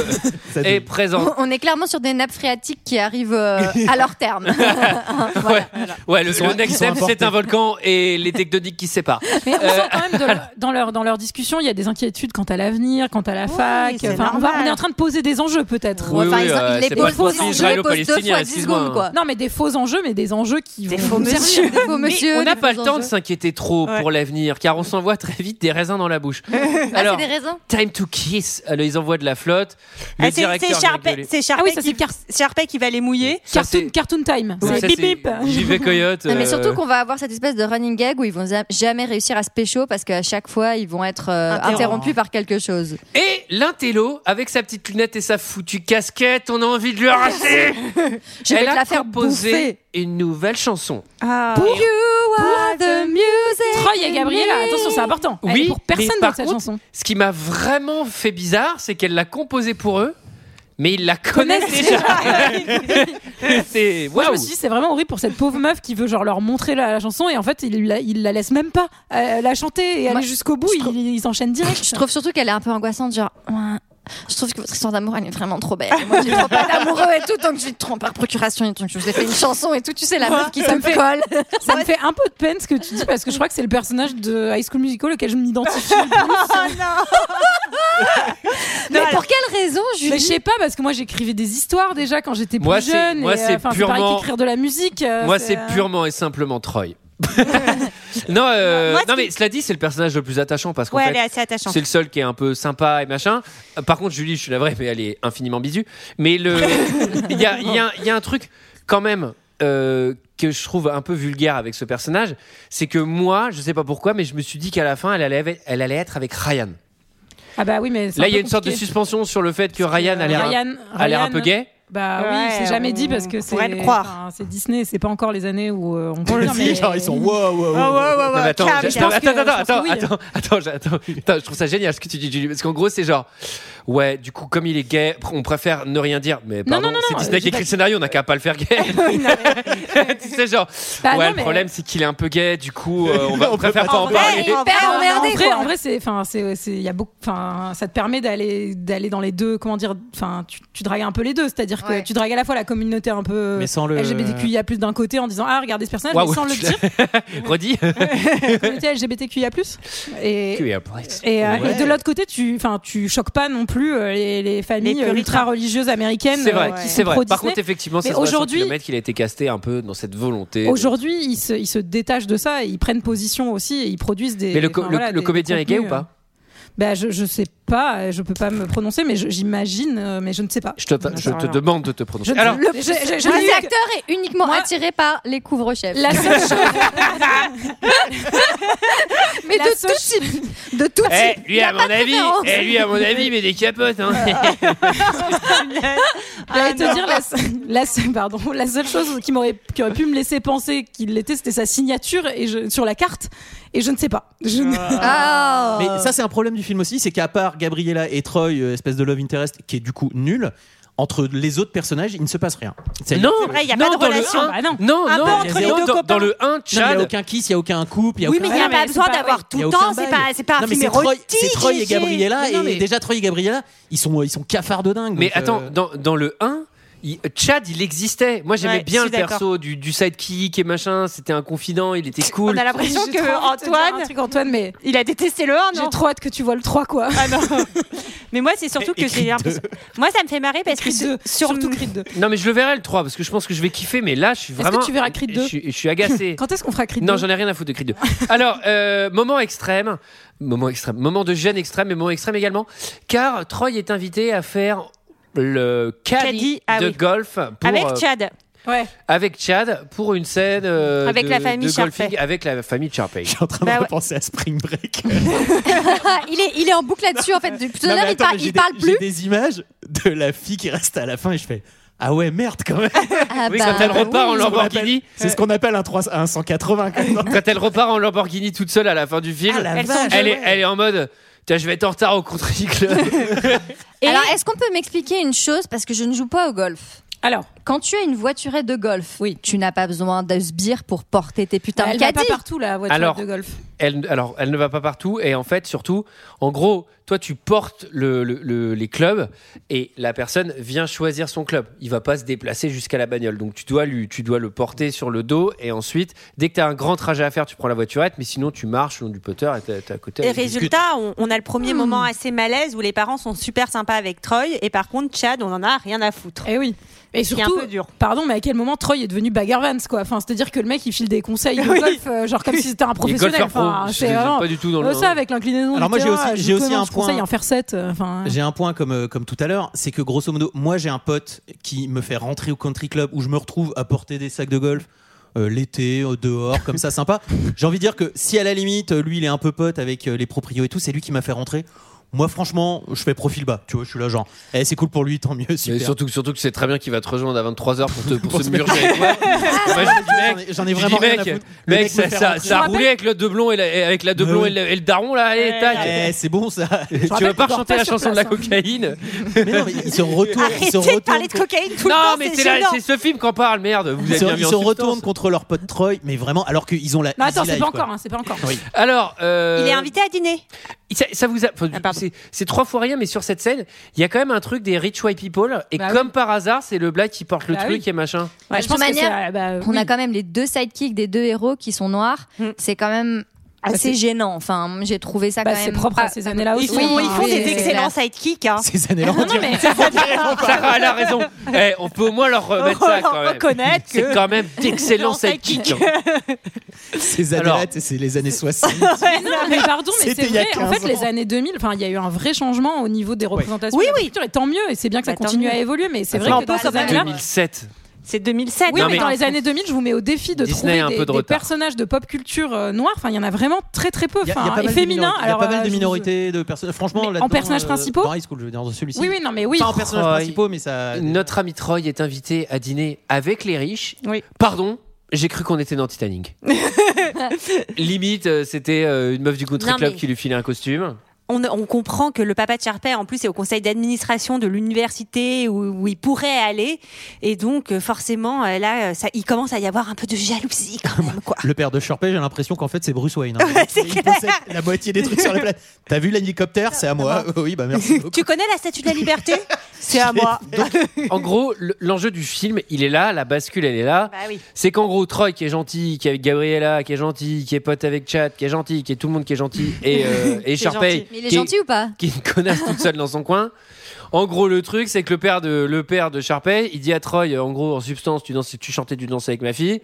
[SPEAKER 6] Ça
[SPEAKER 1] est
[SPEAKER 6] donne-
[SPEAKER 1] présente.
[SPEAKER 10] On est clairement sur des nappes phréatiques qui arrivent euh, à leur
[SPEAKER 1] (laughs)
[SPEAKER 10] terme.
[SPEAKER 1] Ouais, ouais, le,
[SPEAKER 6] Ils sont-
[SPEAKER 1] le next
[SPEAKER 6] ils sont
[SPEAKER 1] step, c'est
[SPEAKER 6] importés.
[SPEAKER 1] un volcan et les tectoniques qui se séparent.
[SPEAKER 11] mais on sent quand même
[SPEAKER 1] (laughs)
[SPEAKER 11] de leur- dans leur dans leur discussion, il y a des inquiétudes quant à l'avenir, quant à la fac.
[SPEAKER 7] c'est
[SPEAKER 11] Enfin, on, va-
[SPEAKER 7] normal.
[SPEAKER 11] on est en train de poser des enjeux peut-être.
[SPEAKER 1] Oui,
[SPEAKER 10] Enfin,
[SPEAKER 1] oui,
[SPEAKER 10] ils-
[SPEAKER 1] euh,
[SPEAKER 10] il les
[SPEAKER 1] c'est pas
[SPEAKER 10] pose
[SPEAKER 1] le
[SPEAKER 10] il les
[SPEAKER 1] israélo-
[SPEAKER 10] pose deux
[SPEAKER 1] palestinien,
[SPEAKER 10] fois 10
[SPEAKER 1] excuse-moi,
[SPEAKER 10] secondes,
[SPEAKER 1] hein.
[SPEAKER 10] quoi.
[SPEAKER 11] Non, mais des faux enjeux, mais des enjeux qui vont
[SPEAKER 7] faux
[SPEAKER 11] nous servir.
[SPEAKER 7] monsieur.
[SPEAKER 10] Des faux monsieur,
[SPEAKER 1] On n'a
[SPEAKER 10] des
[SPEAKER 1] pas
[SPEAKER 10] faux
[SPEAKER 1] le temps de
[SPEAKER 10] enjeux.
[SPEAKER 1] s'inquiéter trop
[SPEAKER 7] Ouais.
[SPEAKER 1] pour l'avenir, car on s'envoie très vite des raisins dans la bouche.
[SPEAKER 10] Ah, c'est
[SPEAKER 1] Alors,
[SPEAKER 10] des raisins.
[SPEAKER 1] time to kiss. Alors, ils envoient de la flotte. Le
[SPEAKER 7] Ah, c'est-
[SPEAKER 1] directeur
[SPEAKER 7] c'est
[SPEAKER 1] vient
[SPEAKER 7] Sharpay,
[SPEAKER 1] gueuler.
[SPEAKER 7] c'est Sharpay
[SPEAKER 11] Ah oui, ça,
[SPEAKER 7] qui,
[SPEAKER 11] c'est car-
[SPEAKER 7] Sharpay qui va les mouiller.
[SPEAKER 1] Ça,
[SPEAKER 11] Cartoon,
[SPEAKER 1] c'est-
[SPEAKER 11] cartoon time.
[SPEAKER 1] Ouais,
[SPEAKER 11] C'est
[SPEAKER 1] ça,
[SPEAKER 11] bip bip.
[SPEAKER 1] c'est JV Coyote.
[SPEAKER 10] Non, mais
[SPEAKER 1] euh,
[SPEAKER 10] surtout qu'on va avoir cette espèce de running gag où ils vont za- jamais réussir à se pécho parce qu'à chaque fois ils vont être euh,
[SPEAKER 7] Interrompt.
[SPEAKER 10] interrompus par quelque chose.
[SPEAKER 1] Et l'intello, avec sa petite lunette et sa foutue casquette, on a envie de lui arracher.
[SPEAKER 10] Je vais
[SPEAKER 1] Elle
[SPEAKER 10] te
[SPEAKER 1] a
[SPEAKER 10] la faire
[SPEAKER 1] composé
[SPEAKER 10] bouffer.
[SPEAKER 1] une nouvelle chanson.
[SPEAKER 7] Ah.
[SPEAKER 10] You are the music.
[SPEAKER 11] Troy et Gabriella, attention, c'est important. Elle est
[SPEAKER 1] Oui,
[SPEAKER 11] pour personne
[SPEAKER 1] mais
[SPEAKER 11] dans
[SPEAKER 1] par
[SPEAKER 11] cette
[SPEAKER 1] contre,
[SPEAKER 11] chanson.
[SPEAKER 1] Ce qui m'a vraiment fait bizarre, c'est qu'elle l'a composée pour eux, mais ils la connaissent
[SPEAKER 11] Connaissent
[SPEAKER 1] déjà. (laughs) c'est
[SPEAKER 11] Moi, je
[SPEAKER 1] waouh.
[SPEAKER 11] me suis dit, c'est vraiment horrible pour cette pauvre meuf qui veut genre leur montrer la, la chanson et en fait, il la, il la laisse même pas euh, la chanter et
[SPEAKER 10] Moi,
[SPEAKER 11] aller jusqu'au bout. il- Ils s'enchaînent
[SPEAKER 7] (laughs)
[SPEAKER 11] direct.
[SPEAKER 10] Je trouve surtout qu'elle est un peu angoissante, genre. Ouah, Je trouve que votre histoire d'amour, elle est vraiment trop (laughs) belle. Et Moi, j'ai trop pas d'amoureux et tout, donc je lui trompe par procuration et tout. Je vous ai fait une chanson et tout, tu sais, la meuf qui
[SPEAKER 11] ça
[SPEAKER 10] te
[SPEAKER 11] me fait-
[SPEAKER 10] colle.
[SPEAKER 11] Ça me fait un peu de peine ce que tu dis parce que je crois que c'est le personnage de High
[SPEAKER 7] (laughs)
[SPEAKER 11] School Musical auquel je m'identifie. le plus.
[SPEAKER 7] Oh non
[SPEAKER 10] (laughs) Mais
[SPEAKER 7] Non,
[SPEAKER 10] pour quelle raison,
[SPEAKER 11] Mais je sais pas, parce que moi j'écrivais des histoires déjà quand j'étais plus
[SPEAKER 1] Moi, c'est-
[SPEAKER 11] jeune.
[SPEAKER 1] moi,
[SPEAKER 11] et, euh,
[SPEAKER 1] c'est
[SPEAKER 11] enfin,
[SPEAKER 1] purement-
[SPEAKER 11] pareil qu'écrire de la musique. euh,
[SPEAKER 1] Moi, c'est
[SPEAKER 11] euh,
[SPEAKER 1] purement et simplement Troy. non, euh,
[SPEAKER 7] Moi, ce
[SPEAKER 1] non,
[SPEAKER 7] qui-
[SPEAKER 1] mais cela dit, c'est le personnage le plus attachant parce qu'en
[SPEAKER 7] Ouais,
[SPEAKER 1] fait,
[SPEAKER 7] elle est assez attachante.
[SPEAKER 1] c'est le seul qui est un peu sympa et machin. Euh, Par contre, Julie, je suis la vraie, mais elle est infiniment bisu. Mais le,
[SPEAKER 11] (laughs)
[SPEAKER 1] il y a, il y a- il y a un truc quand même. euh, que je trouve un peu vulgaire avec ce personnage, c'est que moi, je sais pas pourquoi, mais je me suis dit qu'à la fin, elle allait, elle allait être avec Ryan.
[SPEAKER 11] Ah bah oui, mais. c'est
[SPEAKER 1] Là,
[SPEAKER 11] un
[SPEAKER 1] il y a
[SPEAKER 11] peu
[SPEAKER 1] une sorte de
[SPEAKER 11] compliqué.
[SPEAKER 1] suspension sur le fait que Ryan a l'air
[SPEAKER 11] Ryan-
[SPEAKER 1] un- a l'air un
[SPEAKER 11] Ryan-
[SPEAKER 1] peu gay.
[SPEAKER 11] Bah oui,
[SPEAKER 7] Ouais,
[SPEAKER 11] c'est jamais
[SPEAKER 7] on
[SPEAKER 11] dit parce que c'est.
[SPEAKER 7] pourrait le croire.
[SPEAKER 11] enfin, C'est Disney, c'est pas encore les années où euh, on peut
[SPEAKER 6] le
[SPEAKER 11] dire,
[SPEAKER 6] dit,
[SPEAKER 11] mais- Ah,
[SPEAKER 6] genre, ils sont wow, wow, wow.
[SPEAKER 7] Ah,
[SPEAKER 1] Non, mais attends,
[SPEAKER 11] Euh, Calme,
[SPEAKER 1] j'ai-
[SPEAKER 11] je pense
[SPEAKER 1] attends,
[SPEAKER 11] que-
[SPEAKER 1] attends,
[SPEAKER 11] je pense
[SPEAKER 1] attends,
[SPEAKER 11] que oui.
[SPEAKER 1] attends, attends, j'ai- attends, putain, je trouve ça génial ce que tu dis, Julie, parce qu'en gros, c'est genre, ouais, du coup, comme il est gay, pr- on préfère ne rien dire, mais
[SPEAKER 11] Non,
[SPEAKER 1] pardon,
[SPEAKER 11] non, non,
[SPEAKER 1] c'est
[SPEAKER 11] non,
[SPEAKER 1] Disney
[SPEAKER 11] euh,
[SPEAKER 1] qui écrit le scénario, on n'a qu'à pas le faire
[SPEAKER 11] (laughs)
[SPEAKER 1] gay. (laughs) tu sais, genre,
[SPEAKER 11] Bah
[SPEAKER 1] ouais,
[SPEAKER 11] non,
[SPEAKER 1] le
[SPEAKER 11] mais-
[SPEAKER 1] problème, c'est qu'il est un peu gay, du coup, euh,
[SPEAKER 11] (laughs)
[SPEAKER 1] on, va, on préfère pas en
[SPEAKER 11] vrai,
[SPEAKER 1] parler.
[SPEAKER 11] en vrai,
[SPEAKER 10] hyper
[SPEAKER 11] Ah, en vrai,
[SPEAKER 10] emmerdé,
[SPEAKER 11] en vrai,
[SPEAKER 10] quoi.
[SPEAKER 11] en vrai, c'est, enfin, c'est, c'est- il y a beaucoup, enfin, ça te permet d'aller, d'aller dans les deux, comment dire, enfin, tu, tu dragues un peu les deux, c'est-à-dire que tu dragues à la fois la communauté un peu
[SPEAKER 6] Mais sans le-
[SPEAKER 11] LGBTQIA+ d'un côté en disant ah regardez ce personnage,
[SPEAKER 1] Waouh, (laughs)
[SPEAKER 11] mais sans le
[SPEAKER 1] tu
[SPEAKER 11] dire,
[SPEAKER 1] l'as- Redis.
[SPEAKER 11] la communauté LGBTQIA+ et
[SPEAKER 1] QIA+.
[SPEAKER 11] et, euh,
[SPEAKER 1] Ouais.
[SPEAKER 11] et de l'autre côté, tu, enfin, tu choques pas non plus euh, les, les familles
[SPEAKER 7] puritains.
[SPEAKER 11] ultra religieuses américaines.
[SPEAKER 1] C'est vrai,
[SPEAKER 11] euh, qui
[SPEAKER 1] c'est
[SPEAKER 11] sont
[SPEAKER 1] vrai. Par
[SPEAKER 11] pro-Disney.
[SPEAKER 1] contre, effectivement,
[SPEAKER 11] Mais
[SPEAKER 1] c'est aujourd'hui,
[SPEAKER 11] aujourd'hui,
[SPEAKER 1] kilomètres qu'il a été casté un peu dans cette volonté. de-
[SPEAKER 11] aujourd'hui, ils se, ils se détachent de ça, et ils prennent position aussi, et ils produisent des.
[SPEAKER 1] Mais le, co-
[SPEAKER 11] enfin,
[SPEAKER 1] le-
[SPEAKER 11] voilà,
[SPEAKER 1] le
[SPEAKER 11] des
[SPEAKER 1] comédien est gay ou
[SPEAKER 11] contenus,
[SPEAKER 1] pas
[SPEAKER 11] euh, Bah, je, je sais pas, euh, je peux pas me prononcer, mais je- j'imagine, euh, mais je ne sais pas.
[SPEAKER 1] Je te,
[SPEAKER 11] ne
[SPEAKER 1] je
[SPEAKER 11] sais
[SPEAKER 1] te
[SPEAKER 11] rien.
[SPEAKER 1] demande de te prononcer.
[SPEAKER 11] Je-
[SPEAKER 1] Alors,
[SPEAKER 11] le- j'ai- j'ai- j'ai
[SPEAKER 10] Moi,
[SPEAKER 11] lu
[SPEAKER 10] cet
[SPEAKER 11] que-
[SPEAKER 10] acteur est uniquement attiré par les couvre-chefs.
[SPEAKER 11] La seule chose.
[SPEAKER 10] Mais
[SPEAKER 11] La
[SPEAKER 10] de
[SPEAKER 11] seule
[SPEAKER 10] tout type. De tout type. (laughs)
[SPEAKER 1] Eh, lui,
[SPEAKER 10] Y a
[SPEAKER 1] à
[SPEAKER 10] pas
[SPEAKER 1] mon
[SPEAKER 10] de
[SPEAKER 1] avis,
[SPEAKER 10] préférence.
[SPEAKER 1] eh, lui, à mon avis, mais des capotes.
[SPEAKER 6] (laughs)
[SPEAKER 1] Hein.
[SPEAKER 6] Ah,
[SPEAKER 7] Ah
[SPEAKER 11] J'allais te dire la, se- (laughs) la se- pardon, la seule chose qui m'aurait qui aurait pu me laisser penser qu'il l'était, c'était sa signature et je- sur la carte, et je ne sais pas. Je
[SPEAKER 7] Ah.
[SPEAKER 11] ne-
[SPEAKER 10] Ah.
[SPEAKER 6] Mais ça, c'est un problème du film aussi, c'est qu'à part Gabriella et Troy, euh, espèce de love interest, qui est du coup nul, entre les autres personnages, il ne se passe rien. C'est-
[SPEAKER 1] Non,
[SPEAKER 6] C'est vrai, il y a
[SPEAKER 1] non,
[SPEAKER 6] pas de
[SPEAKER 1] dans le
[SPEAKER 6] relation.
[SPEAKER 1] un-
[SPEAKER 6] Bah
[SPEAKER 1] non, non,
[SPEAKER 6] non. Un peu entre les
[SPEAKER 1] dans,
[SPEAKER 6] deux
[SPEAKER 1] dans-
[SPEAKER 6] copains.
[SPEAKER 1] dans le 1,
[SPEAKER 6] Non, mais il n'y a
[SPEAKER 1] Chad.
[SPEAKER 6] aucun kiss, il n'y a aucun couple. il y a
[SPEAKER 7] Oui,
[SPEAKER 6] aucun-
[SPEAKER 7] mais il n'y a pas besoin d'avoir tout
[SPEAKER 6] Il y a
[SPEAKER 7] le
[SPEAKER 6] aucun
[SPEAKER 7] temps. C'est
[SPEAKER 6] bail.
[SPEAKER 7] pas, c'est pas un
[SPEAKER 6] Non, mais
[SPEAKER 7] film
[SPEAKER 6] c'est Troy,
[SPEAKER 7] érotique.
[SPEAKER 6] c'est Troy et
[SPEAKER 7] Gigi.
[SPEAKER 6] Gabriella,
[SPEAKER 7] Mais non,
[SPEAKER 6] et
[SPEAKER 7] mais-
[SPEAKER 6] déjà Troy et Gabriella, ils sont, ils sont cafards de dingue.
[SPEAKER 1] Mais
[SPEAKER 6] donc, euh,
[SPEAKER 1] attends,
[SPEAKER 6] (laughs)
[SPEAKER 1] dans, dans le 1, il- Chad, il existait. Moi, j'aimais
[SPEAKER 6] Ouais, je
[SPEAKER 1] bien le
[SPEAKER 6] suis d'accord.
[SPEAKER 1] perso du, du sidekick et machin. C'était un confident, il était cool.
[SPEAKER 7] On a l'impression
[SPEAKER 11] (laughs) J'ai
[SPEAKER 7] que
[SPEAKER 11] trop envie de te dire
[SPEAKER 7] Antoine-
[SPEAKER 11] un truc, Antoine, mais
[SPEAKER 7] Il a détesté le 1, non
[SPEAKER 11] j'ai trop hâte que tu vois le 3,
[SPEAKER 7] (laughs)
[SPEAKER 11] quoi.
[SPEAKER 7] Ah non. Mais moi, c'est surtout que j'ai l'impression. Moi, ça me fait marrer parce que sur- sur
[SPEAKER 11] Surtout Creed 2.
[SPEAKER 1] Non, mais je le verrai le 3 parce que je pense que je vais kiffer. Mais là, je suis
[SPEAKER 11] Est-ce
[SPEAKER 1] vraiment.
[SPEAKER 11] que tu verras Creed
[SPEAKER 1] Je
[SPEAKER 11] 2
[SPEAKER 1] suis, je suis agacé.
[SPEAKER 11] Quand est-ce qu'on fera Creed
[SPEAKER 1] Non,
[SPEAKER 11] 2
[SPEAKER 1] j'en ai rien à foutre de Creed 2. Alors, euh, moment extrême, moment extrême, moment de gêne extrême et moment extrême également, car Troy est invité à faire le caddie
[SPEAKER 7] Caddie, ah
[SPEAKER 1] de
[SPEAKER 7] oui.
[SPEAKER 1] golf pour,
[SPEAKER 7] Avec
[SPEAKER 1] euh,
[SPEAKER 7] Chad.
[SPEAKER 11] Ouais.
[SPEAKER 1] avec Chad pour une scène euh,
[SPEAKER 7] Avec
[SPEAKER 1] de,
[SPEAKER 7] la famille
[SPEAKER 1] de golfing
[SPEAKER 7] Sharpay.
[SPEAKER 1] avec la famille Sharpay.
[SPEAKER 6] Je suis en train
[SPEAKER 7] Bah
[SPEAKER 6] de
[SPEAKER 7] ouais.
[SPEAKER 6] repenser à Spring
[SPEAKER 7] (laughs)
[SPEAKER 6] Break.
[SPEAKER 10] Ah, il, est, il est en boucle là-dessus, en fait. Depuis tout à
[SPEAKER 6] Non, mais
[SPEAKER 10] l'heure, il,
[SPEAKER 6] attends,
[SPEAKER 10] parle-
[SPEAKER 6] mais j'ai
[SPEAKER 10] il
[SPEAKER 6] des-
[SPEAKER 10] parle
[SPEAKER 6] J'ai
[SPEAKER 10] plus.
[SPEAKER 6] des images de la fille qui reste à la fin et je fais Ah ouais, merde quand même.
[SPEAKER 7] (laughs)
[SPEAKER 10] Ah
[SPEAKER 7] bah
[SPEAKER 1] Oui, quand elle repart en
[SPEAKER 6] C'est ce qu'on appelle-
[SPEAKER 1] Lamborghini.
[SPEAKER 6] C'est ce qu'on appelle un, 300 un 180. quand même.
[SPEAKER 1] Quand elle repart en Lamborghini toute seule à la fin du film,
[SPEAKER 6] Ah, la
[SPEAKER 1] elle,
[SPEAKER 6] Elles sont vache.
[SPEAKER 1] est,
[SPEAKER 6] gelées.
[SPEAKER 1] elle est en mode Tiens, je vais être en retard au country club.
[SPEAKER 10] Alors, est-ce qu'on peut m'expliquer une chose Parce que je ne joue pas au golf.
[SPEAKER 11] Alors,
[SPEAKER 10] Quand tu as une voiturette de golf, oui. tu n'as pas besoin de sbire pour porter tes putains
[SPEAKER 11] elle
[SPEAKER 10] de
[SPEAKER 11] va pas
[SPEAKER 10] caddies.
[SPEAKER 11] partout, la voiture
[SPEAKER 1] Alors,
[SPEAKER 11] de golf.
[SPEAKER 1] elle, alors, elle ne va pas partout. Et en fait, surtout, en gros, toi, tu portes le- le- le- les clubs et la personne vient choisir son club. Il va pas se déplacer jusqu'à la bagnole. Donc, tu dois, lui, tu dois le porter sur le dos. Et ensuite, dès que tu as un grand trajet à faire, tu prends la voiturette. Mais sinon, tu marches le long du putter et t'es t'es à côté.
[SPEAKER 7] Et
[SPEAKER 1] avec des
[SPEAKER 7] résultat, on, on a le premier moment assez malaise où les parents sont super sympas avec Troy et par contre Chad, on en a rien à foutre.
[SPEAKER 11] Eh oui. Et
[SPEAKER 7] Ce qui est un
[SPEAKER 11] surtout,
[SPEAKER 7] peu dur.
[SPEAKER 11] pardon, mais à quel moment Troy est devenu bagger Vance, quoi Enfin, c'est-à-dire que le mec, il file des conseils de golf, euh, genre comme si c'était un
[SPEAKER 1] Il est golfeur
[SPEAKER 11] professionnel. Enfin,
[SPEAKER 1] pro.
[SPEAKER 11] c'est
[SPEAKER 1] Je- je-
[SPEAKER 11] vraiment-
[SPEAKER 1] pas du tout dans
[SPEAKER 11] Euh,
[SPEAKER 1] le-
[SPEAKER 11] ça avec l'inclinaison.
[SPEAKER 6] Alors
[SPEAKER 11] du
[SPEAKER 6] moi, j'ai
[SPEAKER 11] terrain,
[SPEAKER 6] aussi-
[SPEAKER 11] je
[SPEAKER 6] j'ai
[SPEAKER 11] vous
[SPEAKER 6] aussi
[SPEAKER 11] demande,
[SPEAKER 6] un
[SPEAKER 11] je vous conseille
[SPEAKER 6] point.
[SPEAKER 11] un faire 7. Enfin,
[SPEAKER 6] J'ai un point comme, euh, comme tout à l'heure, c'est que grosso modo, moi j'ai un pote qui me fait rentrer au country club où je me retrouve à porter des sacs de golf euh, l'été, euh, dehors, comme ça, sympa. J'ai envie de dire que si à la limite, euh, lui il est un peu pote avec euh, les proprios et tout, c'est lui qui m'a fait rentrer. Moi franchement, je fais profil bas, tu vois, je suis là genre, eh, c'est cool pour lui, tant mieux,
[SPEAKER 1] Et
[SPEAKER 6] super.
[SPEAKER 1] surtout, surtout que c'est très bien qu'il va te rejoindre à 23h pour, te, (laughs) pour,
[SPEAKER 6] Pour
[SPEAKER 1] se
[SPEAKER 6] se
[SPEAKER 1] murger avec toi. Moi, je dis, mec,
[SPEAKER 6] J'en ai
[SPEAKER 1] je dis,
[SPEAKER 6] vraiment rien
[SPEAKER 1] mec,
[SPEAKER 6] à foutre. Le
[SPEAKER 1] mec,
[SPEAKER 6] mec
[SPEAKER 1] ça,
[SPEAKER 6] me fait
[SPEAKER 1] ça-
[SPEAKER 6] rentrer.
[SPEAKER 1] ça a
[SPEAKER 11] Je me
[SPEAKER 1] roulé avec le doublon et, la- et avec la doublon
[SPEAKER 6] oui.
[SPEAKER 1] et, le, et le daron là, allez, tac.
[SPEAKER 6] (laughs) Eh, c'est
[SPEAKER 1] (laughs)
[SPEAKER 6] bon ça.
[SPEAKER 1] Tu veux
[SPEAKER 11] rappelle
[SPEAKER 1] pas
[SPEAKER 11] qu'on dort
[SPEAKER 1] chanter
[SPEAKER 11] pas
[SPEAKER 1] la
[SPEAKER 11] sur
[SPEAKER 1] chanson de la
[SPEAKER 11] place, hein.
[SPEAKER 1] cocaïne
[SPEAKER 6] mais non, mais ils se retournent. ils
[SPEAKER 7] Arrêtez
[SPEAKER 6] se
[SPEAKER 7] de
[SPEAKER 6] retournent
[SPEAKER 7] parler de cocaïne tout
[SPEAKER 1] Non,
[SPEAKER 7] le temps.
[SPEAKER 1] mais c'est
[SPEAKER 7] c'est
[SPEAKER 1] la-
[SPEAKER 7] gênant.
[SPEAKER 1] c'est ce film qu'on parle, merde. Vous
[SPEAKER 6] Ils
[SPEAKER 1] avez
[SPEAKER 6] se,
[SPEAKER 1] bien hein, mis
[SPEAKER 6] ils
[SPEAKER 1] en
[SPEAKER 6] se
[SPEAKER 1] substance.
[SPEAKER 6] retournent contre leur pote Troy, mais vraiment, alors qu'ils ont la.
[SPEAKER 11] Non, attends,
[SPEAKER 6] easy
[SPEAKER 11] c'est pas
[SPEAKER 6] life, quoi.
[SPEAKER 11] encore, hein, c'est pas encore.
[SPEAKER 6] Oui.
[SPEAKER 1] Alors, euh,
[SPEAKER 7] Il est invité à dîner.
[SPEAKER 1] ça, ça vous a. enfin,
[SPEAKER 7] Ah, pardon.
[SPEAKER 1] c'est- c'est trois fois rien, mais sur cette scène, il y a quand même un truc des rich white people. Et
[SPEAKER 11] Bah oui.
[SPEAKER 1] comme par hasard, c'est le black qui porte le
[SPEAKER 11] Bah
[SPEAKER 1] truc
[SPEAKER 11] oui.
[SPEAKER 1] et machin.
[SPEAKER 11] Ouais,
[SPEAKER 10] De
[SPEAKER 11] je
[SPEAKER 10] toute
[SPEAKER 11] pense que
[SPEAKER 10] manière,
[SPEAKER 11] c'est, euh, bah,
[SPEAKER 10] On
[SPEAKER 11] oui.
[SPEAKER 10] a quand même les deux sidekicks des deux héros qui sont noirs. C'est quand même assez gênant. Enfin, j'ai trouvé ça
[SPEAKER 11] Bah,
[SPEAKER 10] quand
[SPEAKER 11] c'est
[SPEAKER 10] même.
[SPEAKER 11] propre à ces années-là aussi.
[SPEAKER 10] Oui,
[SPEAKER 7] Ils font des excellents sidekicks. Hein.
[SPEAKER 6] Ces années-là, on dirait-
[SPEAKER 1] Sarah, elle a raison. Eh, on peut au moins leur remettre ça quand
[SPEAKER 7] Leur
[SPEAKER 1] même.
[SPEAKER 7] reconnaître que-
[SPEAKER 1] C'est quand même d'excellents sidekicks. hein.
[SPEAKER 6] Ces années-là, t- c'est les années 60.
[SPEAKER 11] Mais non, mais pardon, mais
[SPEAKER 6] C'était
[SPEAKER 11] c'est
[SPEAKER 6] il y a
[SPEAKER 11] vrai. En
[SPEAKER 6] 15
[SPEAKER 11] fait,
[SPEAKER 6] ans.
[SPEAKER 11] les années 2000, enfin, il y a eu un vrai changement au niveau des représentations.
[SPEAKER 7] Oui,
[SPEAKER 11] de la culture, Et tant mieux. Et c'est bien que ça
[SPEAKER 7] Bah, tant
[SPEAKER 11] continue
[SPEAKER 7] mieux.
[SPEAKER 11] à évoluer. Mais c'est
[SPEAKER 1] Attends,
[SPEAKER 11] vrai que dans ces années-là.
[SPEAKER 1] 2007.
[SPEAKER 7] C'est 2007.
[SPEAKER 11] Oui,
[SPEAKER 1] Non,
[SPEAKER 11] mais,
[SPEAKER 1] mais-
[SPEAKER 11] dans les années 2000, je vous mets au défi de
[SPEAKER 1] Disney a un peu
[SPEAKER 11] trouver des,
[SPEAKER 1] de
[SPEAKER 11] des
[SPEAKER 1] retard.
[SPEAKER 11] personnages de pop culture euh, noire. Enfin, il y en a vraiment très très peu.
[SPEAKER 6] Il y a- il y a
[SPEAKER 11] Enfin,
[SPEAKER 6] pas
[SPEAKER 11] et
[SPEAKER 6] mal de
[SPEAKER 11] féminin.
[SPEAKER 6] minori- il y a
[SPEAKER 11] Alors,
[SPEAKER 6] pas mal
[SPEAKER 11] euh,
[SPEAKER 6] de
[SPEAKER 11] je-
[SPEAKER 6] minorités de personnes. Franchement, là-dedans,
[SPEAKER 11] en personnages
[SPEAKER 6] euh,
[SPEAKER 11] principaux
[SPEAKER 6] dans High School, je veux dire, dans celui-ci.
[SPEAKER 11] Oui, oui, non, mais oui.
[SPEAKER 6] Pas en personnages
[SPEAKER 1] Troy.
[SPEAKER 6] principaux, mais ça.
[SPEAKER 1] Notre ami Troy est invité à dîner avec les riches. Pardon, j'ai cru qu'on était dans
[SPEAKER 10] (laughs)
[SPEAKER 1] Titanic. Limite, euh, c'était euh, une meuf du country
[SPEAKER 7] Non,
[SPEAKER 1] club
[SPEAKER 7] mais-
[SPEAKER 1] qui lui filait un costume.
[SPEAKER 7] on, on comprend que le papa de Charpet, en plus, est au conseil d'administration de l'université où, où il pourrait aller. Et donc, euh, forcément, euh, là, euh, ça, il commence à y avoir un peu de jalousie quand même. Quoi.
[SPEAKER 6] Le père de Sharpay, j'ai l'impression qu'en fait, c'est Bruce Wayne. hein. Il possède la moitié des trucs sur la planète. T'as vu l'hélicoptère C'est à moi. (laughs) Oui, bah merci.
[SPEAKER 7] tu connais la statue de la liberté C'est à moi. (laughs)
[SPEAKER 1] En gros, le- l'enjeu du film, il est là, la bascule, elle est là.
[SPEAKER 7] Bah oui.
[SPEAKER 1] C'est qu'en gros, Troy qui est gentil, qui est avec Gabriella, qui est gentil, qui est pote avec Chad, qui est gentil, qui est tout le monde qui est gentil, et,
[SPEAKER 10] (laughs)
[SPEAKER 1] euh, et Sharpay.
[SPEAKER 10] Mais il est
[SPEAKER 1] qui
[SPEAKER 10] gentil ou pas
[SPEAKER 1] qui est une connasse toute seule dans son coin. En gros, le truc, c'est que le père de le père de Sharpay, il dit à Troy, en gros, en substance, tu danses, tu chantais, tu dansais avec ma fille.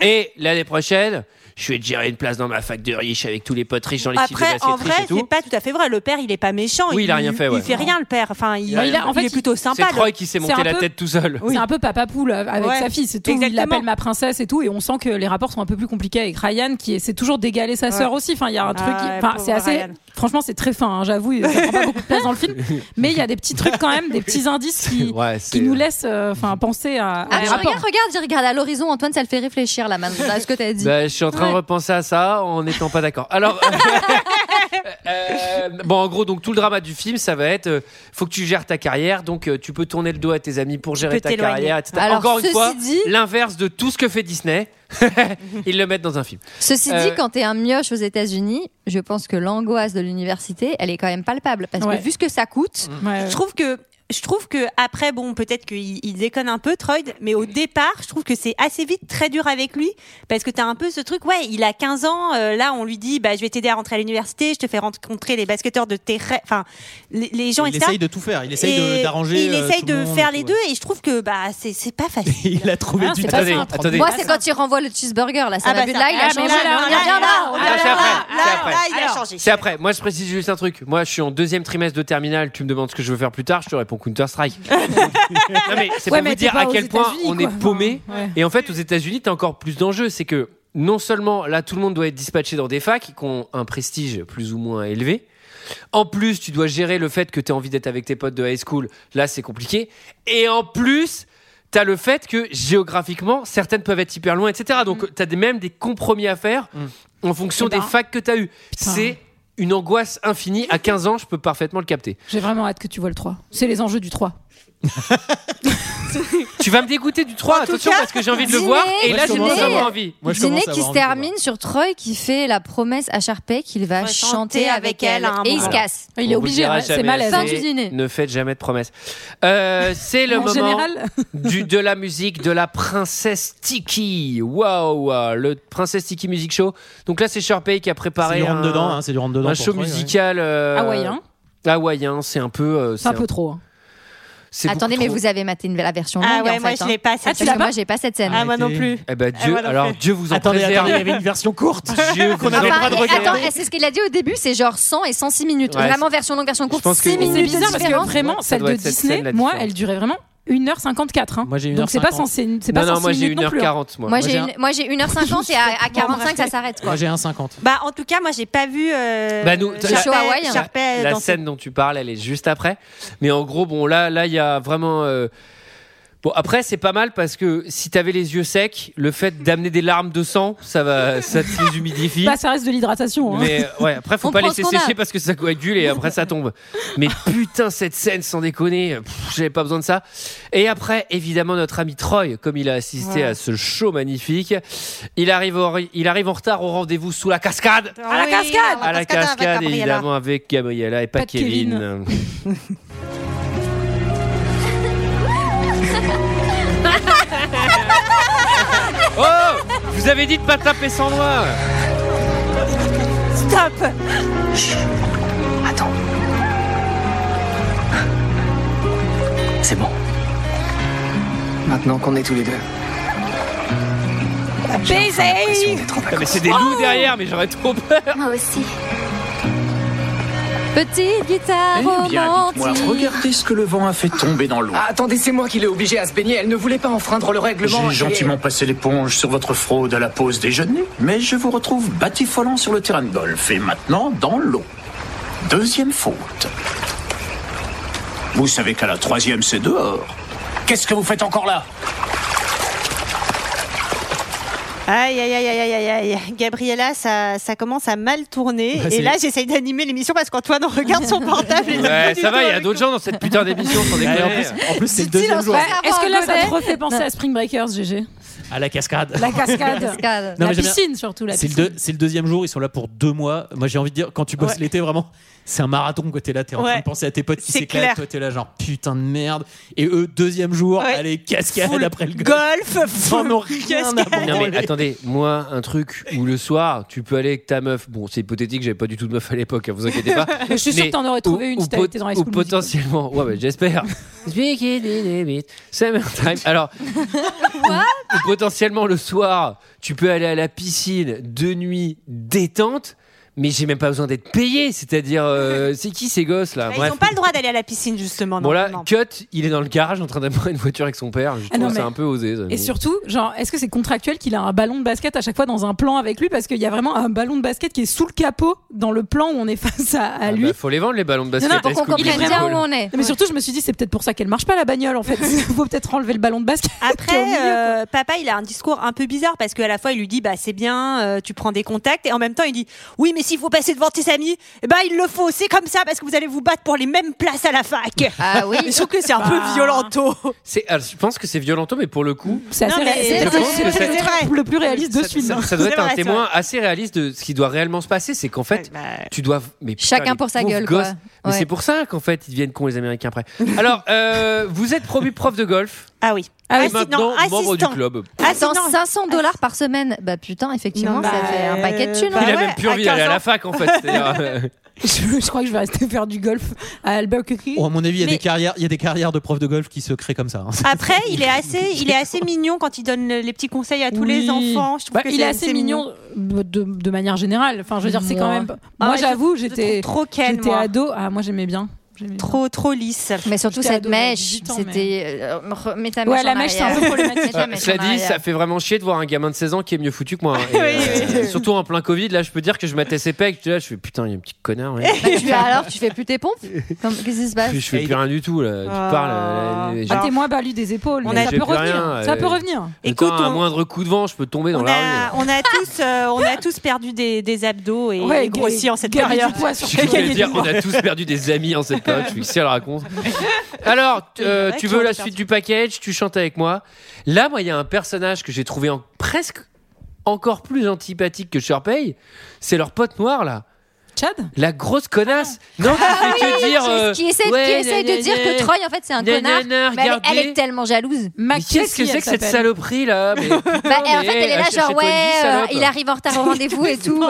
[SPEAKER 1] Et l'année prochaine, je vais te gérer une place dans ma fac de riche avec tous les potes riches dans les cycles de
[SPEAKER 7] Après,
[SPEAKER 1] basket
[SPEAKER 7] en
[SPEAKER 1] riches
[SPEAKER 7] vrai,
[SPEAKER 1] et tout.
[SPEAKER 7] c'est pas tout à fait vrai. Le père, il est pas méchant.
[SPEAKER 1] Oui, il a rien fait, ouais.
[SPEAKER 7] Il fait rien, le père. Enfin, il,
[SPEAKER 1] Il
[SPEAKER 10] Bah,
[SPEAKER 1] a
[SPEAKER 7] il
[SPEAKER 1] rien
[SPEAKER 7] est
[SPEAKER 1] fait.
[SPEAKER 7] plutôt sympa.
[SPEAKER 1] C'est Troy
[SPEAKER 7] le-
[SPEAKER 1] qui s'est
[SPEAKER 11] C'est
[SPEAKER 1] monté
[SPEAKER 11] un
[SPEAKER 1] la
[SPEAKER 11] peu-
[SPEAKER 1] tête tout seul.
[SPEAKER 11] C'est un peu papa poule avec
[SPEAKER 7] Ouais,
[SPEAKER 11] sa fille, c'est tout. Il
[SPEAKER 7] exactement.
[SPEAKER 11] l'appelle ma princesse et tout, et on sent que les rapports sont un peu plus compliqués avec Ryan, qui essaie toujours d'égaler sa
[SPEAKER 7] Ouais.
[SPEAKER 11] sœur aussi. Enfin, il y a un
[SPEAKER 7] Ah
[SPEAKER 11] truc. qui-
[SPEAKER 7] ouais,
[SPEAKER 11] Enfin,
[SPEAKER 7] pauvre
[SPEAKER 11] c'est assez.
[SPEAKER 7] Ryan.
[SPEAKER 11] Franchement, c'est très fin. hein, J'avoue, ça prend pas beaucoup de place dans
[SPEAKER 1] (laughs)
[SPEAKER 11] le film, mais il y a des petits trucs quand même, des petits indices qui,
[SPEAKER 1] Ouais,
[SPEAKER 11] qui
[SPEAKER 1] c'est-
[SPEAKER 11] nous laissent, euh, enfin, penser à, à
[SPEAKER 10] Ah,
[SPEAKER 11] des
[SPEAKER 10] tu
[SPEAKER 11] rapports.
[SPEAKER 10] regardes, regarde, il regarde à l'horizon, Antoine, ça le fait réfléchir là maintenant, à ce que t'as dit.
[SPEAKER 1] Bah, je suis en train de repenser à ça en n'étant pas d'accord.
[SPEAKER 11] (laughs)
[SPEAKER 1] Alors, euh, bon, en gros, donc tout le drama du film, ça va être, euh, faut que tu gères ta carrière, donc euh, tu peux tourner le dos à tes amis pour gérer
[SPEAKER 10] peux
[SPEAKER 1] ta
[SPEAKER 10] t'éloigner.
[SPEAKER 1] carrière, etc.
[SPEAKER 10] Alors,
[SPEAKER 1] Encore une
[SPEAKER 10] ceci
[SPEAKER 1] fois,
[SPEAKER 10] dit-
[SPEAKER 1] l'inverse de tout ce que fait
[SPEAKER 11] (laughs)
[SPEAKER 1] Disney, ils le mettent dans un film.
[SPEAKER 10] Ceci
[SPEAKER 1] Euh,
[SPEAKER 10] dit, quand t'es un mioche aux États-Unis, je pense que l'angoisse de l'université, elle est quand même palpable. Parce
[SPEAKER 7] Ouais.
[SPEAKER 10] que vu ce que ça coûte,
[SPEAKER 7] Je trouve que je trouve que après bon peut-être qu'il il déconne un peu Troy mais au départ je trouve que c'est assez vite très dur avec lui parce que t'as un peu ce truc ouais il a 15 ans euh, là on lui dit bah je vais t'aider à rentrer à l'université je te fais rencontrer les basketteurs de tes rêves enfin les, les gens
[SPEAKER 6] Il
[SPEAKER 7] etc.
[SPEAKER 6] essaye de tout faire. Il essaye
[SPEAKER 7] Et
[SPEAKER 6] de- d'arranger.
[SPEAKER 7] il
[SPEAKER 6] euh,
[SPEAKER 7] essaye
[SPEAKER 6] tout le
[SPEAKER 7] de
[SPEAKER 6] monde
[SPEAKER 7] faire
[SPEAKER 6] et
[SPEAKER 7] les
[SPEAKER 6] tout,
[SPEAKER 7] deux et je trouve que bah c'est c'est pas facile
[SPEAKER 6] ouais. Il a
[SPEAKER 11] Hein,
[SPEAKER 6] trouvé
[SPEAKER 7] Ah,
[SPEAKER 6] du
[SPEAKER 7] c'est
[SPEAKER 6] temps.
[SPEAKER 7] pas simple.
[SPEAKER 1] Attendez.
[SPEAKER 10] moi, c'est quand il renvoie le cheeseburger là. Ça
[SPEAKER 7] Ah
[SPEAKER 10] va
[SPEAKER 7] bah
[SPEAKER 10] plus.
[SPEAKER 7] ça-
[SPEAKER 10] Là, il a
[SPEAKER 7] ah, mais
[SPEAKER 10] changé.
[SPEAKER 7] là, là,
[SPEAKER 10] on y revient,
[SPEAKER 7] là,
[SPEAKER 10] là, on y
[SPEAKER 1] Non,
[SPEAKER 10] revient,
[SPEAKER 1] c'est
[SPEAKER 10] là.
[SPEAKER 1] après, c'est après.
[SPEAKER 7] là il a changé
[SPEAKER 1] C'est après. Moi, je précise juste un truc. Moi, je suis en deuxième trimestre de terminale. Tu me demandes ce que je veux faire plus tard. Je te réponds Counter
[SPEAKER 11] (laughs)
[SPEAKER 1] Strike. non, mais c'est
[SPEAKER 11] Ouais,
[SPEAKER 1] pour
[SPEAKER 11] mais
[SPEAKER 1] vous
[SPEAKER 11] t'es
[SPEAKER 1] dire
[SPEAKER 11] pas
[SPEAKER 1] à
[SPEAKER 11] aux
[SPEAKER 1] quel point
[SPEAKER 11] États-Unis,
[SPEAKER 1] on
[SPEAKER 11] quoi.
[SPEAKER 1] est paumé.
[SPEAKER 11] Ouais.
[SPEAKER 1] Et en fait, aux États-Unis, t'as encore plus d'enjeux. C'est que non seulement là, tout le monde doit être dispatché dans des facs qui ont un prestige plus ou moins élevé. En plus, tu dois gérer le fait que tu as envie d'être avec tes potes de high school. Là, c'est compliqué. Et en plus, tu as le fait que géographiquement, certaines peuvent être hyper loin, etc. Donc, tu as même des compromis à faire en fonction
[SPEAKER 11] Eh ben.
[SPEAKER 1] des facs que tu as eu. C'est une angoisse infinie. À 15 ans, je peux parfaitement le capter.
[SPEAKER 11] J'ai vraiment hâte que tu vois le 3. C'est les enjeux du 3.
[SPEAKER 1] Tu vas me dégoûter du 3,
[SPEAKER 10] tout
[SPEAKER 1] attention,
[SPEAKER 10] cas,
[SPEAKER 1] parce que j'ai envie de le
[SPEAKER 10] dîner,
[SPEAKER 1] voir. Et
[SPEAKER 10] Moi,
[SPEAKER 1] là,
[SPEAKER 10] je
[SPEAKER 1] j'ai
[SPEAKER 10] commence
[SPEAKER 1] moins
[SPEAKER 10] à
[SPEAKER 1] avoir
[SPEAKER 10] avoir
[SPEAKER 1] envie.
[SPEAKER 10] Dîner qui se termine sur Troy qui fait la promesse à Sharpay qu'il va chanter avec elle.
[SPEAKER 7] à un
[SPEAKER 10] Et il se
[SPEAKER 7] moment.
[SPEAKER 10] casse.
[SPEAKER 11] Il est
[SPEAKER 1] On vous
[SPEAKER 11] obligé,
[SPEAKER 1] dira
[SPEAKER 11] ouais, c'est
[SPEAKER 1] jamais
[SPEAKER 11] malaise.
[SPEAKER 1] assez,
[SPEAKER 11] Fin du dîner.
[SPEAKER 1] Ne faites jamais de promesses. Euh, c'est le
[SPEAKER 11] En
[SPEAKER 1] moment
[SPEAKER 11] général. (laughs)
[SPEAKER 1] du, de la musique de la princesse Tiki. Waouh, waouh, le princesse Tiki Music Show. Donc là, c'est Sharpay qui a
[SPEAKER 6] C'est
[SPEAKER 1] préparé
[SPEAKER 6] du
[SPEAKER 1] un,
[SPEAKER 6] rentre-dedans, hein, c'est du rentre-dedans
[SPEAKER 1] un
[SPEAKER 6] pour
[SPEAKER 1] show
[SPEAKER 6] Troy, ouais.
[SPEAKER 1] musical euh,
[SPEAKER 10] Hawaïen.
[SPEAKER 1] Hawaïen, c'est un peu. euh,
[SPEAKER 11] ah hein, C'est un peu trop. hein.
[SPEAKER 1] c'est beaucoup
[SPEAKER 10] Attendez, mais
[SPEAKER 1] trop.
[SPEAKER 10] vous avez maté une- la version longue.
[SPEAKER 7] Ah ouais,
[SPEAKER 10] en
[SPEAKER 7] moi,
[SPEAKER 10] fait,
[SPEAKER 7] je
[SPEAKER 10] hein.
[SPEAKER 7] l'ai pas, cette
[SPEAKER 10] Parce que
[SPEAKER 7] scène.
[SPEAKER 10] Moi, j'ai pas cette scène.
[SPEAKER 7] ah moi non plus
[SPEAKER 1] Eh ben Dieu,
[SPEAKER 7] moi non
[SPEAKER 1] alors
[SPEAKER 7] plus.
[SPEAKER 1] Dieu vous en
[SPEAKER 6] Attendez,
[SPEAKER 1] préserve.
[SPEAKER 6] attendez, il y avait une version courte.
[SPEAKER 1] Dieu vous en
[SPEAKER 6] n'avait
[SPEAKER 1] préserve.
[SPEAKER 6] pas de
[SPEAKER 10] Enfin,
[SPEAKER 6] regarder.
[SPEAKER 10] attends, c'est ce qu'il a dit au début, c'est genre 100 et 106 minutes.
[SPEAKER 1] Ouais,
[SPEAKER 10] vraiment version longue, version
[SPEAKER 1] je
[SPEAKER 10] courte,
[SPEAKER 1] pense que-
[SPEAKER 10] 6
[SPEAKER 1] Mais
[SPEAKER 11] C'est
[SPEAKER 10] minutes
[SPEAKER 11] bizarre parce que
[SPEAKER 10] différentes.
[SPEAKER 11] vraiment,
[SPEAKER 1] ça
[SPEAKER 11] celle
[SPEAKER 1] doit
[SPEAKER 11] de
[SPEAKER 1] être cette
[SPEAKER 11] Disney,
[SPEAKER 1] scène-là
[SPEAKER 11] moi,
[SPEAKER 1] différente.
[SPEAKER 11] elle durait vraiment 1h54. hein.
[SPEAKER 6] Moi, j'ai
[SPEAKER 11] Donc c'est pas
[SPEAKER 6] 1h50.
[SPEAKER 11] censé. C'est
[SPEAKER 1] Non,
[SPEAKER 11] pas
[SPEAKER 1] non, moi
[SPEAKER 11] 106
[SPEAKER 1] j'ai
[SPEAKER 11] minutes non plus. hein.
[SPEAKER 1] 1h40. Moi.
[SPEAKER 10] Moi, j'ai
[SPEAKER 6] j'ai
[SPEAKER 10] une- moi, j'ai
[SPEAKER 7] (laughs)
[SPEAKER 10] 1h50 et à, à 45, ça s'arrête. quoi.
[SPEAKER 6] Moi, j'ai un 50.
[SPEAKER 7] bah en tout cas moi j'ai pas vu euh,
[SPEAKER 1] Bah, nous,
[SPEAKER 7] Sharpay-
[SPEAKER 1] la-
[SPEAKER 10] Hawaï, hein.
[SPEAKER 7] Sharpay
[SPEAKER 1] La
[SPEAKER 7] dans ses-
[SPEAKER 1] scène dont tu parles, elle est juste après. Mais en gros, bon, là, là, il y a vraiment. euh, Bon, après, c'est pas mal parce que si t'avais les yeux secs, le fait d'amener des larmes de sang, ça va, ça te les humidifie.
[SPEAKER 11] Bah, ça reste de l'hydratation. hein.
[SPEAKER 1] Mais euh, ouais, après, faut
[SPEAKER 10] On
[SPEAKER 1] pas
[SPEAKER 10] prend
[SPEAKER 1] laisser
[SPEAKER 10] ce qu'on a.
[SPEAKER 1] sécher parce que ça coagule et après ça tombe. Mais putain, cette scène, sans déconner, pff, j'avais pas besoin de ça. Et après, évidemment, notre ami Troy, comme il a assisté à ce show magnifique, il arrive, en- il arrive en retard au rendez-vous sous la cascade.
[SPEAKER 11] À la
[SPEAKER 7] Oui,
[SPEAKER 11] cascade
[SPEAKER 1] À la
[SPEAKER 7] avec
[SPEAKER 1] cascade,
[SPEAKER 7] Gabriella.
[SPEAKER 1] évidemment, avec Gabriella et pas,
[SPEAKER 11] Pas de
[SPEAKER 1] Kevin.
[SPEAKER 11] Kevin.
[SPEAKER 1] oh Vous avez dit de pas taper sans moi
[SPEAKER 7] Stop
[SPEAKER 14] Attends. C'est bon. Maintenant qu'on est tous les deux.
[SPEAKER 1] Baiser Ah, Mais c'est des loups derrière, mais j'aurais trop peur.
[SPEAKER 10] Moi aussi. Petite guitare
[SPEAKER 12] Eh bien, dites-moi,
[SPEAKER 10] romantique.
[SPEAKER 12] regardez ce que le vent a fait tomber dans l'eau.
[SPEAKER 14] Ah, attendez, c'est moi qui l'ai obligée à se baigner. Elle ne voulait pas enfreindre le règlement.
[SPEAKER 12] J'ai
[SPEAKER 14] et-
[SPEAKER 12] gentiment passé l'éponge sur votre fraude à la pause déjeuner, mais je vous retrouve batifolant sur le terrain de golf et maintenant dans l'eau. Deuxième faute. Vous savez qu'à la troisième, c'est dehors. Qu'est-ce que vous faites encore là
[SPEAKER 7] Aïe, aïe, aïe, aïe, aïe, aïe, aïe. Gabriella, ça, ça commence à mal tourner.
[SPEAKER 1] Bah, c'est-
[SPEAKER 7] et là, j'essaye d'animer l'émission parce qu'Antoine regarde son portable. et il est pas
[SPEAKER 1] Ouais,
[SPEAKER 7] du
[SPEAKER 1] ça va,
[SPEAKER 7] tout
[SPEAKER 1] il y a
[SPEAKER 7] avec
[SPEAKER 1] d'autres gens dans cette putain d'émission,
[SPEAKER 11] (laughs)
[SPEAKER 1] sans déconner.
[SPEAKER 6] en plus, en plus, c'est le deuxième
[SPEAKER 11] Est-ce
[SPEAKER 6] jour.
[SPEAKER 11] que là, ça te refait penser à Spring Breakers, GG
[SPEAKER 6] À la cascade.
[SPEAKER 11] La cascade.
[SPEAKER 10] La cascade.
[SPEAKER 11] La
[SPEAKER 6] mais j'aime bien.
[SPEAKER 11] piscine, surtout, la
[SPEAKER 6] C'est le,
[SPEAKER 11] piscine.
[SPEAKER 6] deux- c'est le deuxième jour, ils sont là pour deux mois. Moi, j'ai envie de dire, quand tu bosses
[SPEAKER 11] Ouais.
[SPEAKER 6] l'été, vraiment, c'est un marathon que t'es là, t'es en train
[SPEAKER 11] Ouais.
[SPEAKER 6] de penser à tes potes qui
[SPEAKER 11] C'est
[SPEAKER 6] s'éclatent.
[SPEAKER 11] clair.
[SPEAKER 6] Toi, t'es là, genre putain de merde. Et eux, deuxième jour, allez, cascade
[SPEAKER 1] Full
[SPEAKER 6] après le
[SPEAKER 7] golf.
[SPEAKER 6] Ils en ont rien à
[SPEAKER 11] Ah,
[SPEAKER 1] Non mais
[SPEAKER 6] branler.
[SPEAKER 1] attendez, moi un truc où le soir tu peux aller avec ta meuf, bon c'est hypothétique, j'avais pas du tout de meuf à l'époque, hein, vous inquiétez pas.
[SPEAKER 11] (laughs) Je suis sûre
[SPEAKER 1] Mais
[SPEAKER 11] que t'en aurais trouvé
[SPEAKER 1] ou-
[SPEAKER 11] une
[SPEAKER 1] ou
[SPEAKER 11] si t'avais
[SPEAKER 1] pot-
[SPEAKER 11] été dans High
[SPEAKER 1] Ou
[SPEAKER 11] School Musical.
[SPEAKER 1] potentiellement, ouais mais j'espère.
[SPEAKER 11] (laughs)
[SPEAKER 1] Summertime. Alors, ou potentiellement le soir tu peux aller à la piscine de nuit détente, mais j'ai même pas besoin d'être payé, c'est-à-dire euh, c'est qui ces gosses là
[SPEAKER 7] Bah,
[SPEAKER 1] Bref.
[SPEAKER 7] Ils n'ont pas le droit d'aller à la piscine, justement.
[SPEAKER 1] Bon là,
[SPEAKER 7] normalement.
[SPEAKER 1] Cut, il est dans le garage en train d'avoir une voiture avec son père. Je
[SPEAKER 11] Ah non,
[SPEAKER 1] trouve
[SPEAKER 11] mais-
[SPEAKER 1] ça un peu osé. ça.
[SPEAKER 11] Et surtout, genre, est-ce que c'est contractuel qu'il a un ballon de basket à chaque fois dans un plan avec lui Parce qu'il y a vraiment un ballon de basket qui est sous le capot dans le plan où on est (laughs) face à, à
[SPEAKER 1] Ah
[SPEAKER 11] lui.
[SPEAKER 1] bah, faut les vendre les ballons de basket.
[SPEAKER 11] Non, non,
[SPEAKER 1] High School
[SPEAKER 11] il est
[SPEAKER 1] Musical.
[SPEAKER 11] vraiment- Non, Mais surtout, je me suis dit, c'est peut-être pour ça qu'elle marche pas la bagnole
[SPEAKER 1] (laughs)
[SPEAKER 11] en fait. Il faut peut-être enlever le ballon de basket. qui est (laughs) au
[SPEAKER 7] Après,
[SPEAKER 11] milieu, quoi.
[SPEAKER 7] euh, papa, il a un discours un peu bizarre parce qu'à la fois, il lui dit bah c'est bien, euh, tu prends des contacts, et en même temps, il dit oui, mais s'il faut passer devant tes amis, eh ben il le faut, c'est comme ça parce que vous allez vous battre pour les mêmes places à
[SPEAKER 11] (laughs)
[SPEAKER 7] la fac.
[SPEAKER 1] (laughs) Ah oui.
[SPEAKER 7] Je trouve que c'est un peu
[SPEAKER 1] Bah.
[SPEAKER 7] violento.
[SPEAKER 1] C'est- alors, je pense que c'est violento, mais pour le coup,
[SPEAKER 11] C'est assez
[SPEAKER 7] Non, mais
[SPEAKER 11] réaliste.
[SPEAKER 7] c'est-
[SPEAKER 11] Je
[SPEAKER 7] c'est-
[SPEAKER 11] pense que
[SPEAKER 7] c'est-
[SPEAKER 11] c'est
[SPEAKER 7] c'est vrai.
[SPEAKER 11] le plus réaliste de hein. suite.
[SPEAKER 1] ça, ça doit être un témoin assez réaliste de ce qui doit réellement se passer. C'est qu'en
[SPEAKER 7] bah,
[SPEAKER 1] fait, tu dois. Mais putain,
[SPEAKER 10] Chacun
[SPEAKER 1] les
[SPEAKER 10] pour sa
[SPEAKER 1] pauvres
[SPEAKER 10] gueule, quoi.
[SPEAKER 1] gosses. Mais
[SPEAKER 10] Ouais.
[SPEAKER 1] c'est pour ça qu'en fait, ils deviennent cons les Américains après. Alors, euh, vous êtes promu prof de golf.
[SPEAKER 7] Ah oui.
[SPEAKER 1] Et
[SPEAKER 10] Ah oui.
[SPEAKER 1] maintenant
[SPEAKER 10] Assistant.
[SPEAKER 1] membre du
[SPEAKER 10] Assistant.
[SPEAKER 1] club.
[SPEAKER 10] Attends, 500 dollars par semaine. Bah putain, effectivement,
[SPEAKER 11] Non,
[SPEAKER 10] ça
[SPEAKER 11] bah,
[SPEAKER 10] fait un paquet de thunes. hein.
[SPEAKER 1] Il a même plus envie d'aller à la fac en fait. C'est-à-dire, euh,
[SPEAKER 11] (laughs) Je, je crois que je vais rester faire du golf à Albuquerque.
[SPEAKER 6] Oh, à mon avis, il y, a
[SPEAKER 11] Mais-
[SPEAKER 6] des carrières, il y a des carrières de profs de golf qui se créent comme ça. hein.
[SPEAKER 7] Après, il est assez, il est assez mignon quand il donne le- les petits conseils à tous les
[SPEAKER 11] Oui.
[SPEAKER 7] enfants. Je trouve
[SPEAKER 11] Bah,
[SPEAKER 7] que
[SPEAKER 11] il
[SPEAKER 7] c'est-
[SPEAKER 11] est assez
[SPEAKER 7] c'est
[SPEAKER 11] mignon euh, de, de manière générale. Enfin, je veux dire, c'est quand
[SPEAKER 7] Moi.
[SPEAKER 11] même. Moi,
[SPEAKER 7] Ah ouais, je-
[SPEAKER 11] j'avoue,
[SPEAKER 7] je
[SPEAKER 11] j'étais
[SPEAKER 7] trouve trop ken,
[SPEAKER 11] J'étais
[SPEAKER 7] moi.
[SPEAKER 11] ado. Ah, moi, j'aimais bien.
[SPEAKER 7] Trop, trop lisse.
[SPEAKER 10] Mais surtout
[SPEAKER 11] J'étais
[SPEAKER 10] cette
[SPEAKER 11] ado, j'avais
[SPEAKER 10] mèche,
[SPEAKER 11] 18 ans,
[SPEAKER 10] c'était. euh, remets ta
[SPEAKER 11] Ouais,
[SPEAKER 10] mèche.
[SPEAKER 11] la
[SPEAKER 10] en
[SPEAKER 11] mèche, c'est un
[SPEAKER 10] arrière.
[SPEAKER 11] peu problématique.
[SPEAKER 10] Mets ta
[SPEAKER 1] Ah,
[SPEAKER 10] mèche
[SPEAKER 1] Cela
[SPEAKER 10] en
[SPEAKER 1] dit,
[SPEAKER 10] arrière.
[SPEAKER 1] ça fait vraiment chier de voir un gamin de 16 ans qui est mieux foutu que moi.
[SPEAKER 7] (laughs)
[SPEAKER 1] hein. Et, euh, Surtout en plein Covid, là, je peux dire que je m'attais ses pecs. Je, je fais putain, il y a un petit connard.
[SPEAKER 7] (laughs)
[SPEAKER 1] ouais.
[SPEAKER 10] Bah,
[SPEAKER 1] (laughs)
[SPEAKER 10] tu, alors, tu fais plus tes pompes Comme- Qu'est-ce qui se
[SPEAKER 7] Bah,
[SPEAKER 10] passe
[SPEAKER 1] Puis je fais plus rien du tout là. Tu
[SPEAKER 7] Oh.
[SPEAKER 1] parles. euh, les gens-
[SPEAKER 11] Ah, t'es moins balu des épaules.
[SPEAKER 1] On
[SPEAKER 11] mais
[SPEAKER 1] a-
[SPEAKER 11] ça
[SPEAKER 1] j'ai
[SPEAKER 11] peut
[SPEAKER 1] plus
[SPEAKER 11] revenir.
[SPEAKER 1] rien,
[SPEAKER 11] ça
[SPEAKER 1] euh,
[SPEAKER 11] peut revenir.
[SPEAKER 1] Écoute, un moindre coup de vent, je peux tomber dans
[SPEAKER 7] On
[SPEAKER 1] la
[SPEAKER 7] (laughs) a,
[SPEAKER 1] rue.
[SPEAKER 7] on a tous, euh, on a tous perdu des, des abdos et,
[SPEAKER 11] Ouais,
[SPEAKER 7] et grossi
[SPEAKER 11] gagner-
[SPEAKER 7] en cette
[SPEAKER 11] gagner du
[SPEAKER 7] période.
[SPEAKER 11] poids,
[SPEAKER 1] Je voulais dire, on a tous perdu des amis en
[SPEAKER 7] (laughs)
[SPEAKER 1] cette période. Je suis si elle raconte. Alors, t- euh,
[SPEAKER 7] Ouais,
[SPEAKER 1] tu
[SPEAKER 7] qui
[SPEAKER 1] veux
[SPEAKER 7] ont
[SPEAKER 1] la
[SPEAKER 7] perdu.
[SPEAKER 1] suite du package Tu chantes avec moi. Là, moi, il y a un personnage que j'ai trouvé en- presque encore plus antipathique que Sharpay. C'est leur pote noir là.
[SPEAKER 7] (laughs)
[SPEAKER 11] Chad
[SPEAKER 1] La grosse connasse. Non, qui
[SPEAKER 10] Ah
[SPEAKER 1] fait que
[SPEAKER 10] oui,
[SPEAKER 1] dire.
[SPEAKER 10] qui-
[SPEAKER 1] euh,
[SPEAKER 10] qui essaie,
[SPEAKER 1] ouais,
[SPEAKER 10] qui essaie
[SPEAKER 1] gna,
[SPEAKER 10] de
[SPEAKER 1] gna,
[SPEAKER 10] dire
[SPEAKER 1] gna.
[SPEAKER 10] que Troy en fait c'est un
[SPEAKER 1] Gna, gna, gna,
[SPEAKER 10] connard mais elle est- elle,
[SPEAKER 1] regardez.
[SPEAKER 10] est tellement jalouse
[SPEAKER 1] Mais qu'est-ce que c'est que cette saloperie là Mais-
[SPEAKER 10] (laughs) bah, et en
[SPEAKER 1] mais,
[SPEAKER 10] fait elle est là
[SPEAKER 1] achète-toi
[SPEAKER 10] genre
[SPEAKER 1] une
[SPEAKER 10] ouais
[SPEAKER 1] vie,
[SPEAKER 10] euh,
[SPEAKER 1] salope.
[SPEAKER 10] il arrive en retard au
[SPEAKER 1] (laughs)
[SPEAKER 10] rendez-vous et tout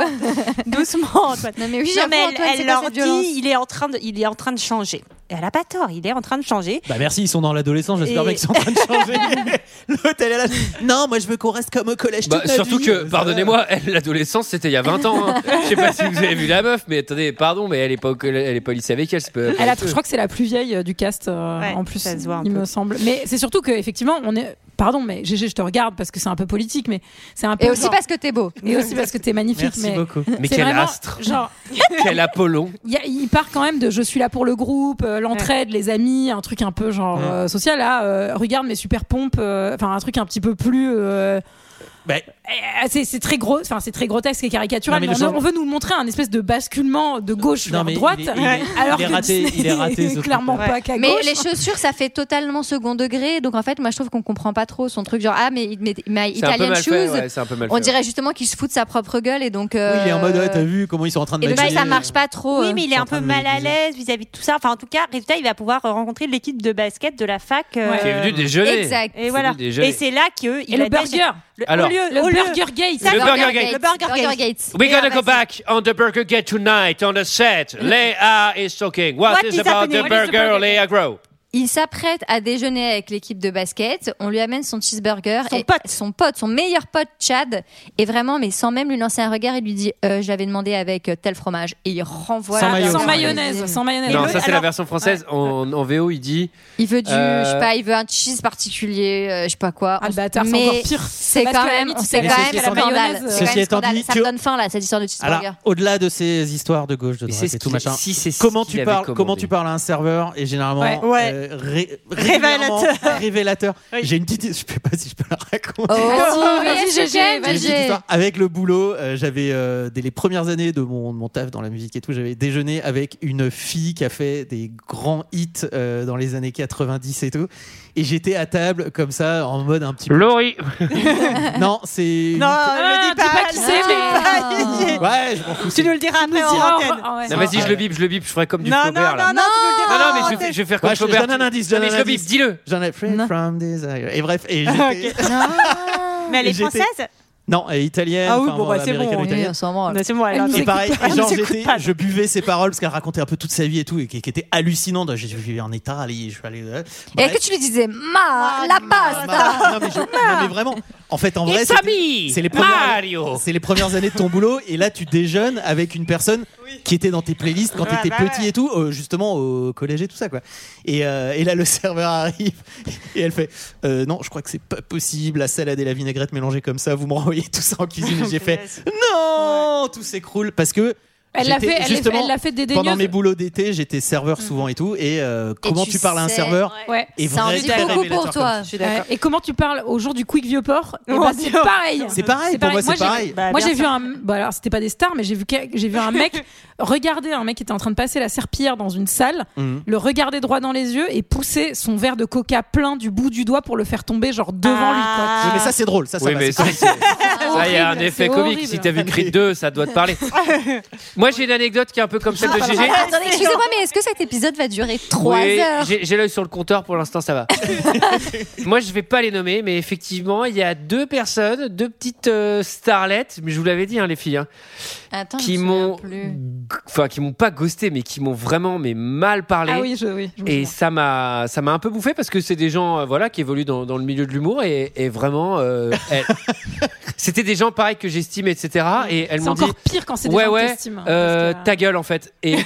[SPEAKER 7] doucement Antoine.
[SPEAKER 10] non mais oui
[SPEAKER 7] Non,
[SPEAKER 10] j'avoue
[SPEAKER 7] mais
[SPEAKER 10] Antoine,
[SPEAKER 7] elle,
[SPEAKER 10] c'est
[SPEAKER 7] elle
[SPEAKER 10] quoi
[SPEAKER 7] leur
[SPEAKER 10] cette
[SPEAKER 7] dit,
[SPEAKER 10] violence
[SPEAKER 7] il est en train de, il est en train de changer. Et elle a pas tort, il est en train de changer.
[SPEAKER 6] Bah merci, ils sont dans l'adolescence, j'espère
[SPEAKER 7] Et-
[SPEAKER 6] bien qu'ils sont en train de changer. (laughs) L'autre, elle est là. Non, moi je veux qu'on reste comme au collège.
[SPEAKER 1] Bah,
[SPEAKER 6] toute
[SPEAKER 10] euh,
[SPEAKER 6] notre
[SPEAKER 1] surtout
[SPEAKER 6] vie.
[SPEAKER 1] que, pardonnez-moi, (laughs) elle, l'adolescence, c'était il y a 20 ans. hein. Je sais pas si vous avez vu la meuf, mais attendez, pardon, mais elle est pas au, coll- elle est pas au lycée avec elle. c'est pas-
[SPEAKER 11] Elle a, je crois que c'est la plus vieille euh, du cast euh,
[SPEAKER 7] Ouais,
[SPEAKER 11] en plus,
[SPEAKER 7] ça se voit un
[SPEAKER 11] il
[SPEAKER 7] peu.
[SPEAKER 11] me semble. Mais c'est surtout que effectivement, on est. Pardon, mais GG, je te regarde parce que c'est un peu politique, mais c'est un peu.
[SPEAKER 10] et aussi
[SPEAKER 11] genre-
[SPEAKER 10] parce que t'es beau
[SPEAKER 11] et aussi parce que t'es magnifique.
[SPEAKER 1] Merci
[SPEAKER 11] mais
[SPEAKER 1] beaucoup. Mais
[SPEAKER 11] c'est
[SPEAKER 1] quel
[SPEAKER 11] vraiment,
[SPEAKER 1] astre.
[SPEAKER 11] Genre,
[SPEAKER 1] Quel Apollon.
[SPEAKER 11] il y a- il part quand même de je suis là pour le groupe, euh, l'entraide, les amis, un truc un peu genre euh, social. Là, euh, regarde mes super pompes, euh, enfin un truc un petit peu plus. euh,
[SPEAKER 6] Bah,
[SPEAKER 11] euh, c'est c'est très gros, enfin c'est très grotesque et caricatural.
[SPEAKER 6] Non, mais
[SPEAKER 11] mais
[SPEAKER 6] le
[SPEAKER 11] on,
[SPEAKER 6] genre-
[SPEAKER 11] on veut nous montrer un espèce de basculement de gauche
[SPEAKER 6] Non, mais
[SPEAKER 11] vers
[SPEAKER 6] il
[SPEAKER 11] droite,
[SPEAKER 6] est- il est- il
[SPEAKER 11] (laughs) alors
[SPEAKER 6] est
[SPEAKER 11] que
[SPEAKER 6] raté,
[SPEAKER 11] Disney
[SPEAKER 6] il est raté, ce
[SPEAKER 11] clairement
[SPEAKER 6] truc.
[SPEAKER 11] pas qu'à
[SPEAKER 10] mais
[SPEAKER 11] gauche.
[SPEAKER 10] les chaussures ça fait totalement second degré donc en fait moi je trouve qu'on comprend pas trop son truc genre ah mais il met my
[SPEAKER 1] C'est un peu
[SPEAKER 10] Italian
[SPEAKER 1] mal fait,
[SPEAKER 10] shoes
[SPEAKER 1] ouais, c'est un peu mal
[SPEAKER 10] on
[SPEAKER 1] fait.
[SPEAKER 10] dirait justement qu'il se fout de sa propre gueule et donc
[SPEAKER 6] Oui,
[SPEAKER 10] euh,
[SPEAKER 6] il est en mode, ouais, t'as vu comment ils sont en train de
[SPEAKER 10] et donc
[SPEAKER 6] maquiller.
[SPEAKER 10] ça marche pas trop
[SPEAKER 7] Oui,
[SPEAKER 10] euh.
[SPEAKER 7] mais il est un peu mal à l'aise vis-à-vis de tout ça. Enfin, en tout cas, résultat, il va pouvoir rencontrer l'équipe de basket de la fac. euh,
[SPEAKER 1] Qui est venu déjeuner.
[SPEAKER 7] Exact.
[SPEAKER 1] Qui est
[SPEAKER 7] Et voilà.
[SPEAKER 1] venu déjeuner.
[SPEAKER 7] Et c'est là que
[SPEAKER 11] Et le burger.
[SPEAKER 1] Le- Alors. au lieu-
[SPEAKER 11] le
[SPEAKER 7] au lieu-
[SPEAKER 11] Burger Gate.
[SPEAKER 1] Le Le Burger Burger Gate. Gate.
[SPEAKER 7] Le Burger Gate.
[SPEAKER 1] We're
[SPEAKER 10] euh,
[SPEAKER 1] gonna go back on the Burger Gate tonight on the set. Leia is talking. What,
[SPEAKER 10] Mm. What
[SPEAKER 1] is,
[SPEAKER 10] is
[SPEAKER 1] about the
[SPEAKER 10] happening? What is the
[SPEAKER 1] burger,
[SPEAKER 10] Burger
[SPEAKER 1] Leia Grow?
[SPEAKER 10] Il s'apprête à déjeuner avec l'équipe de basket. On lui amène son cheeseburger. Son pote. Son pote, son meilleur pote, Chad. Et vraiment, mais sans même lui lancer un regard, il lui dit euh, Je l'avais demandé avec euh, tel fromage. Et il renvoie.
[SPEAKER 11] Sans
[SPEAKER 10] la-
[SPEAKER 11] mayonnaise. Sans mayonnaise, sans mayonnaise.
[SPEAKER 1] Non,
[SPEAKER 11] Et le-
[SPEAKER 1] ça c'est la
[SPEAKER 11] alors-
[SPEAKER 1] version française. En, en VO, il dit.
[SPEAKER 10] Il veut du,
[SPEAKER 1] euh,
[SPEAKER 10] je sais pas, il veut un cheese particulier, euh, je sais pas quoi.
[SPEAKER 11] Ah, le bâtard, c'est
[SPEAKER 10] Mais
[SPEAKER 11] encore pire.
[SPEAKER 10] C'est
[SPEAKER 11] Parce
[SPEAKER 10] quand
[SPEAKER 11] que la
[SPEAKER 10] même,
[SPEAKER 11] limite,
[SPEAKER 10] c'est
[SPEAKER 11] c'est
[SPEAKER 10] quand
[SPEAKER 11] la
[SPEAKER 10] même
[SPEAKER 11] mayonnaise. Ceci
[SPEAKER 10] scandale. C'est quand même
[SPEAKER 6] étant
[SPEAKER 10] scandale.
[SPEAKER 6] dit
[SPEAKER 10] ça
[SPEAKER 6] que-
[SPEAKER 10] me donne faim là, cette histoire de
[SPEAKER 6] Alors,
[SPEAKER 10] cheeseburger.
[SPEAKER 6] au-delà de ces histoires de gauche, de droite
[SPEAKER 1] c'est ce
[SPEAKER 6] et tout
[SPEAKER 1] qu'il-
[SPEAKER 6] machin,
[SPEAKER 1] si, c'est ce
[SPEAKER 6] comment,
[SPEAKER 1] qu'il
[SPEAKER 6] tu
[SPEAKER 1] avait
[SPEAKER 6] parles,
[SPEAKER 1] commandé.
[SPEAKER 6] comment tu parles à un serveur et généralement
[SPEAKER 1] Ouais.
[SPEAKER 6] euh, ré- régulièrement,
[SPEAKER 1] Révélateur.
[SPEAKER 7] (laughs)
[SPEAKER 6] révélateur. J'ai une petite, je sais pas si je peux la raconter. (laughs)
[SPEAKER 10] Oh, vas-y, vas-y,
[SPEAKER 6] J'ai
[SPEAKER 10] GG,
[SPEAKER 6] une petite
[SPEAKER 10] vas-y.
[SPEAKER 6] histoire. Avec le boulot, euh, j'avais euh, dès les premières années de mon, de mon taf dans la musique et tout, j'avais déjeuné avec une fille qui a fait des grands hits euh, dans les années 90 et tout, et j'étais à table comme ça en mode un
[SPEAKER 1] (laughs)
[SPEAKER 6] petit. peu...
[SPEAKER 1] Laurie.
[SPEAKER 6] non, c'est.
[SPEAKER 1] Non,
[SPEAKER 11] Ah, dis pas qui c'est, mais-
[SPEAKER 6] Ouais, je m'en fous.
[SPEAKER 7] Tu nous le diras après
[SPEAKER 11] nous
[SPEAKER 7] en
[SPEAKER 11] diras en-
[SPEAKER 7] antenne.
[SPEAKER 11] ah ouais.
[SPEAKER 1] Non, vas-y, je le bip, je le bip, je ferai comme du
[SPEAKER 7] Non,
[SPEAKER 1] Flaubert
[SPEAKER 7] non,
[SPEAKER 1] là.
[SPEAKER 7] non, non, tu le diras
[SPEAKER 1] Non, non,
[SPEAKER 7] en
[SPEAKER 1] mais je, vais-
[SPEAKER 7] antenne.
[SPEAKER 1] je vais faire comme
[SPEAKER 6] Ouais, je- je
[SPEAKER 1] Flaubert.
[SPEAKER 6] donne un indice, je
[SPEAKER 1] Non,
[SPEAKER 6] donne
[SPEAKER 1] mais
[SPEAKER 6] un
[SPEAKER 1] je le
[SPEAKER 6] indice.
[SPEAKER 1] bip, dis-le.
[SPEAKER 6] J'en ai pris from desire. Et bref, et j'étais-
[SPEAKER 7] (laughs) Ok. Mais elle est
[SPEAKER 6] Et j'étais-
[SPEAKER 7] française
[SPEAKER 6] Non, elle est italienne.
[SPEAKER 7] Ah oui,
[SPEAKER 6] enfin,
[SPEAKER 7] bon, bah, c'est
[SPEAKER 6] américaine
[SPEAKER 7] bon,
[SPEAKER 6] ou
[SPEAKER 7] on
[SPEAKER 6] italienne.
[SPEAKER 7] est- on s'en branle. C'est bon, elle nous
[SPEAKER 6] et
[SPEAKER 7] écoute
[SPEAKER 6] pareil,
[SPEAKER 7] pas,
[SPEAKER 6] et
[SPEAKER 7] elle
[SPEAKER 6] genre,
[SPEAKER 7] nous écoute
[SPEAKER 6] j'étais-
[SPEAKER 7] pas.
[SPEAKER 6] je buvais ses paroles parce qu'elle racontait un peu toute sa vie et tout, et qui, qui était hallucinante. J'ai vu en état, allez, je suis allé. euh,
[SPEAKER 10] Et
[SPEAKER 6] bref.
[SPEAKER 10] est-ce que tu lui disais, ma, la pasta
[SPEAKER 6] Non, mais, je- non, mais vraiment, en fait, en vrai,
[SPEAKER 10] It's a
[SPEAKER 6] c'était-
[SPEAKER 10] me,
[SPEAKER 6] c'est les,
[SPEAKER 1] Ah,
[SPEAKER 6] premières-
[SPEAKER 1] Mario.
[SPEAKER 6] c'est les premières années de ton boulot, et là, tu déjeunes avec une personne qui était dans tes playlists quand
[SPEAKER 1] Ouais,
[SPEAKER 6] t'étais
[SPEAKER 1] bah
[SPEAKER 6] petit et tout, euh, justement au collège et tout ça, quoi. Et, euh, et là, le (laughs) serveur arrive, et elle fait euh, Non, je crois que c'est pas possible, la salade et la vinaigrette mélangées comme ça, vous me renvoyez tout ça en cuisine, et j'ai fait Non Tout s'écroule parce que.
[SPEAKER 11] Elle l'a
[SPEAKER 6] j'étais-
[SPEAKER 11] fait- elle l'a fait-
[SPEAKER 6] justement,
[SPEAKER 11] elle l'a fait dédaigneuse.
[SPEAKER 6] Pendant mes boulots d'été, j'étais serveur souvent et tout. Et euh, comment tu, parles à un serveur
[SPEAKER 11] Ouais.
[SPEAKER 6] est vrai, très révélateur comme ça.
[SPEAKER 11] Ouais. Et comment tu parles au jour du Quick Vieux Port Eh ben,
[SPEAKER 6] Mon
[SPEAKER 11] C'est
[SPEAKER 6] Dieu.
[SPEAKER 11] pareil.
[SPEAKER 6] C'est pareil, pour moi, c'est
[SPEAKER 11] j'ai-
[SPEAKER 7] Eh,
[SPEAKER 6] pareil. Bah,
[SPEAKER 11] moi
[SPEAKER 6] bien
[SPEAKER 11] j'ai vu
[SPEAKER 6] sûr.
[SPEAKER 11] un. Bah, alors c'était pas des stars, mais j'ai vu que- j'ai vu
[SPEAKER 6] (laughs)
[SPEAKER 11] un mec regarder un mec qui était en train de passer la serpillière dans une salle,
[SPEAKER 6] Mhm.
[SPEAKER 11] le regarder droit dans les yeux et pousser son verre de Coca plein du bout du doigt pour le faire tomber genre devant lui. Quoi.
[SPEAKER 6] Oui, mais ça c'est drôle, ça ça
[SPEAKER 1] Oui,
[SPEAKER 6] va,
[SPEAKER 1] mais
[SPEAKER 6] c'est
[SPEAKER 1] ça,
[SPEAKER 6] pas-
[SPEAKER 1] c'est- Ça, il y a un
[SPEAKER 11] Horrible,
[SPEAKER 1] effet
[SPEAKER 11] c'est
[SPEAKER 1] comique.
[SPEAKER 11] horrible.
[SPEAKER 1] Si t'as vu Creed 2, ça doit te parler. Moi, j'ai une anecdote qui est un peu comme celle de GG.
[SPEAKER 10] Attendez, excusez-moi, mais est-ce que cet épisode va durer 3
[SPEAKER 1] Oui,
[SPEAKER 10] heures
[SPEAKER 1] j'ai- J'ai l'œil sur le compteur pour l'instant, ça va. Moi, je vais pas les nommer, mais effectivement, il y a deux personnes, deux petites euh, starlettes, mais je vous l'avais dit, hein, les filles, hein,
[SPEAKER 10] Attends,
[SPEAKER 1] qui m'ont, enfin, qui m'ont pas ghosté, mais qui m'ont vraiment mais mal parlé.
[SPEAKER 11] Ah oui, je, oui, je me
[SPEAKER 1] Et
[SPEAKER 11] souviens.
[SPEAKER 1] ça m'a, ça m'a un peu bouffé parce que c'est des gens, euh, voilà, qui évoluent dans, dans le milieu de l'humour et, et vraiment,
[SPEAKER 10] (laughs)
[SPEAKER 1] euh, elles- c'était des gens pareils que j'estime, etc. Et elles
[SPEAKER 11] C'est
[SPEAKER 1] m'ont dit,
[SPEAKER 11] encore pire quand c'est des
[SPEAKER 1] ouais,
[SPEAKER 11] gens que
[SPEAKER 1] ouais,
[SPEAKER 11] t'estimes, hein,
[SPEAKER 1] euh, ta gueule en fait.
[SPEAKER 10] (laughs)
[SPEAKER 1] Et moi,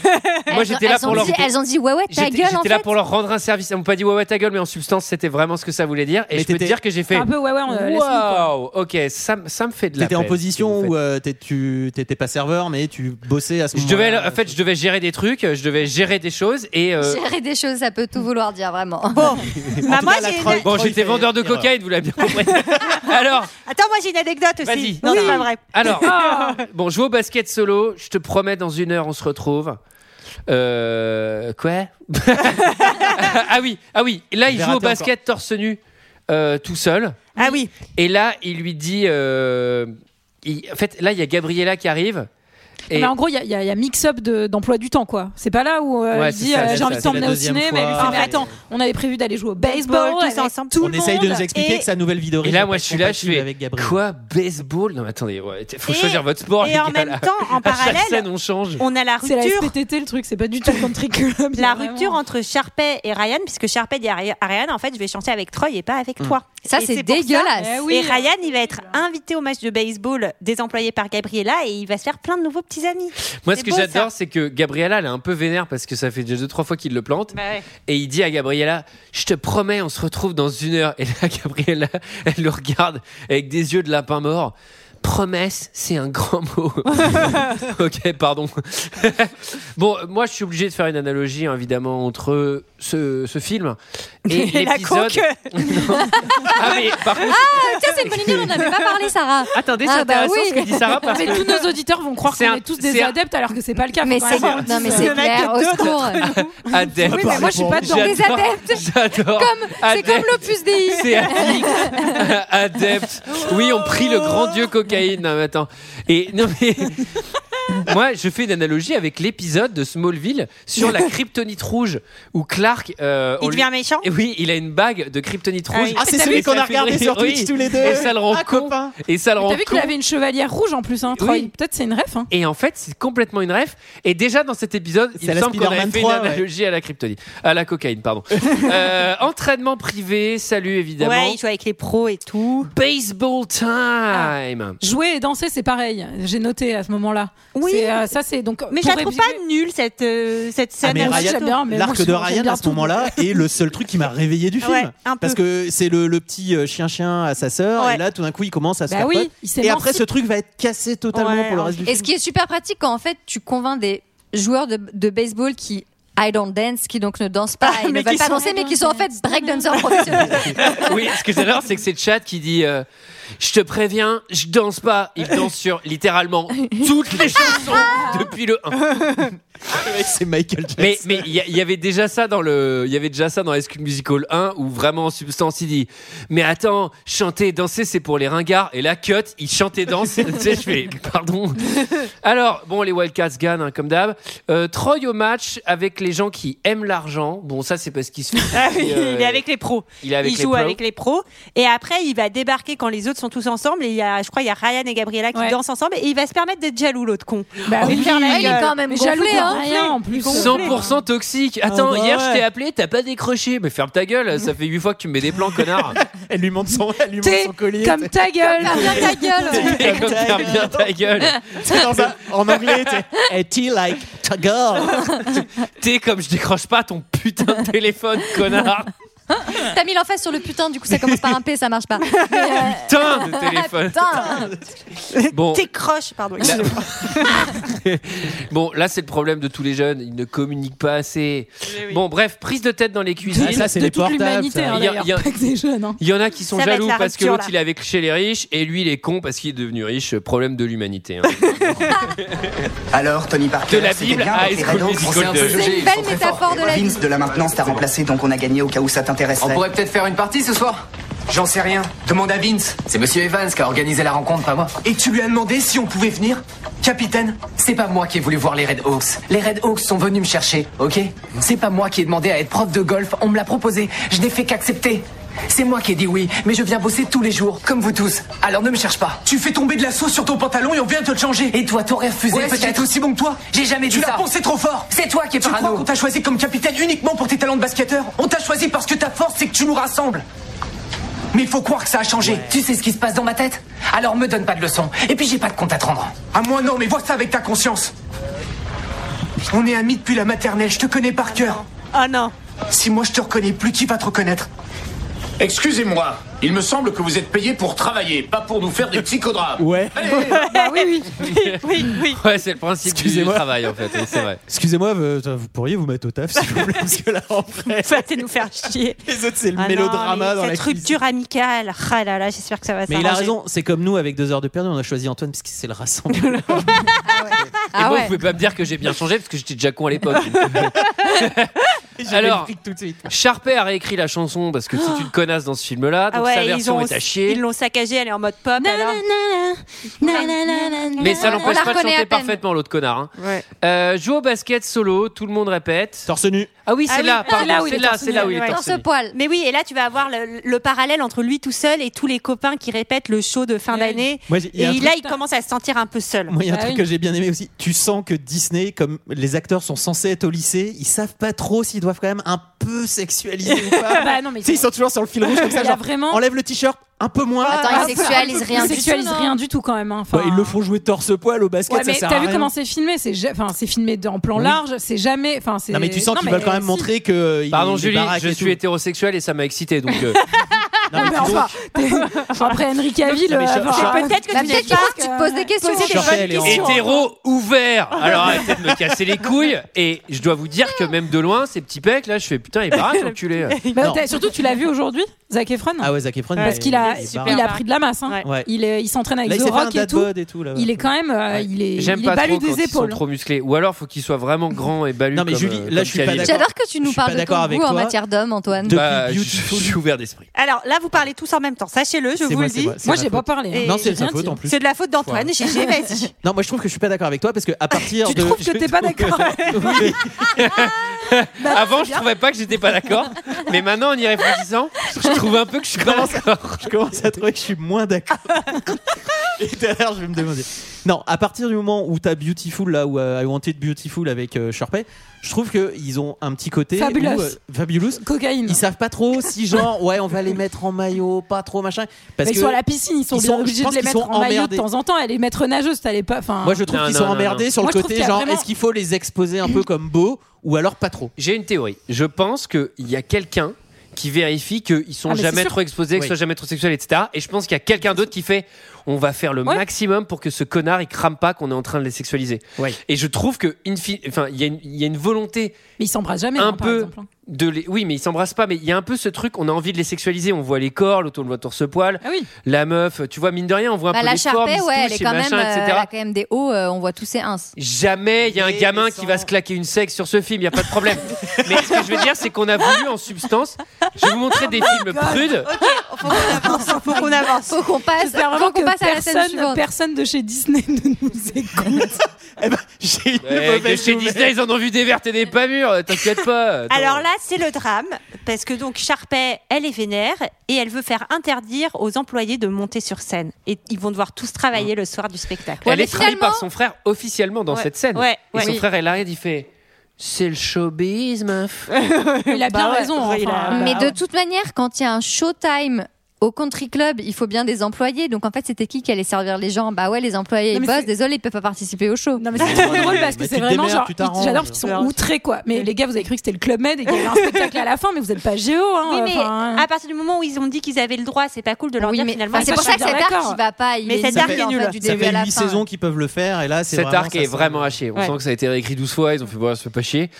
[SPEAKER 10] Elles
[SPEAKER 1] j'étais
[SPEAKER 10] ont-
[SPEAKER 1] là
[SPEAKER 10] elles
[SPEAKER 1] pour
[SPEAKER 10] ont
[SPEAKER 1] leur.
[SPEAKER 10] dit- Elles ont dit, ouais, ouais, ta
[SPEAKER 1] J'étais-
[SPEAKER 10] gueule en
[SPEAKER 1] J'étais là
[SPEAKER 10] fait.
[SPEAKER 1] pour leur rendre un service. Elles m'ont pas dit ouais, ouais, ta gueule, mais en substance, c'était vraiment ce que ça voulait dire. Et, je peux te dire que j'ai fait.
[SPEAKER 10] Ah, bah,
[SPEAKER 11] un peu, ouais, ouais, on-
[SPEAKER 10] euh,
[SPEAKER 11] laisse-nous, quoi.
[SPEAKER 1] Waouh, ok, ça, me- ça me fait de la
[SPEAKER 6] T'étais en
[SPEAKER 1] peine, ce que
[SPEAKER 6] position
[SPEAKER 1] vous
[SPEAKER 6] où euh, t'es- tu t'étais pas serveur, mais tu bossais à ce
[SPEAKER 1] faites.
[SPEAKER 6] moment.
[SPEAKER 1] Je devais, en fait, je devais gérer des trucs, je devais gérer des choses et. euh,
[SPEAKER 10] Gérer des choses, ça peut tout vouloir dire vraiment.
[SPEAKER 7] Bon, bah, moi, j'ai une-
[SPEAKER 1] Bon, j'étais vendeur de cocaïne, vous l'avez bien
[SPEAKER 7] (laughs)
[SPEAKER 1] compris. Alors,
[SPEAKER 7] Attends, moi j'ai une anecdote aussi.
[SPEAKER 1] Vas-y.
[SPEAKER 7] Non, c'est pas vrai.
[SPEAKER 1] Alors,
[SPEAKER 7] Ah.
[SPEAKER 1] bon, je vais au basket solo. Je te promets, dans une heure, on se retrouve. Euh, quoi (laughs) Ah oui, ah oui. Là, il
[SPEAKER 6] vais
[SPEAKER 1] joue au
[SPEAKER 6] rater
[SPEAKER 1] basket torse nu, euh, tout seul.
[SPEAKER 7] Ah oui.
[SPEAKER 1] Et là, il lui dit. euh, il- en fait, là, il y a Gabriella qui arrive. Et
[SPEAKER 7] Ah
[SPEAKER 11] Mais
[SPEAKER 7] bah,
[SPEAKER 11] en gros, il y a, il y a- il y a mix-up de- d'emploi du temps, quoi. C'est pas là où euh,
[SPEAKER 1] Ouais,
[SPEAKER 11] elle
[SPEAKER 1] c'est
[SPEAKER 11] dit
[SPEAKER 1] ça,
[SPEAKER 11] euh,
[SPEAKER 1] c'est
[SPEAKER 11] j'ai
[SPEAKER 1] ça,
[SPEAKER 11] envie de
[SPEAKER 1] c'est la
[SPEAKER 11] t'emmener au
[SPEAKER 1] deuxième
[SPEAKER 11] ciné, mais elle lui
[SPEAKER 1] fois.
[SPEAKER 11] fait, mais attends, on avait prévu d'aller jouer au baseball,
[SPEAKER 7] Baseball, tous
[SPEAKER 11] avec
[SPEAKER 7] ensemble.
[SPEAKER 11] Tout
[SPEAKER 6] On
[SPEAKER 11] le
[SPEAKER 6] essaye de
[SPEAKER 11] monde.
[SPEAKER 6] nous expliquer
[SPEAKER 11] Et-
[SPEAKER 6] que sa nouvelle vidéo.
[SPEAKER 1] Et là, moi, je suis là, je
[SPEAKER 6] compatible
[SPEAKER 1] suis.
[SPEAKER 6] avec Gabriel.
[SPEAKER 1] Quoi Baseball Non, mais attendez, ouais, faut
[SPEAKER 7] Et-
[SPEAKER 1] choisir votre sport.
[SPEAKER 7] et
[SPEAKER 1] les
[SPEAKER 7] en
[SPEAKER 1] gars,
[SPEAKER 7] même
[SPEAKER 1] là.
[SPEAKER 7] temps, en
[SPEAKER 1] À
[SPEAKER 7] parallèle,
[SPEAKER 1] chaque scène, on change.
[SPEAKER 7] On a la
[SPEAKER 11] C'est la
[SPEAKER 7] rupture.
[SPEAKER 11] SPTT, le truc, c'est pas du tout country club.
[SPEAKER 7] La rupture entre Sharpay et Ryan, puisque Sharpay dit à Ry- à Ryan, en fait, je vais chanter avec Troy et pas
[SPEAKER 1] Mm.
[SPEAKER 7] avec toi.
[SPEAKER 10] Ça,
[SPEAKER 7] Et
[SPEAKER 10] c'est
[SPEAKER 7] pour
[SPEAKER 10] dégueulasse. Eh oui.
[SPEAKER 7] Et Ryan, il va être invité au match de baseball désemployé par Gabriella et il va se faire plein de nouveaux petits amis.
[SPEAKER 1] Moi, ce
[SPEAKER 7] C'est
[SPEAKER 1] que
[SPEAKER 7] beau,
[SPEAKER 1] j'adore,
[SPEAKER 7] ça.
[SPEAKER 1] c'est que Gabriella, elle est un peu vénère parce que ça fait déjà deux, trois fois qu'il le plante.
[SPEAKER 7] Bah ouais.
[SPEAKER 1] Et il dit à Gabriella, je te promets, on se retrouve dans une heure. Et là, (laughs) Gabriella, elle le regarde avec des yeux de lapin mort. Promesse, c'est un grand mot. (laughs) ok, pardon. (laughs) bon, moi, je suis obligé de faire une analogie, hein, évidemment, entre ce, ce film et
[SPEAKER 7] Et (laughs) la
[SPEAKER 1] l'épisode.
[SPEAKER 7] coque.
[SPEAKER 1] ah, mais par contre,
[SPEAKER 10] Ah, tiens, c'est une bonne idée, on n'avait pas parlé, Sarah.
[SPEAKER 1] Attendez, c'est intéressant ce que dit Sarah, parce
[SPEAKER 11] (laughs) Mais
[SPEAKER 1] que-
[SPEAKER 11] tous nos auditeurs vont croire
[SPEAKER 1] C'est
[SPEAKER 11] qu'on
[SPEAKER 1] un-
[SPEAKER 11] est tous
[SPEAKER 1] c'est
[SPEAKER 11] des
[SPEAKER 1] un-
[SPEAKER 11] adeptes alors que c'est pas le cas.
[SPEAKER 10] Mais
[SPEAKER 11] Faut
[SPEAKER 10] c'est
[SPEAKER 11] quand même
[SPEAKER 10] clair, non, mais
[SPEAKER 11] le
[SPEAKER 10] c'est
[SPEAKER 11] mec
[SPEAKER 10] clair,
[SPEAKER 11] est
[SPEAKER 10] au
[SPEAKER 11] deux
[SPEAKER 10] secours.
[SPEAKER 11] d'entre nous.
[SPEAKER 1] Adepte.
[SPEAKER 11] Oui, mais moi, je suis pas dedans.
[SPEAKER 1] J'adore-
[SPEAKER 10] Des adeptes.
[SPEAKER 1] J'adore.
[SPEAKER 10] Comme- c'est comme l'Opus Dei.
[SPEAKER 1] (laughs) C'est addict. adepte. Oui, on prie le grand dieu cocaïne. Non, mais attends. Et non mais. (laughs) Moi, je fais une analogie avec l'épisode de Smallville sur la kryptonite rouge où Clark. euh,
[SPEAKER 7] Il
[SPEAKER 1] on lui-
[SPEAKER 7] devient méchant
[SPEAKER 1] Et Oui, il a une bague de kryptonite
[SPEAKER 11] Ah oui.
[SPEAKER 1] rouge.
[SPEAKER 11] Ah, c'est
[SPEAKER 1] Et
[SPEAKER 11] celui
[SPEAKER 1] ça
[SPEAKER 11] qu'on a
[SPEAKER 1] fait
[SPEAKER 11] regardé
[SPEAKER 1] rire.
[SPEAKER 11] sur Twitch
[SPEAKER 1] Oui.
[SPEAKER 11] tous les deux.
[SPEAKER 1] Et ça le rend
[SPEAKER 11] Ah,
[SPEAKER 1] con.
[SPEAKER 11] copain.
[SPEAKER 1] Et ça le
[SPEAKER 11] Mais
[SPEAKER 1] rend
[SPEAKER 11] T'as vu qu'il
[SPEAKER 1] con.
[SPEAKER 11] avait une chevalière rouge en plus, hein, Troy
[SPEAKER 1] Oui.
[SPEAKER 11] Peut-être c'est une ref. Hein.
[SPEAKER 1] Et en fait, c'est complètement une ref. Et déjà dans cet épisode, il
[SPEAKER 6] C'est
[SPEAKER 1] me
[SPEAKER 6] la
[SPEAKER 1] semble qu'on avait
[SPEAKER 6] Spider-Man
[SPEAKER 1] fait
[SPEAKER 6] 3,
[SPEAKER 1] une
[SPEAKER 6] ouais.
[SPEAKER 1] analogie à la kryptonite, à la cocaïne,
[SPEAKER 11] (laughs)
[SPEAKER 1] pardon. Euh, entraînement privé, salut évidemment.
[SPEAKER 11] Ouais, il
[SPEAKER 7] joue avec les pros et tout.
[SPEAKER 1] Baseball time.
[SPEAKER 11] Jouer et danser, c'est pareil. J'ai noté à ce moment-là.
[SPEAKER 7] Oui.
[SPEAKER 11] C'est, euh, ça c'est donc.
[SPEAKER 7] Mais je
[SPEAKER 11] pour
[SPEAKER 7] la trouve pas nulle cette, euh, cette
[SPEAKER 6] Ah,
[SPEAKER 7] scène.
[SPEAKER 6] mais
[SPEAKER 7] à
[SPEAKER 6] Ryan-
[SPEAKER 7] Rochette.
[SPEAKER 6] l'arc de Ryan à ce moment-là est le seul truc qui m'a réveillé du film
[SPEAKER 7] Ouais, un peu.
[SPEAKER 6] parce que c'est le, le petit euh, chien chien à sa sœur
[SPEAKER 10] Ouais.
[SPEAKER 6] et là tout d'un coup il commence à se
[SPEAKER 10] Bah
[SPEAKER 6] faire
[SPEAKER 10] oui,
[SPEAKER 6] pote.
[SPEAKER 10] il s'est
[SPEAKER 6] et après
[SPEAKER 10] menti.
[SPEAKER 6] ce truc va être cassé totalement pour le reste du
[SPEAKER 10] Et
[SPEAKER 6] film
[SPEAKER 10] ce qui est super pratique quand en fait tu convaincs des joueurs de, de baseball qui I don't dance, qui donc ne dansent pas et
[SPEAKER 7] mais
[SPEAKER 10] ne veulent
[SPEAKER 7] qui
[SPEAKER 10] pas
[SPEAKER 7] sont-
[SPEAKER 10] danser, mais qui sont en fait breakdancers professionnels.
[SPEAKER 1] oui, ce que j'adore, c'est que c'est Chad qui dit euh, Je te préviens, je danse pas. Il danse sur littéralement toutes les chansons depuis le 1.
[SPEAKER 6] c'est Michael Jackson.
[SPEAKER 1] Mais mais il y, a- il y avait déjà ça dans le il y avait déjà ça dans SQ Musical 1 où vraiment en substance il dit mais attends chanter et danser c'est pour les ringards et là cut il chante et danse (laughs) tu sais je fais pardon alors bon les Wildcats gagnent hein, comme d'hab Euh, Troy au match avec les gens qui aiment l'argent bon ça c'est parce qu'il se fait-
[SPEAKER 7] Ah (laughs) oui,
[SPEAKER 1] euh,
[SPEAKER 7] il est avec les pros.
[SPEAKER 1] il est avec les
[SPEAKER 7] joue
[SPEAKER 1] pros.
[SPEAKER 7] avec les pros. Et après, il va débarquer quand les autres sont tous ensemble. Et il y a, je crois, il y a Ryan et Gabriella qui dansent ensemble. Et il va se permettre d'être jaloux, l'autre con.
[SPEAKER 11] Bah
[SPEAKER 7] Il
[SPEAKER 11] oui,
[SPEAKER 7] va faire la
[SPEAKER 10] Ah,
[SPEAKER 11] il est
[SPEAKER 7] gueule.
[SPEAKER 11] quand même
[SPEAKER 7] Mais
[SPEAKER 11] gonflé,
[SPEAKER 7] jaloux de
[SPEAKER 11] hein.
[SPEAKER 7] rien,
[SPEAKER 11] en plus.
[SPEAKER 7] Gonflé.
[SPEAKER 1] 100% toxique. Attends,
[SPEAKER 6] Ah bah
[SPEAKER 1] hier
[SPEAKER 6] ouais.
[SPEAKER 1] je t'ai appelé, t'as pas décroché. Mais ferme ta gueule, ça fait 8 fois que tu me mets des plans, connard.
[SPEAKER 6] elle lui montre son elle lui montre son collier
[SPEAKER 11] Comme ta gueule. ta gueule.
[SPEAKER 1] Et comme ferme bien ta gueule.
[SPEAKER 6] C'est dans un- en anglais t'es Hey, tea like ta girl
[SPEAKER 1] T'es comme je décroche pas ton putain de téléphone, connard.
[SPEAKER 10] T'as mis l'emphase sur le putain, du coup ça commence par un P, ça marche pas. Mais, euh,
[SPEAKER 1] Putain de téléphone.
[SPEAKER 10] putain.
[SPEAKER 1] Bon.
[SPEAKER 7] T'es croche, pardon. (laughs) excusez-moi.
[SPEAKER 1] (laughs) Bon, là c'est le problème de tous les jeunes, ils ne communiquent pas assez. Bon, bref, prise de tête dans les cuisines.
[SPEAKER 6] Ah, ça, c'est De les toute portables, l'humanité, ça. hein,
[SPEAKER 1] Il y a-
[SPEAKER 6] d'ailleurs,
[SPEAKER 1] il y a-
[SPEAKER 11] Avec des jeunes. hein.
[SPEAKER 1] Il y en a qui sont
[SPEAKER 11] Ça va être
[SPEAKER 1] jaloux
[SPEAKER 11] la
[SPEAKER 1] parce que
[SPEAKER 11] rupture,
[SPEAKER 1] l'autre
[SPEAKER 11] là.
[SPEAKER 1] il est avec chez les riches et lui il est con parce qu'il est devenu riche. Problème de l'humanité. hein.
[SPEAKER 2] Alors, Tony Parker,
[SPEAKER 1] De la
[SPEAKER 2] c'était
[SPEAKER 1] Bible
[SPEAKER 2] bien
[SPEAKER 1] à
[SPEAKER 2] votre
[SPEAKER 1] High
[SPEAKER 2] credo, on s'est
[SPEAKER 1] School Musical
[SPEAKER 2] un peu
[SPEAKER 1] 2.
[SPEAKER 2] jaugé,
[SPEAKER 10] C'est une
[SPEAKER 2] ils
[SPEAKER 10] belle
[SPEAKER 2] sont très
[SPEAKER 10] métaphore
[SPEAKER 2] forts.
[SPEAKER 10] de la
[SPEAKER 2] Vince
[SPEAKER 10] vie.
[SPEAKER 2] de la maintenance t'a remplacé, donc on a gagné au cas où ça
[SPEAKER 14] On
[SPEAKER 2] t'intéresserait.
[SPEAKER 14] pourrait peut-être faire une partie ce soir J'en sais rien. Demande à Vince. C'est Monsieur Evans qui a organisé la rencontre, pas moi. Et tu lui as demandé si on pouvait venir Capitaine C'est pas moi qui ai voulu voir les Red Hawks. Les Red Hawks sont venus me chercher, ok C'est pas moi qui ai demandé à être prof de golf. On me l'a proposé. Je n'ai fait qu'accepter. C'est moi qui ai dit oui, mais je viens bosser tous les jours, comme vous tous. Alors ne me cherche pas.
[SPEAKER 12] Tu fais tomber de la sauce sur ton pantalon et on vient te le changer.
[SPEAKER 14] Et toi, t'aurais refusé
[SPEAKER 12] Ouais, si
[SPEAKER 14] peut-être
[SPEAKER 12] j'étais aussi bon que toi.
[SPEAKER 14] J'ai jamais
[SPEAKER 12] Tu
[SPEAKER 14] dit
[SPEAKER 12] l'as
[SPEAKER 14] ça.
[SPEAKER 12] pensé trop fort.
[SPEAKER 14] C'est toi qui es
[SPEAKER 12] Tu
[SPEAKER 14] parano.
[SPEAKER 12] crois qu'on t'a choisi comme capitaine uniquement pour tes talents de basketteur On t'a choisi parce que ta force, c'est que tu nous rassembles. Mais il faut croire que ça a changé.
[SPEAKER 14] Tu sais ce qui se passe dans ma tête Alors me donne pas de leçons. Et puis j'ai pas de compte à te rendre.
[SPEAKER 12] À moi, non, mais vois ça avec ta conscience. On est amis depuis la maternelle, je te connais par cœur.
[SPEAKER 7] Ah non. (laughs)
[SPEAKER 12] Si moi je te reconnais plus, qui va te reconnaître
[SPEAKER 17] Excusez-moi, il me semble que vous êtes payé pour travailler, pas pour nous faire des psychodrames. Ouais.
[SPEAKER 7] Bah oui, oui. oui, oui.
[SPEAKER 1] Ouais, c'est le principe du
[SPEAKER 6] Excusez-moi.
[SPEAKER 1] travail en fait, oui, c'est vrai.
[SPEAKER 6] excusez-moi vous vous pourriez vous mettre au taf s'il vous plaît parce que là en
[SPEAKER 11] (laughs)
[SPEAKER 6] vrai
[SPEAKER 7] Faites nous faire chier.
[SPEAKER 6] les autres c'est le
[SPEAKER 7] Ah non,
[SPEAKER 6] mélodrama
[SPEAKER 7] mais
[SPEAKER 6] dans la
[SPEAKER 7] Cette rupture amicale. Ah là là, j'espère que ça va
[SPEAKER 6] mais il a
[SPEAKER 7] s'arranger.
[SPEAKER 6] raison, c'est comme nous avec deux heures de perdu, on a choisi Antoine parce que c'est le
[SPEAKER 11] (laughs)
[SPEAKER 6] rassemblement.
[SPEAKER 1] et
[SPEAKER 7] Ah
[SPEAKER 1] moi,
[SPEAKER 7] ouais.
[SPEAKER 1] vous pouvez pas me dire que j'ai bien changé parce que j'étais déjà con à
[SPEAKER 7] (laughs)
[SPEAKER 1] l'époque. (laughs)
[SPEAKER 6] Alors,
[SPEAKER 1] Alors, Sharpay a réécrit la chanson parce que c'est une connasse dans ce film-là, donc
[SPEAKER 7] Ah ouais,
[SPEAKER 1] sa
[SPEAKER 7] ils
[SPEAKER 1] version
[SPEAKER 7] ont-
[SPEAKER 1] est à chier.
[SPEAKER 7] Ils l'ont saccagée, elle est en mode pop. alors.
[SPEAKER 1] Mais ça l'empêche
[SPEAKER 7] On la
[SPEAKER 1] pas de
[SPEAKER 7] reconnaît à
[SPEAKER 1] chanter
[SPEAKER 7] peine.
[SPEAKER 1] parfaitement l'autre connard. hein. Euh, joue au basket solo, tout le monde répète.
[SPEAKER 6] Torse nu.
[SPEAKER 1] Ah oui,
[SPEAKER 7] Ah
[SPEAKER 1] c'est
[SPEAKER 7] oui,
[SPEAKER 1] là,
[SPEAKER 7] pardon,
[SPEAKER 1] pardon, c'est là, c'est là où il est torse nu.
[SPEAKER 10] poil.
[SPEAKER 7] Mais oui, et là tu vas avoir le, le parallèle entre lui tout seul et tous les copains qui répètent le show de fin d'année.
[SPEAKER 6] Moi, j'ai- il y
[SPEAKER 7] Et
[SPEAKER 6] a un
[SPEAKER 7] là,
[SPEAKER 6] truc-
[SPEAKER 7] il commence à se sentir un peu seul.
[SPEAKER 6] Moi, il y a un
[SPEAKER 11] Ah
[SPEAKER 6] truc que j'ai bien aimé aussi. Tu sens que Disney, comme les acteurs sont censés être au lycée, ils savent pas trop s'ils doivent quand même un peu sexualiser ou pas.
[SPEAKER 11] (laughs) Bah non, mais
[SPEAKER 6] Tu sais, ils sont toujours sur le fil rouge comme ça.
[SPEAKER 11] (laughs) Il y a
[SPEAKER 6] Genre,
[SPEAKER 11] vraiment-
[SPEAKER 6] enlève le t-shirt un peu moins.
[SPEAKER 11] Attends,
[SPEAKER 6] Un peu-
[SPEAKER 11] ils sexualisent rien. Ils sexualisent rien du tout quand même. hein. Enfin,
[SPEAKER 6] Bah, ils le font jouer torse poil au basket.
[SPEAKER 11] Ouais,
[SPEAKER 6] ça
[SPEAKER 11] mais
[SPEAKER 6] sert
[SPEAKER 11] t'as
[SPEAKER 6] à
[SPEAKER 11] vu
[SPEAKER 6] rien.
[SPEAKER 11] comment c'est filmé C'est ja- enfin, c'est filmé de- en plan
[SPEAKER 6] Oui.
[SPEAKER 11] large. C'est jamais. Enfin, c'est-
[SPEAKER 6] Non, mais tu sens
[SPEAKER 11] Non,
[SPEAKER 6] qu'ils
[SPEAKER 11] mais-
[SPEAKER 6] veulent quand même montrer que. euh, il-
[SPEAKER 1] Pardon
[SPEAKER 6] il
[SPEAKER 1] Julie,
[SPEAKER 6] baraque
[SPEAKER 1] je
[SPEAKER 6] et
[SPEAKER 1] suis
[SPEAKER 6] tout.
[SPEAKER 1] hétérosexuel et ça m'a excité donc.
[SPEAKER 7] (laughs)
[SPEAKER 1] euh,
[SPEAKER 11] Non, mais enfin, t'es- (laughs) après Henry Cavill,
[SPEAKER 1] Non, mais je-
[SPEAKER 11] euh, enfin,
[SPEAKER 1] je-
[SPEAKER 7] Ah, peut-être que
[SPEAKER 11] bah, peut-être
[SPEAKER 7] tu n'es pas-
[SPEAKER 11] qu'il faut que tu te poses des questions.
[SPEAKER 7] Poser des
[SPEAKER 11] Genre,
[SPEAKER 7] bonnes
[SPEAKER 11] elle est en-
[SPEAKER 7] questions.
[SPEAKER 1] Hétéro ouvert. Alors arrêtez
[SPEAKER 7] (laughs)
[SPEAKER 1] de me casser les couilles. Et je dois vous dire que même de loin, ces petits pecs là, je fais putain, il
[SPEAKER 7] (laughs)
[SPEAKER 1] paraît enculé.
[SPEAKER 11] Bah,
[SPEAKER 6] Ah, Non.
[SPEAKER 11] t'as- surtout, tu l'as vu aujourd'hui, Zac Efron
[SPEAKER 6] Ah ouais, Zac Efron.
[SPEAKER 11] Parce
[SPEAKER 6] il-
[SPEAKER 11] qu'il a,
[SPEAKER 6] il est
[SPEAKER 11] il,
[SPEAKER 6] barré.
[SPEAKER 11] a pris de la masse. hein.
[SPEAKER 6] Ouais.
[SPEAKER 11] Il est- il s'entraîne
[SPEAKER 6] Là,
[SPEAKER 11] avec
[SPEAKER 6] il
[SPEAKER 11] The
[SPEAKER 6] s'est fait un
[SPEAKER 11] Rock et
[SPEAKER 6] dad
[SPEAKER 11] tout.
[SPEAKER 6] bod et tout, là, ouais.
[SPEAKER 11] Il est quand même, euh, il est,
[SPEAKER 1] J'aime
[SPEAKER 11] il est
[SPEAKER 1] pas
[SPEAKER 11] balu
[SPEAKER 1] trop quand
[SPEAKER 11] des
[SPEAKER 1] ils sont
[SPEAKER 11] épaules.
[SPEAKER 1] trop musclés. Ou alors faut qu'ils soient vraiment grands et balus.
[SPEAKER 6] Non, mais
[SPEAKER 1] comme,
[SPEAKER 6] Julie,
[SPEAKER 1] euh,
[SPEAKER 6] là,
[SPEAKER 1] comme
[SPEAKER 6] je suis pas
[SPEAKER 1] Caville.
[SPEAKER 6] d'accord.
[SPEAKER 10] J'adore que tu nous
[SPEAKER 6] Je suis pas
[SPEAKER 10] parles de
[SPEAKER 6] d'accord
[SPEAKER 10] ton
[SPEAKER 6] avec
[SPEAKER 10] goût en
[SPEAKER 6] toi.
[SPEAKER 10] matière d'homme, Antoine.
[SPEAKER 1] Bah, je je suis ouvert d'esprit.
[SPEAKER 7] Alors là Là, vous parlez tous en même temps. Sachez-le, je
[SPEAKER 6] C'est
[SPEAKER 7] vous
[SPEAKER 6] moi,
[SPEAKER 7] le
[SPEAKER 6] c'est
[SPEAKER 7] dis.
[SPEAKER 6] moi, c'est Moi, ma j'ai faute. pas parlé, hein.
[SPEAKER 7] Et
[SPEAKER 6] Non, c'est
[SPEAKER 7] j'ai
[SPEAKER 6] de sa
[SPEAKER 7] rien
[SPEAKER 6] faute,
[SPEAKER 7] dit.
[SPEAKER 6] en plus.
[SPEAKER 7] C'est de la faute d'Antoine.
[SPEAKER 6] Voilà.
[SPEAKER 7] J'ai j'ai- vas-y.
[SPEAKER 6] (laughs) Non, moi je trouve que je suis pas d'accord avec toi parce que
[SPEAKER 11] (laughs)
[SPEAKER 6] à partir
[SPEAKER 7] Tu
[SPEAKER 6] de.
[SPEAKER 7] trouves
[SPEAKER 6] (laughs)
[SPEAKER 7] que
[SPEAKER 6] je
[SPEAKER 7] t'es pas d'accord
[SPEAKER 6] (laughs) Oui. Bah,
[SPEAKER 1] Avant, je trouvais pas que j'étais pas
[SPEAKER 6] (laughs)
[SPEAKER 1] d'accord, mais maintenant, en y réfléchissant, je trouve un peu que je suis pas d'accord.
[SPEAKER 6] Je commence à trouver que je suis moins
[SPEAKER 11] (laughs)
[SPEAKER 6] d'accord. Et derrière, je vais me demander. Non, à partir du moment où t'as Beautiful là ou euh, I Wanted Beautiful avec euh, Sharpay, je trouve que ils ont un petit côté
[SPEAKER 11] Fabulous.
[SPEAKER 6] où, euh, fabulous.
[SPEAKER 11] Cocaïne.
[SPEAKER 6] Ils savent pas trop si
[SPEAKER 11] (laughs)
[SPEAKER 6] genre ouais on va les mettre en maillot, pas trop machin. Parce
[SPEAKER 11] Mais
[SPEAKER 6] que
[SPEAKER 11] Bah, ils sont à la piscine, ils sont,
[SPEAKER 6] ils
[SPEAKER 11] bien
[SPEAKER 6] sont- je
[SPEAKER 11] obligés de
[SPEAKER 6] pense
[SPEAKER 11] les
[SPEAKER 6] qu'ils
[SPEAKER 11] mettre
[SPEAKER 6] sont
[SPEAKER 11] en maillot de
[SPEAKER 6] emmerdés.
[SPEAKER 11] temps en temps. Et les maîtres nageuses, t'allais pas. enfin-
[SPEAKER 6] Moi je trouve qu'ils sont emmerdés sur
[SPEAKER 11] Hein. Moi,
[SPEAKER 6] le
[SPEAKER 11] je trouve
[SPEAKER 6] côté
[SPEAKER 11] qu'il y a
[SPEAKER 6] genre
[SPEAKER 11] vraiment-
[SPEAKER 6] est-ce qu'il faut les exposer un peu comme beaux ou alors pas trop. (laughs)
[SPEAKER 1] J'ai une théorie. Je pense qu'il y a quelqu'un qui vérifie qu'ils sont
[SPEAKER 6] Ah, mais
[SPEAKER 1] jamais
[SPEAKER 6] c'est sûr.
[SPEAKER 1] trop exposés, qu'ils
[SPEAKER 6] Oui.
[SPEAKER 1] sont jamais trop sexuels, etc. Et je pense qu'il y a quelqu'un d'autre qui fait on va faire le maximum pour que ce connard il crame pas qu'on est en train de les sexualiser. Et je trouve que in fi- enfin il y, a une- il y a une volonté.
[SPEAKER 11] Mais ils s'embrassent jamais.
[SPEAKER 1] Un
[SPEAKER 11] hein, par
[SPEAKER 1] peu.
[SPEAKER 11] exemple, hein.
[SPEAKER 1] de les... Oui, mais ils s'embrassent pas. Mais il y a un peu ce truc, on a envie de les sexualiser. On voit les corps, l'autre on le voit tourse-poil.
[SPEAKER 7] Ah
[SPEAKER 1] La meuf, tu vois, mine de rien, on voit un
[SPEAKER 10] Bah,
[SPEAKER 1] peu
[SPEAKER 10] la
[SPEAKER 1] les corps,
[SPEAKER 10] Sharpay,
[SPEAKER 1] ils se
[SPEAKER 10] ouais, elle
[SPEAKER 1] touchent
[SPEAKER 10] est
[SPEAKER 1] et
[SPEAKER 10] quand même,
[SPEAKER 1] machin,
[SPEAKER 10] euh, elle
[SPEAKER 1] etc.
[SPEAKER 10] a quand même des hauts, euh, on voit tous ses ins.
[SPEAKER 1] Jamais il y a un gamin qui va se claquer une sexe sur ce film, il n'y a pas de
[SPEAKER 10] (laughs)
[SPEAKER 1] problème. Mais ce que je veux dire, c'est qu'on a voulu en substance. Je vais vous montrer
[SPEAKER 7] Oh
[SPEAKER 1] des films prudes.
[SPEAKER 7] Faut qu'on avance.
[SPEAKER 10] Faut qu'on passe.
[SPEAKER 11] J'espère vraiment
[SPEAKER 10] Faut qu'on
[SPEAKER 11] que
[SPEAKER 10] passe à la scène
[SPEAKER 11] personne,
[SPEAKER 10] suivante.
[SPEAKER 11] personne de chez Disney (laughs) ne nous
[SPEAKER 7] (laughs)
[SPEAKER 11] écoute.
[SPEAKER 6] J'ai une
[SPEAKER 1] Ouais, que chez Disney, ils en ont vu des vertes et des pas mûres, euh, t'inquiète pas. attends.
[SPEAKER 7] (laughs) Alors là, c'est le drame, parce que donc Sharpay, elle est vénère et elle veut faire interdire aux employés de monter sur scène. Et ils vont devoir tous travailler
[SPEAKER 6] Mmh.
[SPEAKER 7] le soir du spectacle.
[SPEAKER 1] elle est trahie par son frère officiellement dans
[SPEAKER 7] Ouais,
[SPEAKER 1] cette scène.
[SPEAKER 7] ouais,
[SPEAKER 1] et
[SPEAKER 7] ouais.
[SPEAKER 1] son
[SPEAKER 7] Oui.
[SPEAKER 1] frère, elle arrive, il fait C'est le showbiz, meuf.
[SPEAKER 11] Il a bien
[SPEAKER 7] Bah ouais,
[SPEAKER 11] raison.
[SPEAKER 7] ouais, il a-
[SPEAKER 11] enfin.
[SPEAKER 10] Mais de toute manière, quand il y a un showtime au country club, il faut bien des employés. Donc en fait, c'était qui qui allait servir les gens Bah ouais, les employés,
[SPEAKER 11] Non, mais
[SPEAKER 10] ils bossent. Désolé, ils peuvent pas participer au show.
[SPEAKER 11] Non, mais c'est trop drôle
[SPEAKER 6] Bah,
[SPEAKER 11] parce que
[SPEAKER 10] Mais
[SPEAKER 11] c'est
[SPEAKER 10] tu te
[SPEAKER 11] vraiment
[SPEAKER 10] démerdes, tu
[SPEAKER 11] genre.
[SPEAKER 10] t'arranges.
[SPEAKER 11] J'adore parce qu'ils sont outrés quoi. Mais les gars, vous avez cru que c'était le Club Med et qu'il y avait un spectacle à la fin, mais vous êtes pas géo. Hein,
[SPEAKER 7] Oui, mais
[SPEAKER 11] enfin,
[SPEAKER 7] à partir du moment où ils ont dit qu'ils avaient le droit, c'est pas cool de leur dire finalement.
[SPEAKER 10] enfin, c'est
[SPEAKER 7] ils
[SPEAKER 10] pour
[SPEAKER 7] sont
[SPEAKER 10] ça que
[SPEAKER 7] bien
[SPEAKER 10] cet arc,
[SPEAKER 7] d'accord.
[SPEAKER 10] il va pas, il
[SPEAKER 7] Mais
[SPEAKER 10] est
[SPEAKER 7] cet
[SPEAKER 10] nul,
[SPEAKER 7] arc est
[SPEAKER 10] en fait,
[SPEAKER 7] nul.
[SPEAKER 10] du
[SPEAKER 6] Ça
[SPEAKER 10] début à
[SPEAKER 6] fait
[SPEAKER 10] la
[SPEAKER 6] 8
[SPEAKER 10] fin.
[SPEAKER 6] saisons qu'ils peuvent le faire et là c'est
[SPEAKER 1] Cet
[SPEAKER 6] vraiment,
[SPEAKER 1] arc
[SPEAKER 6] ça
[SPEAKER 1] est
[SPEAKER 6] sent-
[SPEAKER 1] vraiment à chier. On
[SPEAKER 6] Ouais. Mm.
[SPEAKER 1] sent que ça a été réécrit 12 fois, ils ont fait bon, ça fait pas chier.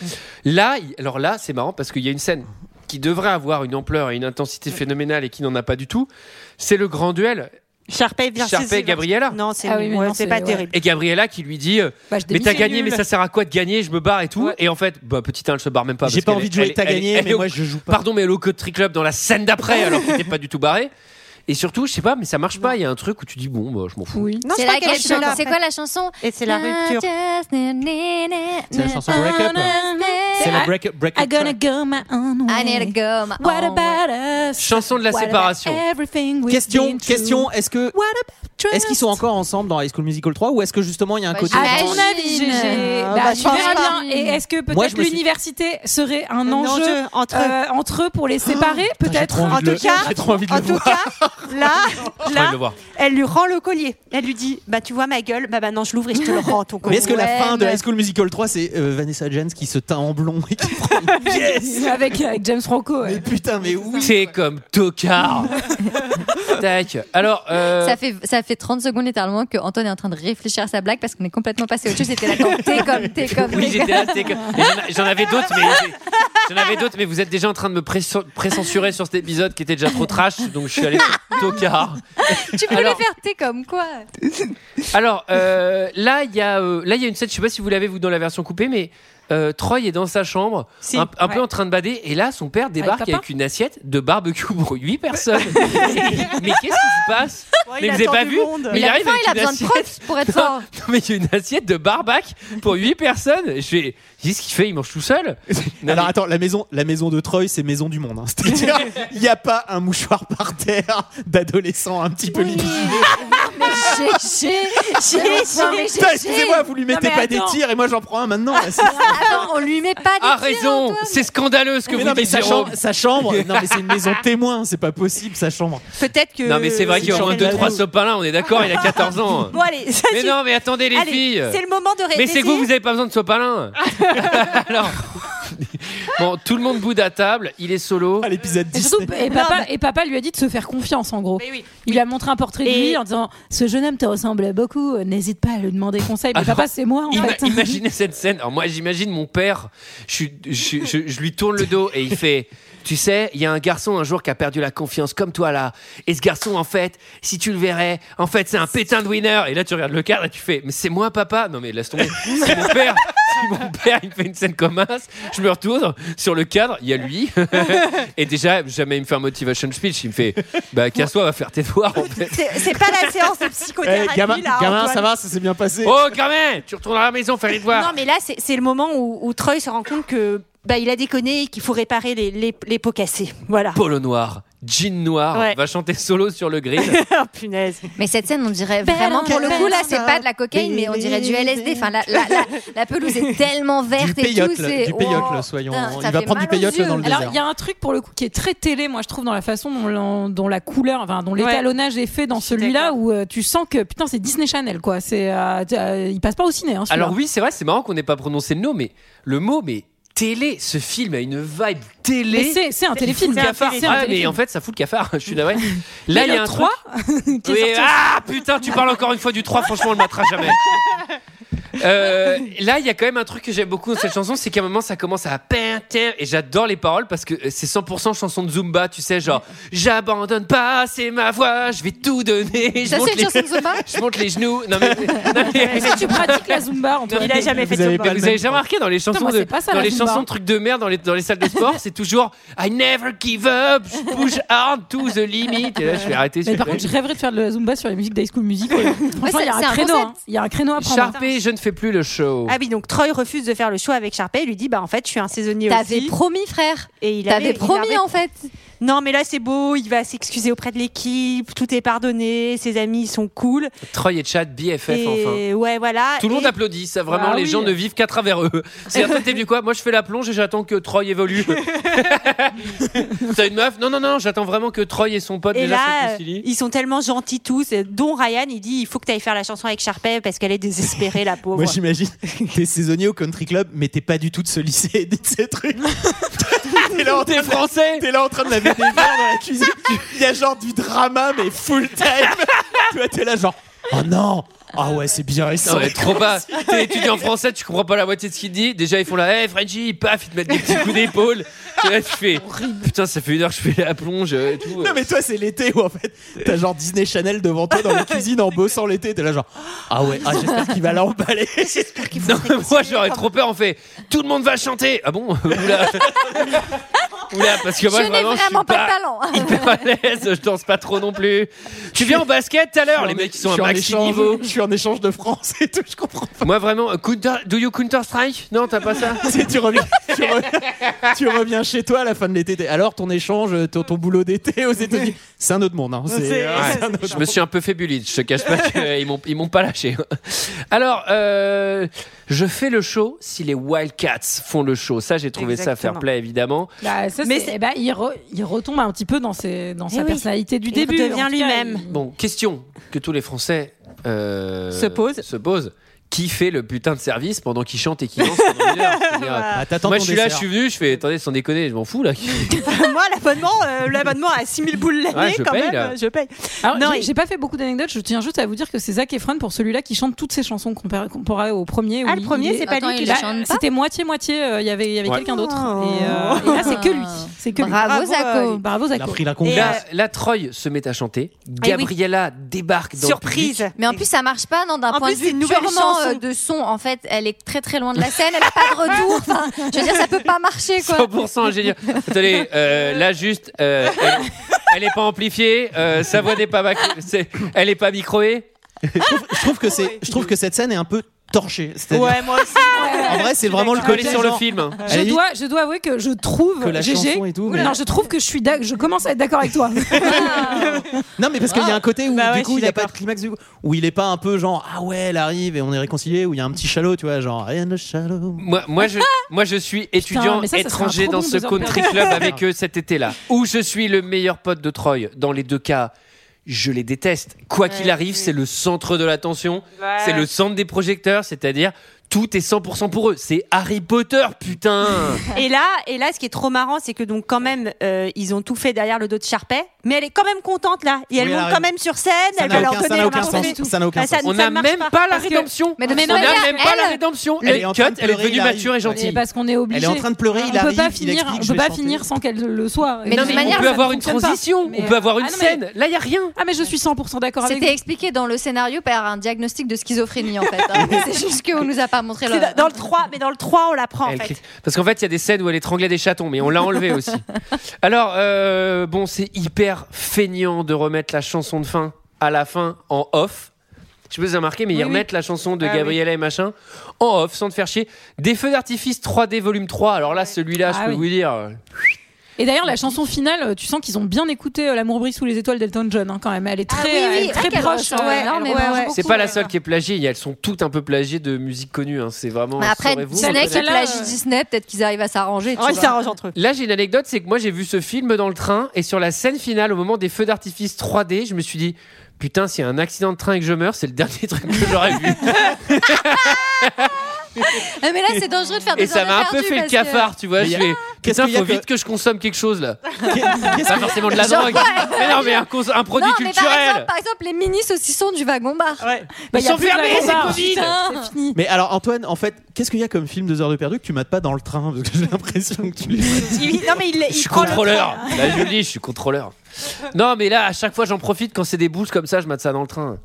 [SPEAKER 1] Là, il- alors là, c'est marrant parce qu'il y a une scène qui devrait avoir une ampleur et une
[SPEAKER 6] Mm.
[SPEAKER 1] intensité phénoménale et qui n'en a pas du tout. C'est le grand duel.
[SPEAKER 7] Sharpay versus-
[SPEAKER 1] Sharpay et Gabriella.
[SPEAKER 7] Non, c'est
[SPEAKER 11] Ah oui, mais
[SPEAKER 7] ouais,
[SPEAKER 11] non,
[SPEAKER 7] c'est
[SPEAKER 11] c'est-
[SPEAKER 7] pas
[SPEAKER 11] ouais.
[SPEAKER 7] terrible.
[SPEAKER 1] Et Gabriella qui lui dit euh,
[SPEAKER 11] Bah, je
[SPEAKER 1] Mais t'as
[SPEAKER 11] démissionne,
[SPEAKER 1] gagné,
[SPEAKER 11] nul.
[SPEAKER 1] mais ça sert à quoi de gagner Je me barre et tout. Et en fait, bah, petit 1, je se barre même pas.
[SPEAKER 6] J'ai
[SPEAKER 1] parce
[SPEAKER 6] pas
[SPEAKER 1] qu'elle
[SPEAKER 6] envie de
[SPEAKER 1] est-
[SPEAKER 6] jouer
[SPEAKER 1] elle est-
[SPEAKER 6] t'as
[SPEAKER 1] elle est-
[SPEAKER 6] gagné,
[SPEAKER 1] elle est
[SPEAKER 6] mais
[SPEAKER 1] au-
[SPEAKER 6] moi, je joue pas.
[SPEAKER 1] Pardon, mais elle est au Country Club dans la scène
[SPEAKER 6] (laughs)
[SPEAKER 1] d'après alors que t'es pas du tout barré. Et surtout, je sais pas, mais ça marche pas. Il y a un truc où tu dis bon, bah, je m'en fous.
[SPEAKER 7] Non, je
[SPEAKER 10] C'est
[SPEAKER 7] crois
[SPEAKER 10] laquelle
[SPEAKER 7] qu'elle est
[SPEAKER 10] chanson
[SPEAKER 7] là.
[SPEAKER 10] C'est quoi la chanson
[SPEAKER 7] Et c'est la rupture.
[SPEAKER 10] C'est
[SPEAKER 6] C'est la chanson Break
[SPEAKER 11] Ah,
[SPEAKER 6] Up. hein. C'est la break, break
[SPEAKER 11] I'm
[SPEAKER 6] up
[SPEAKER 11] gonna go my own way.
[SPEAKER 10] I need to go my
[SPEAKER 11] What
[SPEAKER 6] Oh,
[SPEAKER 10] own
[SPEAKER 11] about us?
[SPEAKER 1] Chanson de la
[SPEAKER 11] What about
[SPEAKER 1] séparation.
[SPEAKER 11] everything we've
[SPEAKER 6] Question,
[SPEAKER 11] been through?
[SPEAKER 6] question, est-ce que
[SPEAKER 11] What about
[SPEAKER 6] est-ce qu'ils sont encore ensemble dans High School Musical 3 ou est-ce que justement il y a un côté
[SPEAKER 11] À mon avis,
[SPEAKER 10] j'imagine.
[SPEAKER 11] GG.
[SPEAKER 10] Ah,
[SPEAKER 11] Bah,
[SPEAKER 10] bah,
[SPEAKER 11] tu
[SPEAKER 10] je pense
[SPEAKER 11] verras
[SPEAKER 10] pas.
[SPEAKER 11] bien. Et est-ce que
[SPEAKER 6] Moi, je
[SPEAKER 11] peut-être
[SPEAKER 6] me suis-
[SPEAKER 11] l'université serait un,
[SPEAKER 7] Un
[SPEAKER 11] enjeu,
[SPEAKER 7] enjeu entre eux.
[SPEAKER 11] euh, entre eux pour
[SPEAKER 6] (gasps)
[SPEAKER 11] les séparer Peut-être.
[SPEAKER 7] En tout cas, en tout cas, là,
[SPEAKER 6] envie
[SPEAKER 7] là,
[SPEAKER 6] de le voir.
[SPEAKER 7] elle lui rend le collier. Elle lui dit, bah tu vois ma gueule, bah maintenant je l'ouvre et je te le rends ton collier.
[SPEAKER 6] Mais est-ce que la fin de High School Musical 3 c'est euh, Vanessa Jens qui se teint en blond et qui prend une pièce
[SPEAKER 11] (laughs) avec, avec James Franco. euh, ouais.
[SPEAKER 6] Putain, mais où
[SPEAKER 1] T'es comme
[SPEAKER 6] (laughs)
[SPEAKER 1] tocard. Tac. Alors. euh,
[SPEAKER 10] Ça fait, ça fait 30 secondes littéralement que Antoine est en train de réfléchir à sa blague parce qu'on est complètement passé au dessus. C'était là, attends, t'es comme, t'es comme.
[SPEAKER 1] Oui,
[SPEAKER 10] t'es
[SPEAKER 1] j'étais
[SPEAKER 10] comme.
[SPEAKER 1] là, t'es comme- Et j'en- J'en avais d'autres, mais j'en avais d'autres, mais vous êtes déjà en train de me pré- précensurer sur cet épisode qui était déjà trop trash, donc je suis allé sur tocard.
[SPEAKER 10] Tu peux
[SPEAKER 1] Alors-
[SPEAKER 10] les faire, t'es comme quoi
[SPEAKER 1] Alors euh, là, il y a euh, là il y a une scène, je sais pas si vous l'avez vous dans la version coupée, mais euh, Troy est dans sa chambre, un, un peu en train de bader, et là son père débarque avec,
[SPEAKER 11] papa.
[SPEAKER 1] une assiette de barbecue pour 8
[SPEAKER 11] (laughs)
[SPEAKER 1] personnes. mais qu'est-ce qui se passe
[SPEAKER 11] il
[SPEAKER 1] Mais vous
[SPEAKER 11] attend
[SPEAKER 1] avez pas
[SPEAKER 11] du
[SPEAKER 1] vu
[SPEAKER 11] monde.
[SPEAKER 1] Mais
[SPEAKER 11] Mais la fin,
[SPEAKER 1] avec
[SPEAKER 11] il a
[SPEAKER 1] une
[SPEAKER 11] besoin de
[SPEAKER 1] assiette-
[SPEAKER 11] props pour
[SPEAKER 1] (laughs)
[SPEAKER 11] être
[SPEAKER 1] Non,
[SPEAKER 11] fort.
[SPEAKER 1] non, mais il y a une assiette de barbac pour 8 personnes. Et je fais, je dis ce qu'il fait, il mange tout seul.
[SPEAKER 6] Alors attends, la maison, la maison de Troy, c'est maison du monde. hein. C'est-à-dire,
[SPEAKER 1] (laughs)
[SPEAKER 6] il n'y a pas un mouchoir par terre d'adolescent un petit peu liquide.
[SPEAKER 10] Mais
[SPEAKER 6] (laughs)
[SPEAKER 10] GG
[SPEAKER 6] Putain, excusez-moi, vous lui mettez pas des tirs et moi j'en prends un maintenant. là, c'est-
[SPEAKER 10] Attends, on lui met pas des
[SPEAKER 1] Ah raison, c'est scandaleux ce que
[SPEAKER 6] Mais
[SPEAKER 1] vous
[SPEAKER 6] non, mais
[SPEAKER 1] dites.
[SPEAKER 6] sa
[SPEAKER 1] Jérôme.
[SPEAKER 6] chambre,
[SPEAKER 1] (laughs)
[SPEAKER 6] sa chambre, non mais c'est une maison témoin, c'est pas possible sa chambre.
[SPEAKER 7] Peut-être que.
[SPEAKER 1] Non mais c'est vrai qu'il y a au moins 2-3 sopins là, on est d'accord, il a 14 ans.
[SPEAKER 7] Bon allez, ça,
[SPEAKER 1] Mais
[SPEAKER 7] c'est-
[SPEAKER 1] non, mais attendez les
[SPEAKER 7] Allez,
[SPEAKER 1] filles.
[SPEAKER 7] C'est le moment de
[SPEAKER 1] Mais
[SPEAKER 7] répéter.
[SPEAKER 1] c'est que vous, vous n'avez pas besoin de
[SPEAKER 7] (laughs)
[SPEAKER 1] sopalin. (laughs) Alors, (laughs) bon, tout le monde boude à table, il est solo. À
[SPEAKER 6] Ah, l'épisode
[SPEAKER 11] Et, surtout, et papa, et papa lui a dit de se faire confiance en
[SPEAKER 7] Eh
[SPEAKER 10] Eh
[SPEAKER 11] gros. Il lui a montré un portrait de
[SPEAKER 1] Et-
[SPEAKER 11] lui en disant Ce jeune homme te ressemble beaucoup, euh, n'hésite pas à lui demander conseil. Mais
[SPEAKER 1] Alors,
[SPEAKER 11] papa, c'est moi en
[SPEAKER 1] Ah, Ima-
[SPEAKER 11] fait.
[SPEAKER 1] Imaginez cette scène. Alors moi, j'imagine mon père. Je, suis- je- je- je lui tourne le dos et il fait. Tu sais, il y a un garçon un jour qui a perdu la confiance comme toi là. Et ce garçon, en fait, si tu le verrais, en fait, c'est un pétain de winner. Et là, tu regardes le cadre et tu fais, mais c'est moi, papa. Non mais laisse tomber. C'est mon père. si mon père il me fait une scène comme as, je me retourne sur le cadre, il y a lui. et déjà, jamais il me fait un motivation speech. Il me fait Bah, casse-toi, va faire tes devoirs en fait.
[SPEAKER 7] C'est c'est pas
[SPEAKER 1] (laughs)
[SPEAKER 7] la séance de psychothérapie,
[SPEAKER 6] Eh, gamin,
[SPEAKER 7] là, hein,
[SPEAKER 6] gamin,
[SPEAKER 7] Antoine.
[SPEAKER 6] ça va, ça s'est bien passé.
[SPEAKER 1] Oh, gamin, tu retournes à la maison, faire les devoirs.
[SPEAKER 7] Non, mais là, c'est c'est le moment où, où Troy se rend compte que bah, il a déconné et qu'il faut réparer les, les, les pots cassés. Voilà.
[SPEAKER 1] Polo noir, jean noir,
[SPEAKER 7] Ouais.
[SPEAKER 1] va chanter solo sur le
[SPEAKER 11] (laughs)
[SPEAKER 1] grill.
[SPEAKER 7] (laughs) Punaise.
[SPEAKER 10] Mais cette scène, on dirait vraiment, pour le coup, là, c'est pas de la cocaïne, mais on dirait du LSD. Enfin, la, la, la, la pelouse est tellement verte
[SPEAKER 6] Du
[SPEAKER 10] et tout.
[SPEAKER 6] peyote,
[SPEAKER 10] c'est-
[SPEAKER 6] du peyote,
[SPEAKER 10] Oh,
[SPEAKER 6] soyons.
[SPEAKER 10] putain,
[SPEAKER 6] Il
[SPEAKER 10] ça
[SPEAKER 6] va
[SPEAKER 10] fait
[SPEAKER 6] prendre du
[SPEAKER 10] mal aux
[SPEAKER 6] peyote là,
[SPEAKER 10] yeux.
[SPEAKER 6] dans le
[SPEAKER 11] Alors
[SPEAKER 6] désert.
[SPEAKER 11] il y a un truc pour le coup qui est très télé, moi je trouve dans la façon dont, l'en- dont la couleur, enfin dont l'étalonnage est fait dans celui-là où euh, tu sens que putain c'est Disney Channel quoi. C'est euh, t- euh, il passe pas au ciné. Hein, celui-là.
[SPEAKER 1] Alors oui, c'est vrai, c'est marrant qu'on n'ait pas prononcé le nom, mais le mot, mais télé, ce film a une vibe télé.
[SPEAKER 11] Mais c'est- c'est un téléfilm,
[SPEAKER 1] Fout le
[SPEAKER 11] c'est un
[SPEAKER 1] cafard.
[SPEAKER 11] téléfilm.
[SPEAKER 1] Ah, mais en fait, ça fout le cafard, (laughs) je suis navré. Là,
[SPEAKER 11] Mais
[SPEAKER 1] il y
[SPEAKER 11] le
[SPEAKER 1] a un
[SPEAKER 11] 3,
[SPEAKER 1] truc.
[SPEAKER 11] (laughs) qui est
[SPEAKER 1] Oui,
[SPEAKER 11] sorti.
[SPEAKER 1] ah putain, tu parles encore une fois du 3, franchement, on le matera jamais. Euh, là, il y a quand même un truc que j'aime beaucoup dans cette chanson, c'est qu'à un moment ça commence à pinter et j'adore les paroles parce que euh, c'est 100% chanson de Zumba, tu sais, genre j'abandonne pas, c'est ma voix, je vais tout donner. Je
[SPEAKER 11] Ça,
[SPEAKER 1] monte
[SPEAKER 11] c'est une
[SPEAKER 1] les-
[SPEAKER 11] chanson de Zumba
[SPEAKER 1] (laughs) Je monte les genoux. Non mais, non,
[SPEAKER 11] (laughs)
[SPEAKER 1] mais-
[SPEAKER 11] Est-ce que tu pratiques la Zumba Antoine
[SPEAKER 1] mais- Mais Vous avez jamais remarqué dans les chansons,
[SPEAKER 11] Putain, moi,
[SPEAKER 1] de,
[SPEAKER 11] c'est pas ça,
[SPEAKER 1] dans
[SPEAKER 11] la
[SPEAKER 1] les
[SPEAKER 11] Zumba.
[SPEAKER 1] chansons de trucs de merde dans les, dans les salles de sport, c'est toujours I never give up, je push hard to the limit. Et là, je vais arrêter.
[SPEAKER 11] Mais
[SPEAKER 1] je
[SPEAKER 11] par
[SPEAKER 1] vais-
[SPEAKER 11] contre, je rêverais de faire de la Zumba sur les musiques d'High School Music. Franchement,
[SPEAKER 7] c'est-
[SPEAKER 11] il y a un
[SPEAKER 7] c'est un
[SPEAKER 11] créneau.
[SPEAKER 7] concept.
[SPEAKER 11] hein. Il y a un créneau à prendre.
[SPEAKER 1] Sharpay, je ne fais plus le show.
[SPEAKER 7] Ah oui, donc Troy refuse de faire le show avec Sharpay. Il lui dit Bah, en fait, je suis un saisonnier aussi.
[SPEAKER 10] T'avais promis, frère.
[SPEAKER 7] Et il
[SPEAKER 10] T'avais
[SPEAKER 7] avait- il
[SPEAKER 10] promis,
[SPEAKER 7] avait-
[SPEAKER 10] hein. en fait.
[SPEAKER 7] Non, mais là, c'est beau. Il va s'excuser auprès de l'équipe. Tout est pardonné. Ses amis sont cool.
[SPEAKER 1] Troy et Chad, BFF
[SPEAKER 7] et
[SPEAKER 1] enfin.
[SPEAKER 7] ouais, voilà.
[SPEAKER 1] Tout le
[SPEAKER 7] Et-
[SPEAKER 1] monde applaudit, ça vraiment,
[SPEAKER 7] Bah
[SPEAKER 1] les
[SPEAKER 7] oui.
[SPEAKER 1] gens ne vivent qu'à travers eux. C'est toi t'es venu quoi Moi je fais la plonge et j'attends que Troy
[SPEAKER 11] (laughs)
[SPEAKER 1] évolue. T'as une meuf Non, non, non, j'attends vraiment que Troy et son pote
[SPEAKER 7] Et
[SPEAKER 1] déjà se
[SPEAKER 7] là, euh,
[SPEAKER 1] réconcilient.
[SPEAKER 7] ils sont tellement gentils tous, et dont Ryan, il dit il faut que tu ailles faire la chanson avec Sharpay parce qu'elle est désespérée, la pauvre.
[SPEAKER 6] Moi
[SPEAKER 1] (laughs)
[SPEAKER 6] j'imagine, t'es saisonnier au country club, mais t'es pas du tout de ce lycée (laughs) et de ces trucs. t'es là en train de-
[SPEAKER 1] français
[SPEAKER 6] T'es là en train de laver des verres dans la
[SPEAKER 1] (laughs)
[SPEAKER 6] cuisine. Il y a genre du drama, mais full time. tu vois, t'es là genre, oh non, ah ouais, c'est bien, ils
[SPEAKER 1] Non,
[SPEAKER 6] sont
[SPEAKER 1] mais trop bas. T'es étudiant français, tu comprends pas la moitié de ce qu'il dit. Déjà, ils font là, hey Frenchie, paf, ils te mettent des petits coups d'épaule. Et là, tu fais, putain, ça fait une heure que je fais la plonge euh, et tout.
[SPEAKER 6] Non mais toi c'est l'été où en fait t'as genre Disney Channel devant toi dans la cuisine en bossant l'été t'es là genre ah ouais ah, j'espère qu'il va l'emballer
[SPEAKER 1] (laughs) Non, mais moi, j'aurais trop peur, on fait, tout le monde va chanter. Ah bon Oula. Oula, parce que moi,
[SPEAKER 10] Je n'ai
[SPEAKER 1] vraiment, je suis
[SPEAKER 10] vraiment pas
[SPEAKER 1] pas
[SPEAKER 10] de talent.
[SPEAKER 1] hyper à l'aise, je danse pas trop non plus. Tu viens au basket tout à l'heure, les mecs, ils sont à
[SPEAKER 6] je suis en
[SPEAKER 1] maxi
[SPEAKER 6] échange-
[SPEAKER 1] niveau.
[SPEAKER 6] Je suis en échange de France et tout, je comprends.
[SPEAKER 1] Moi, vraiment, euh, counter, do you counter strike Non, t'as pas ça
[SPEAKER 6] Si tu reviens, tu, re- tu reviens chez toi à la fin de l'été. t'es- Alors ton échange, euh, ton, ton boulot d'été aux États-Unis, c'est un autre monde. hein. C'est-
[SPEAKER 1] Ouais.
[SPEAKER 6] c'est un autre
[SPEAKER 1] Je me suis un peu fait bully, je te cache pas qu'ils m'ont, ils m'ont pas lâché. (laughs) Alors, euh, je fais le show si les Wildcats font le show. Ça, j'ai trouvé ça
[SPEAKER 11] Exactement.
[SPEAKER 1] fair play, évidemment.
[SPEAKER 11] Bah, ça,
[SPEAKER 7] Mais
[SPEAKER 11] c'est- eh ben, il, re- il retombe un petit peu dans, ses, dans sa
[SPEAKER 7] oui.
[SPEAKER 11] personnalité du
[SPEAKER 7] Il
[SPEAKER 11] début.
[SPEAKER 7] redevient
[SPEAKER 11] en tout cas,
[SPEAKER 7] lui-même.
[SPEAKER 1] Bon, question que tous les Français euh,
[SPEAKER 7] Se posent.
[SPEAKER 1] se posent. Qui fait le putain de service pendant qu'il chante et qu'il danse pendant une heure C'est-à-dire,
[SPEAKER 7] Euh,
[SPEAKER 6] Bah, t'attends
[SPEAKER 1] Moi,
[SPEAKER 6] ton
[SPEAKER 1] je suis là, je
[SPEAKER 6] dessert.
[SPEAKER 1] suis venu, je fais, attendez, sans déconner, je m'en fous là.
[SPEAKER 7] Moi, l'abonnement, euh, l'abonnement à 6000 boules l'année,
[SPEAKER 1] Ouais, je
[SPEAKER 7] quand
[SPEAKER 1] paye,
[SPEAKER 7] même,
[SPEAKER 1] là.
[SPEAKER 7] je paye.
[SPEAKER 6] Ah,
[SPEAKER 11] Alors,
[SPEAKER 7] Non,
[SPEAKER 11] j'ai-
[SPEAKER 7] il-
[SPEAKER 11] j'ai pas fait beaucoup d'anecdotes, je tiens juste à vous dire que c'est Zac Efron pour celui-là qui chante toutes ses chansons compar- comparé au premier. où
[SPEAKER 7] Ah, le
[SPEAKER 11] il-
[SPEAKER 7] premier,
[SPEAKER 11] il est-
[SPEAKER 7] c'est pas
[SPEAKER 10] Attends, lui qui il
[SPEAKER 11] Là,
[SPEAKER 10] chante pas
[SPEAKER 11] C'était moitié-moitié, euh, il y avait, il y avait
[SPEAKER 1] Ouais.
[SPEAKER 11] quelqu'un d'autre. Et, euh, et là, c'est que lui. C'est que lui.
[SPEAKER 10] Bravo, Zaco.
[SPEAKER 11] euh, Bravo, Zaco.
[SPEAKER 6] la
[SPEAKER 1] Là, là, Troy se met à chanter.
[SPEAKER 10] oui.
[SPEAKER 1] Gabriella débarque dans le public.
[SPEAKER 10] Mais en plus, ça marche pas, non, d'un
[SPEAKER 7] En
[SPEAKER 10] point
[SPEAKER 7] plus,
[SPEAKER 10] de
[SPEAKER 7] c'est
[SPEAKER 10] vue
[SPEAKER 7] une nouvelle
[SPEAKER 10] purement euh,
[SPEAKER 7] chanson.
[SPEAKER 10] de son. En fait, elle est très très loin de la scène, elle a pas de retour. Enfin, je veux dire, ça peut pas marcher, quoi.
[SPEAKER 1] 100% ingénieur. Attendez, euh, là juste, euh, elle, elle est pas amplifiée, euh, sa voix n'est pas mac- c'est- elle est pas microée.
[SPEAKER 6] Je trouve que c'est, je trouve que cette scène est un peu torchée. C'est-à-dire-
[SPEAKER 7] Ouais, moi aussi.
[SPEAKER 6] En vrai, c'est vraiment le
[SPEAKER 1] Collée
[SPEAKER 6] côté
[SPEAKER 1] sur le
[SPEAKER 6] genre-
[SPEAKER 1] film.
[SPEAKER 6] À la
[SPEAKER 11] Je
[SPEAKER 6] limite,
[SPEAKER 11] dois, je dois avouer que je trouve
[SPEAKER 6] Que la
[SPEAKER 11] GG.
[SPEAKER 6] chanson et tout, mais-
[SPEAKER 11] Non, je trouve que je suis, d'ac- je commence à être d'accord avec toi.
[SPEAKER 6] Non, mais parce qu'il y a un côté où,
[SPEAKER 7] Bah ouais,
[SPEAKER 6] du
[SPEAKER 7] je
[SPEAKER 6] coup,
[SPEAKER 7] suis
[SPEAKER 6] il n'y a pas
[SPEAKER 7] d'accord.
[SPEAKER 6] de climax, du coup, où il est pas un peu genre, ah ouais, elle arrive et on est réconcilié, où il y a un petit chalot, tu vois, genre, rien de chalot.
[SPEAKER 1] Moi, moi, je, moi, je suis étudiant
[SPEAKER 11] mais ça, ça serait un
[SPEAKER 1] étranger
[SPEAKER 11] trop
[SPEAKER 1] dans
[SPEAKER 11] bon
[SPEAKER 1] ce
[SPEAKER 11] deux heures
[SPEAKER 1] country
[SPEAKER 11] perdues.
[SPEAKER 1] club avec eux cet été-là. Ou je suis le meilleur pote de Troy. Dans les deux cas, je les déteste. Quoi qu'il arrive, c'est le centre de l'attention. C'est le centre des projecteurs. C'est-à-dire, tout est 100% pour eux. C'est Harry Potter, putain.
[SPEAKER 7] Et là, et là, ce qui est trop marrant, c'est que donc quand même, euh, ils ont tout fait derrière le dos de Sharpay, mais elle est quand même contente là. Et elle
[SPEAKER 6] Oui, elle
[SPEAKER 7] monte
[SPEAKER 6] arrive.
[SPEAKER 7] quand même sur scène,
[SPEAKER 6] Ça
[SPEAKER 7] elle
[SPEAKER 6] n'a
[SPEAKER 7] va leur
[SPEAKER 6] aucun- ça
[SPEAKER 7] donner
[SPEAKER 6] n'a
[SPEAKER 7] leur
[SPEAKER 6] aucun
[SPEAKER 7] morceau
[SPEAKER 6] sens.
[SPEAKER 7] et tout.
[SPEAKER 6] Ça n'a aucun
[SPEAKER 7] Ah,
[SPEAKER 6] sens.
[SPEAKER 1] On
[SPEAKER 7] ça
[SPEAKER 1] n'a
[SPEAKER 7] marche
[SPEAKER 1] même
[SPEAKER 7] pas.
[SPEAKER 1] pas la
[SPEAKER 7] Parce que-
[SPEAKER 1] rédemption.
[SPEAKER 10] Mais de
[SPEAKER 1] on
[SPEAKER 10] même
[SPEAKER 1] n'a même
[SPEAKER 10] manière,
[SPEAKER 1] pas la
[SPEAKER 10] elle-
[SPEAKER 1] rédemption.
[SPEAKER 6] Elle est en
[SPEAKER 1] cut,
[SPEAKER 6] train de
[SPEAKER 1] elle est
[SPEAKER 6] pleurer, il
[SPEAKER 1] devenue
[SPEAKER 6] arrive.
[SPEAKER 1] mature et gentille.
[SPEAKER 11] Et parce qu'on est obligé.
[SPEAKER 6] Elle est en train de pleurer,
[SPEAKER 11] on
[SPEAKER 6] il arrive,
[SPEAKER 11] peut pas
[SPEAKER 6] il
[SPEAKER 11] finir,
[SPEAKER 6] explique,
[SPEAKER 11] on
[SPEAKER 6] je
[SPEAKER 11] peut
[SPEAKER 6] vais
[SPEAKER 11] pas
[SPEAKER 6] chanter.
[SPEAKER 11] finir sans qu'elle le soit.
[SPEAKER 10] Mais
[SPEAKER 11] Et
[SPEAKER 10] de
[SPEAKER 1] Non,
[SPEAKER 10] toute
[SPEAKER 1] mais
[SPEAKER 10] manière,
[SPEAKER 1] on peut
[SPEAKER 11] ça
[SPEAKER 1] avoir
[SPEAKER 11] ne
[SPEAKER 1] une
[SPEAKER 11] fonctionne pas.
[SPEAKER 1] transition,
[SPEAKER 11] Mais,
[SPEAKER 1] on peut avoir
[SPEAKER 11] euh,
[SPEAKER 1] une
[SPEAKER 11] ah non, mais-
[SPEAKER 1] scène. Là, il n'y a rien.
[SPEAKER 11] Ah mais je suis 100% d'accord avec
[SPEAKER 10] C'était
[SPEAKER 11] vous.
[SPEAKER 10] expliqué dans le scénario par un diagnostic de schizophrénie en fait. hein. c'est juste qu'on nous a pas pas montrer
[SPEAKER 7] C'est
[SPEAKER 10] le.
[SPEAKER 7] dans, dans le 3, mais dans le 3, on la prend en
[SPEAKER 1] Elle
[SPEAKER 7] fait.
[SPEAKER 1] clique. Parce qu'en fait, il y a des scènes où elle étranglait des chatons, mais on l'a enlevé aussi. Alors, euh, bon, c'est hyper feignant de remettre la chanson de fin à la fin en off. Je sais pas si vous avez remarqué, mais
[SPEAKER 18] oui.
[SPEAKER 1] ils remettent la chanson de
[SPEAKER 18] Ah
[SPEAKER 1] Gabriella et machin en off, sans te faire chier. Des feux d'artifice 3D volume 3. Alors là, celui-là, je
[SPEAKER 11] Ah
[SPEAKER 1] peux
[SPEAKER 11] oui.
[SPEAKER 1] vous dire. euh,
[SPEAKER 11] Et d'ailleurs, la chanson finale, tu sens qu'ils ont bien écouté euh, L'amour brille sous les étoiles d'Elton John hein, quand même. Elle est très,
[SPEAKER 7] oui, oui,
[SPEAKER 11] elle est
[SPEAKER 7] ah,
[SPEAKER 11] très
[SPEAKER 7] qu'elle
[SPEAKER 11] proche. euh,
[SPEAKER 7] ressemble, ouais,
[SPEAKER 11] non, mais
[SPEAKER 7] ouais,
[SPEAKER 11] vraiment
[SPEAKER 7] ouais.
[SPEAKER 11] beaucoup.
[SPEAKER 1] C'est pas la seule qui est plagiée. il y a- Elles sont toutes un peu plagiées de musique connue. hein. C'est vraiment.
[SPEAKER 10] Mais après,
[SPEAKER 1] saurez-vous,
[SPEAKER 10] Disney qui
[SPEAKER 1] reconnaître.
[SPEAKER 10] plagie Disney, peut-être qu'ils arrivent à s'arranger. tu vois.
[SPEAKER 7] entre eux.
[SPEAKER 1] Là, j'ai une anecdote, c'est que moi j'ai vu ce film dans le train et sur la scène finale, au moment des feux d'artifice 3D, je me suis dit putain, s'il y a un accident de train et que je meurs, c'est le dernier (laughs) truc que j'aurais vu.
[SPEAKER 10] Ah, Mais là, c'est dangereux de faire des
[SPEAKER 1] et ça
[SPEAKER 10] heures
[SPEAKER 1] m'a un
[SPEAKER 10] de
[SPEAKER 1] peu
[SPEAKER 10] perdu
[SPEAKER 1] fait le
[SPEAKER 10] parce que-
[SPEAKER 1] cafard, tu vois.
[SPEAKER 6] Mais
[SPEAKER 1] Je
[SPEAKER 6] y a-
[SPEAKER 1] fais
[SPEAKER 6] Qu'est-ce
[SPEAKER 1] putain,
[SPEAKER 6] qu'il y a
[SPEAKER 1] faut
[SPEAKER 6] que-
[SPEAKER 1] vite que je consomme quelque chose là.
[SPEAKER 6] qu'est-ce
[SPEAKER 1] Pas
[SPEAKER 6] que-
[SPEAKER 1] forcément de la
[SPEAKER 6] Genre-
[SPEAKER 1] drogue. Mais non, mais un, cause- un produit
[SPEAKER 10] non, mais par exemple,
[SPEAKER 1] culturel.
[SPEAKER 10] par exemple, les mini saucissons du wagon bar.
[SPEAKER 7] Bah,
[SPEAKER 1] Ils sont fermés, c'est Covid.
[SPEAKER 10] C'est fini.
[SPEAKER 6] Mais alors Antoine, en fait, qu'est-ce qu'il y a comme film deux heures de perdu que tu mates pas dans le train Parce que j'ai l'impression que tu les
[SPEAKER 7] Il- non, mais il,
[SPEAKER 1] Je
[SPEAKER 7] il
[SPEAKER 1] suis
[SPEAKER 7] prend le
[SPEAKER 1] contrôleur.
[SPEAKER 7] train.
[SPEAKER 1] Là, je le dis, je suis contrôleur. Non, mais là, à chaque fois, j'en profite quand c'est des boosts comme ça, je mate ça dans le train.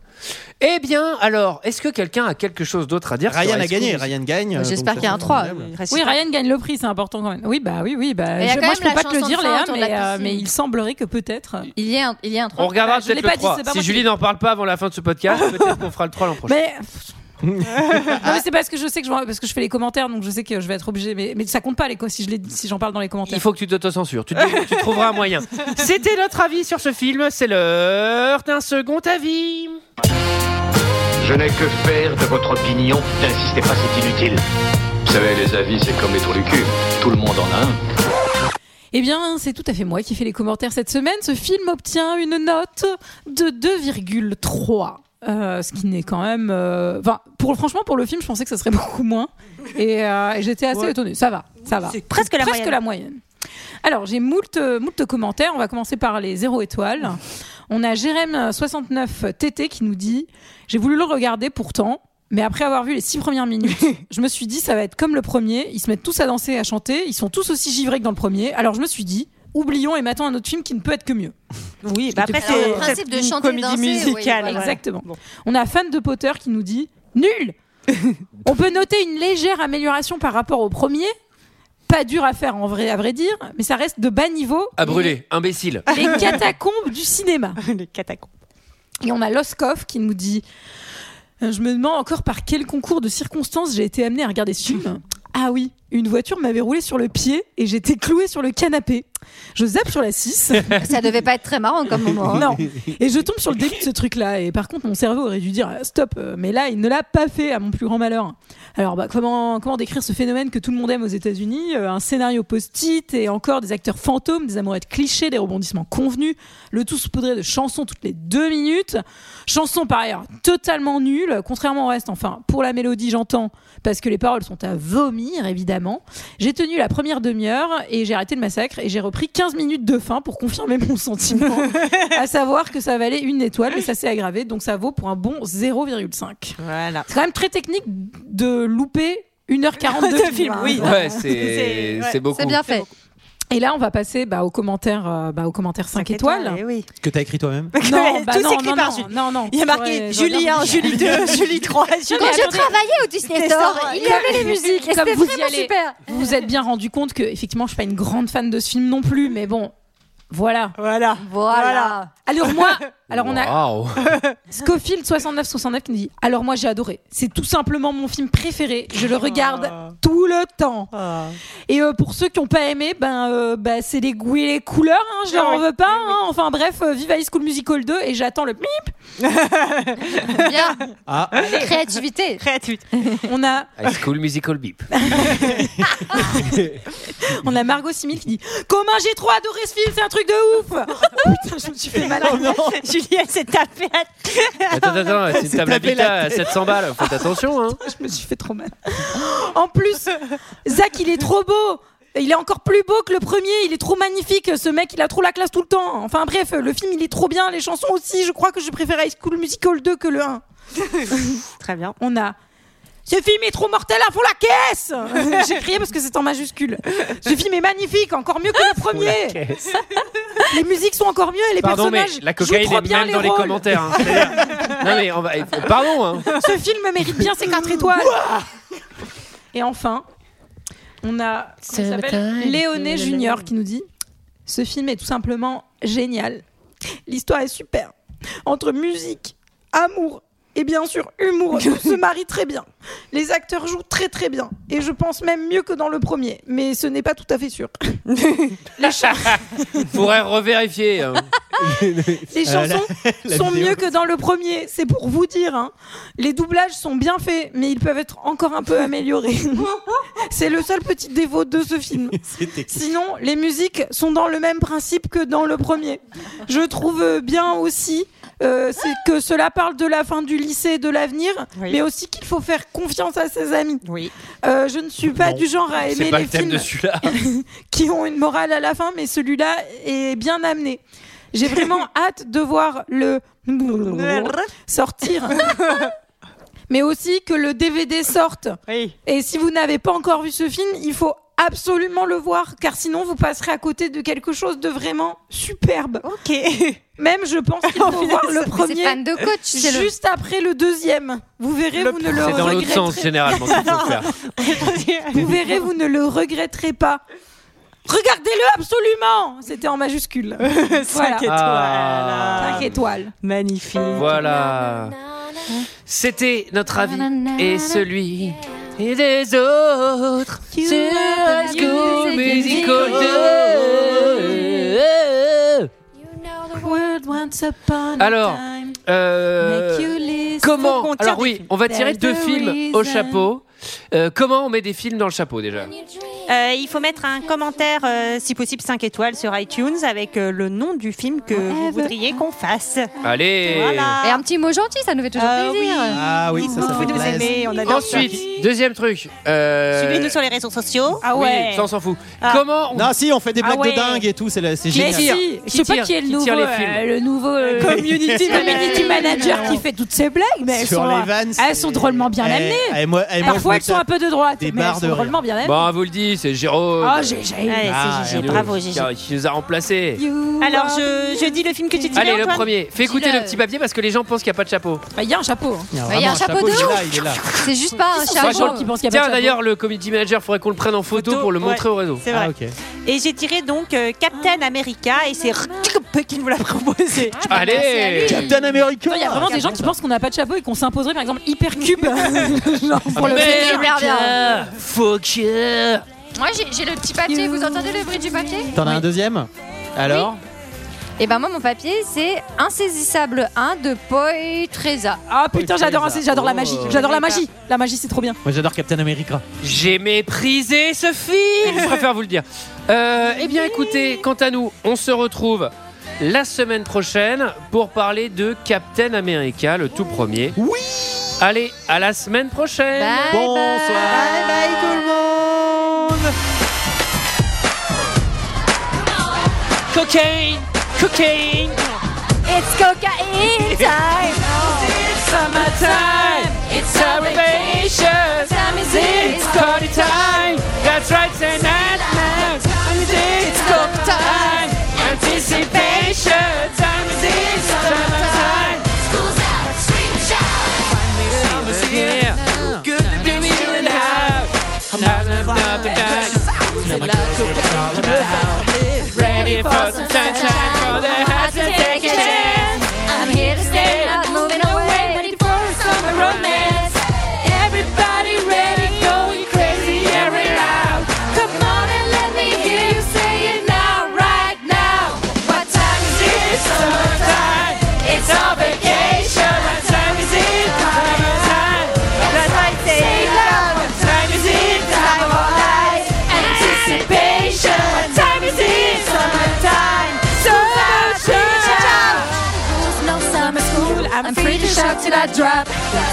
[SPEAKER 1] Eh bien, alors, est-ce que quelqu'un a quelque chose d'autre à dire sur High
[SPEAKER 6] Ryan a
[SPEAKER 1] School
[SPEAKER 6] gagné,
[SPEAKER 1] Musical
[SPEAKER 6] Ryan
[SPEAKER 7] Bah,
[SPEAKER 6] gagne.
[SPEAKER 1] Euh,
[SPEAKER 10] J'espère qu'il y a un 3.
[SPEAKER 11] Oui, Ryan gagne le prix, c'est important quand même. Oui, bah oui, oui. Bah,
[SPEAKER 10] Mais il y a
[SPEAKER 11] je-
[SPEAKER 10] quand
[SPEAKER 11] moi,
[SPEAKER 10] même
[SPEAKER 11] je peux
[SPEAKER 10] la
[SPEAKER 11] pas te le
[SPEAKER 10] chanson
[SPEAKER 11] dire,
[SPEAKER 10] de fin
[SPEAKER 11] Léa,
[SPEAKER 10] autour de la
[SPEAKER 11] mais, euh,
[SPEAKER 10] piscine.
[SPEAKER 11] mais il semblerait que peut-être. euh,
[SPEAKER 10] Il y a un, il y a un
[SPEAKER 1] On regardera
[SPEAKER 11] Bah, Je l'ai
[SPEAKER 1] peut-être le
[SPEAKER 11] pas dit,
[SPEAKER 1] 3.
[SPEAKER 11] c'est pas
[SPEAKER 1] si
[SPEAKER 11] moi qui-
[SPEAKER 1] Julie n'en parle pas avant la fin de ce podcast,
[SPEAKER 11] (laughs)
[SPEAKER 1] peut-être qu'on fera le 3 l'an prochain.
[SPEAKER 11] Mais. non mais c'est parce que je sais que je parce que je fais les commentaires donc je sais que je vais être obligé mais, mais ça compte pas les co- si je les si j'en parle dans les commentaires.
[SPEAKER 1] Il faut que tu t'autocensures. Tu, te- tu trouveras un
[SPEAKER 11] (laughs)
[SPEAKER 1] moyen. C'était notre avis sur ce film. C'est l'heure d'un second avis.
[SPEAKER 2] Je n'ai que faire de votre opinion. N'insistez pas, c'est inutile. Vous savez, les avis, c'est comme les trous du cul. Tout le monde en a un.
[SPEAKER 11] Eh bien, c'est tout à fait moi qui fais les commentaires cette semaine. Ce film obtient une note de 2,3. Euh, ce qui n'est quand même, euh, enfin, pour franchement pour le film, je pensais que ça serait (laughs) beaucoup moins, et, euh, et j'étais assez
[SPEAKER 7] Ouais.
[SPEAKER 11] étonnée. Ça va, ça va.
[SPEAKER 7] C'est presque la moyenne.
[SPEAKER 11] Alors j'ai moult, euh, moult commentaires. On va commencer par les 0 étoiles. On a Jérém 69 TT qui nous dit j'ai voulu le regarder pourtant. Mais après avoir vu les six premières minutes, je me suis dit ça va être comme le premier. Ils se mettent tous à danser, à chanter. Ils sont tous aussi givrés que dans le premier. Alors je me suis dit oublions et mettons un autre film qui ne peut être que mieux.
[SPEAKER 7] Oui, bah après,
[SPEAKER 11] Alors,
[SPEAKER 7] c'est
[SPEAKER 11] le
[SPEAKER 10] principe de
[SPEAKER 7] une
[SPEAKER 10] chanter,
[SPEAKER 7] comédie
[SPEAKER 10] danser, oui,
[SPEAKER 7] musicale.
[SPEAKER 10] voilà.
[SPEAKER 11] Exactement. On a fan de Potter qui nous dit nul. On peut noter une légère amélioration par rapport au premier. Pas dur à faire en vrai, à vrai dire, mais ça reste de bas niveau.
[SPEAKER 1] À brûler, imbécile.
[SPEAKER 11] (laughs) Les catacombes du cinéma.
[SPEAKER 7] (laughs) Les catacombes.
[SPEAKER 11] Et on a Loskov qui nous dit euh, Je me demande encore par quel concours de circonstances j'ai été amené à regarder ce
[SPEAKER 7] (laughs)
[SPEAKER 11] film. Ah oui, une voiture m'avait roulé sur le pied et j'étais cloué sur le canapé. Je zappe sur la
[SPEAKER 7] (laughs)
[SPEAKER 11] 6.
[SPEAKER 10] Ça devait pas être très marrant comme
[SPEAKER 1] (laughs)
[SPEAKER 10] moment. hein.
[SPEAKER 11] Non. Et je tombe sur le début de ce truc-là. Et par contre, mon cerveau aurait dû dire euh, stop. euh, Mais là, il ne l'a pas fait, à mon plus grand malheur. Alors, bah, comment, comment décrire ce phénomène que tout le monde aime aux États-Unis Euh, Un scénario post-it et encore des acteurs fantômes, des amourettes clichés, des rebondissements convenus. Le tout saupoudré de chansons toutes les deux minutes. Chansons par ailleurs totalement nulles, contrairement au reste. Enfin, pour la mélodie, j'entends, parce que les paroles sont à vomir, évidemment. J'ai tenu la première demi-heure et j'ai arrêté le massacre et j'ai repris 15 minutes de fin pour confirmer mon sentiment, à savoir que ça valait une étoile, mais ça s'est aggravé, donc ça vaut pour un bon 0,5.
[SPEAKER 7] Voilà.
[SPEAKER 11] C'est quand même très technique de louper 1h40 de
[SPEAKER 7] (laughs) De
[SPEAKER 11] film.
[SPEAKER 7] film,
[SPEAKER 11] hein.
[SPEAKER 7] oui.
[SPEAKER 1] Ouais, c'est
[SPEAKER 11] ouais,
[SPEAKER 1] c'est beaucoup.
[SPEAKER 11] c'est bien fait. Et là, on va passer bah, aux commentaires, euh, bah, aux commentaires 5 étoiles.
[SPEAKER 7] (laughs) oui.
[SPEAKER 6] que t'as écrit toi-même.
[SPEAKER 7] (laughs)
[SPEAKER 11] Non, bah
[SPEAKER 7] Tout
[SPEAKER 11] non,
[SPEAKER 7] s'écrit
[SPEAKER 11] non,
[SPEAKER 7] par
[SPEAKER 11] non,
[SPEAKER 7] Julie.
[SPEAKER 11] non, non.
[SPEAKER 7] Il y a marqué
[SPEAKER 11] J'aurais-
[SPEAKER 7] Julie
[SPEAKER 11] j'aurais
[SPEAKER 7] 1, Julie 2, Julie 3, Julie
[SPEAKER 10] Quand je travaillais au Disney Store, il y avait les musiques. et
[SPEAKER 11] Comme
[SPEAKER 10] C'était
[SPEAKER 11] vous y
[SPEAKER 10] vraiment
[SPEAKER 11] allez,
[SPEAKER 10] super.
[SPEAKER 7] hein.
[SPEAKER 11] Vous vous êtes bien rendu compte que, effectivement, je suis pas une grande fan de ce film non plus, mais bon, voilà.
[SPEAKER 7] Voilà.
[SPEAKER 10] Voilà.
[SPEAKER 11] Alors
[SPEAKER 7] (laughs)
[SPEAKER 11] moi, alors on a
[SPEAKER 1] Waouh.
[SPEAKER 11] Scofield 69 69 qui nous dit alors moi j'ai adoré. C'est tout simplement mon film préféré. Je
[SPEAKER 7] Ah.
[SPEAKER 11] le regarde tout le temps. Et euh, pour ceux qui n'ont pas aimé, ben euh, bah, c'est les goûts et les couleurs. hein, je
[SPEAKER 7] Ah
[SPEAKER 11] leur en
[SPEAKER 7] oui,
[SPEAKER 11] veux pas. hein. Enfin bref, euh, vive High School Musical 2 et j'attends le mip.
[SPEAKER 10] Bien.
[SPEAKER 1] (laughs)
[SPEAKER 6] Ah,
[SPEAKER 10] Créativité.
[SPEAKER 7] Créativité.
[SPEAKER 11] On a
[SPEAKER 1] High School Musical Beep.
[SPEAKER 11] (laughs) On a Margot Simil qui dit Comment j'ai trop adoré ce film, c'est un truc de ouf (laughs) Oh, Putain, je me suis
[SPEAKER 7] (laughs)
[SPEAKER 11] fait mal.
[SPEAKER 7] Voilà. Julie, elle s'est tapée à
[SPEAKER 1] Attends, attends, c'est une
[SPEAKER 7] C'est
[SPEAKER 1] table
[SPEAKER 7] tapé
[SPEAKER 1] habitat
[SPEAKER 7] la
[SPEAKER 1] à
[SPEAKER 7] tête.
[SPEAKER 1] 700 balles. Faites attention. Hein.
[SPEAKER 11] Oh, Je me suis fait trop mal. En plus, Zach, il est trop beau il est encore plus beau que le premier, il est trop magnifique, ce mec, il a trop la classe tout le temps. Enfin bref, le film, il est trop bien, les chansons aussi, je crois que je préfère High School Musical 2 que le 1.
[SPEAKER 7] Très bien.
[SPEAKER 11] On a ce film est trop mortel à fond la caisse J'ai crié parce que c'est en majuscule. Ce film est magnifique, encore mieux que le premier. Les musiques sont encore mieux et les
[SPEAKER 1] Pardon, mais
[SPEAKER 11] personnages
[SPEAKER 1] la
[SPEAKER 11] jouent
[SPEAKER 1] cocaïne
[SPEAKER 11] trop
[SPEAKER 1] est
[SPEAKER 11] bien
[SPEAKER 1] mal dans les
[SPEAKER 11] rôles.
[SPEAKER 1] commentaires.
[SPEAKER 11] (laughs)
[SPEAKER 1] hein. C'est-à-dire- Non, mais on va. Pardon. Hein.
[SPEAKER 11] Ce film mérite bien ses 4 étoiles. Et enfin, on a comment il
[SPEAKER 16] Summertime.
[SPEAKER 11] s'appelle Léoné Junior qui nous dit Ce film est tout simplement génial. L'histoire est super. Entre musique, amour et bien sûr humour, tout se marie très bien. Les acteurs jouent très très bien. Et je pense même mieux que dans le premier. Mais ce n'est pas tout à fait sûr. Les chars.
[SPEAKER 1] Faudrait revérifier. hein.
[SPEAKER 11] Les
[SPEAKER 1] Euh, (laughs)
[SPEAKER 11] chansons sont mieux que dans le premier, c'est pour vous dire. hein. Les doublages sont bien faits, mais ils peuvent être encore
[SPEAKER 1] (laughs)
[SPEAKER 11] un peu améliorés. c'est le seul petit défaut de
[SPEAKER 1] (laughs)
[SPEAKER 11] ce film. Sinon, les musiques sont dans le même principe que dans le premier. Je trouve bien aussi euh, c'est que cela parle de la fin du lycée et de l'avenir,
[SPEAKER 18] Oui.
[SPEAKER 11] mais aussi qu'il faut faire confiance à ses amis. Euh,
[SPEAKER 18] Oui.
[SPEAKER 11] je ne suis pas
[SPEAKER 1] Non.
[SPEAKER 11] du genre à aimer
[SPEAKER 1] C'est pas
[SPEAKER 11] les
[SPEAKER 1] le thème
[SPEAKER 11] films
[SPEAKER 1] de celui-là.
[SPEAKER 11] qui ont une morale à la fin, mais celui-là est bien amené.
[SPEAKER 1] (laughs)
[SPEAKER 11] J'ai vraiment hâte de voir le
[SPEAKER 1] (laughs)
[SPEAKER 11] sortir. Mais aussi que le DVD sorte. Et si vous n'avez pas encore vu ce film, il faut absolument le voir, car sinon vous passerez à côté de quelque chose de vraiment superbe.
[SPEAKER 7] (laughs)
[SPEAKER 11] Ok. Même je pense
[SPEAKER 1] (laughs)
[SPEAKER 11] qu'il faut
[SPEAKER 1] Oh,
[SPEAKER 11] voir le premier.
[SPEAKER 10] c'est fan de coach, c'est le-
[SPEAKER 11] Juste après le deuxième. Vous verrez, vous ne le
[SPEAKER 1] C'est dans l'autre
[SPEAKER 11] regretterez-
[SPEAKER 1] sens, généralement, qu'il faut faire.
[SPEAKER 11] (laughs) vous verrez, vous ne le regretterez pas. Regardez-le absolument C'était en majuscule. voilà.
[SPEAKER 1] étoiles. Ah.
[SPEAKER 11] Cinq étoiles.
[SPEAKER 18] Magnifique.
[SPEAKER 1] Voilà. C'était notre avis et celui et des autres sur High School Musical 2. Alors, euh,
[SPEAKER 11] Make you listen. Faut
[SPEAKER 1] comment
[SPEAKER 11] qu'on tire
[SPEAKER 1] Alors
[SPEAKER 11] des
[SPEAKER 1] oui,
[SPEAKER 11] films.
[SPEAKER 1] on va tirer
[SPEAKER 11] There's
[SPEAKER 1] deux
[SPEAKER 11] a
[SPEAKER 1] films au
[SPEAKER 11] reason.
[SPEAKER 1] chapeau. Euh, comment on met des films dans le chapeau déjà
[SPEAKER 7] Euh, il faut mettre un commentaire, euh, si possible 5 étoiles sur iTunes avec euh, le nom du film que vous voudriez qu'on fasse.
[SPEAKER 1] Allez.
[SPEAKER 10] Et un petit mot gentil, ça nous fait toujours plaisir.
[SPEAKER 6] Ah oui, ça, ça
[SPEAKER 7] Vous
[SPEAKER 6] fait
[SPEAKER 7] nous
[SPEAKER 6] plaisir.
[SPEAKER 7] aimez, on adore ça.
[SPEAKER 1] Ensuite, deuxième truc. euh,
[SPEAKER 7] Suivez-nous sur les réseaux sociaux.
[SPEAKER 11] Ah
[SPEAKER 1] oui, ça on s'en fout. Comment on-
[SPEAKER 6] Non, si, on fait des
[SPEAKER 1] Ah
[SPEAKER 6] blagues
[SPEAKER 1] ouais.
[SPEAKER 6] de dingue et tout, c'est la- c'est
[SPEAKER 1] Qui
[SPEAKER 6] génial.
[SPEAKER 1] tire
[SPEAKER 11] Je sais pas
[SPEAKER 1] tire
[SPEAKER 11] qui est le nouveau,
[SPEAKER 1] tire les
[SPEAKER 11] euh,
[SPEAKER 1] films
[SPEAKER 11] le nouveau euh,
[SPEAKER 6] Community
[SPEAKER 11] (laughs) community manager qui fait toutes ces blagues, mais elles
[SPEAKER 6] Sur
[SPEAKER 11] sont, euh,
[SPEAKER 6] les vannes,
[SPEAKER 11] elles sont drôlement bien
[SPEAKER 6] Eh,
[SPEAKER 11] amenées.
[SPEAKER 6] eh, moi- eh, moi, je
[SPEAKER 11] Parfois
[SPEAKER 6] me
[SPEAKER 11] Ah, elles sont
[SPEAKER 6] tape
[SPEAKER 11] un peu de droite,
[SPEAKER 6] des
[SPEAKER 11] mais elles
[SPEAKER 6] barres
[SPEAKER 11] sont
[SPEAKER 6] de rire.
[SPEAKER 11] drôlement bien amenées.
[SPEAKER 1] Bon, Bah, vous le dites, c'est Jérôme.
[SPEAKER 11] Ah, GG. Ouais, c'est GG,
[SPEAKER 1] Jérôme
[SPEAKER 11] bravo,
[SPEAKER 1] qui-
[SPEAKER 11] GG.
[SPEAKER 1] Qui nous a remplacés.
[SPEAKER 7] Alors je, je dis le film que tu dis.
[SPEAKER 1] Allez, le premier. Fais écouter le petit papier parce que les gens pensent qu'il n'y a pas de chapeau.
[SPEAKER 11] Il y a un chapeau. hein.
[SPEAKER 1] Il y a
[SPEAKER 10] Bah, il y a un chapeau, de ouf. C'est juste pas un
[SPEAKER 1] Moi,
[SPEAKER 10] chapeau.
[SPEAKER 1] je- Tiens, d'ailleurs, le community manager, faudrait qu'on le prenne en photo,
[SPEAKER 7] Photo,
[SPEAKER 1] pour le
[SPEAKER 7] ouais,
[SPEAKER 1] montrer au réseau.
[SPEAKER 7] c'est vrai. Ah, ok. Et j'ai tiré donc euh, Captain America et c'est Rtchkp qui nous l'a (laughs) proposé.
[SPEAKER 10] Ah, bah,
[SPEAKER 1] Allez. merci à lui. Captain
[SPEAKER 6] America
[SPEAKER 11] Il y a vraiment des gens qui pensent qu'on n'a pas de chapeau et qu'on s'imposerait par exemple (laughs) Hypercube. Genre pour le
[SPEAKER 1] America,
[SPEAKER 11] faire.
[SPEAKER 1] Ah, Fuck yeah.
[SPEAKER 10] Moi, j'ai- j'ai le petit papier. Vous entendez le bruit du papier
[SPEAKER 6] T'en as un deuxième Alors
[SPEAKER 10] Et ben moi, mon papier, c'est Insaisissable 1 de Poi Treza.
[SPEAKER 11] Ah putain, j'adore ça, j'adore la
[SPEAKER 6] Oh.
[SPEAKER 11] magie. J'adore la magie. La magie, c'est trop bien.
[SPEAKER 6] Moi j'adore Captain America.
[SPEAKER 1] J'ai méprisé ce film. Je préfère vous le dire. Euh, eh bien, écoutez, quant à nous, on se retrouve la semaine prochaine pour parler de Captain America, le tout premier. Oui. Allez, à la semaine prochaine.
[SPEAKER 6] Bonsoir. Bye bye tout le monde.
[SPEAKER 1] Cocaine, cocaine.
[SPEAKER 16] It's
[SPEAKER 10] (laughs)
[SPEAKER 16] cocaine time. It's summertime. It's celebration. Time is it. It's party time. That's right, tonight. It's coke time. Anticipation. Time is it. Summertime. School's out. Scream shout. Finally, summer's here. Good to be here and out. Now there's nothing back. Ready for some sunshine. For the house to take a chance. I'm here to stay. Not moving away. Ready for a summer romance. Everybody ready, going crazy, every loud. Come on and let me hear you say it now, right now. What time is it? Summertime. It's our vacation. What time is it? Summertime. That's why I say love. What time is it? Time of our lives. Anticipation. What time is it? Summertime. So much There's no summer school. I'm free to shout till I drop.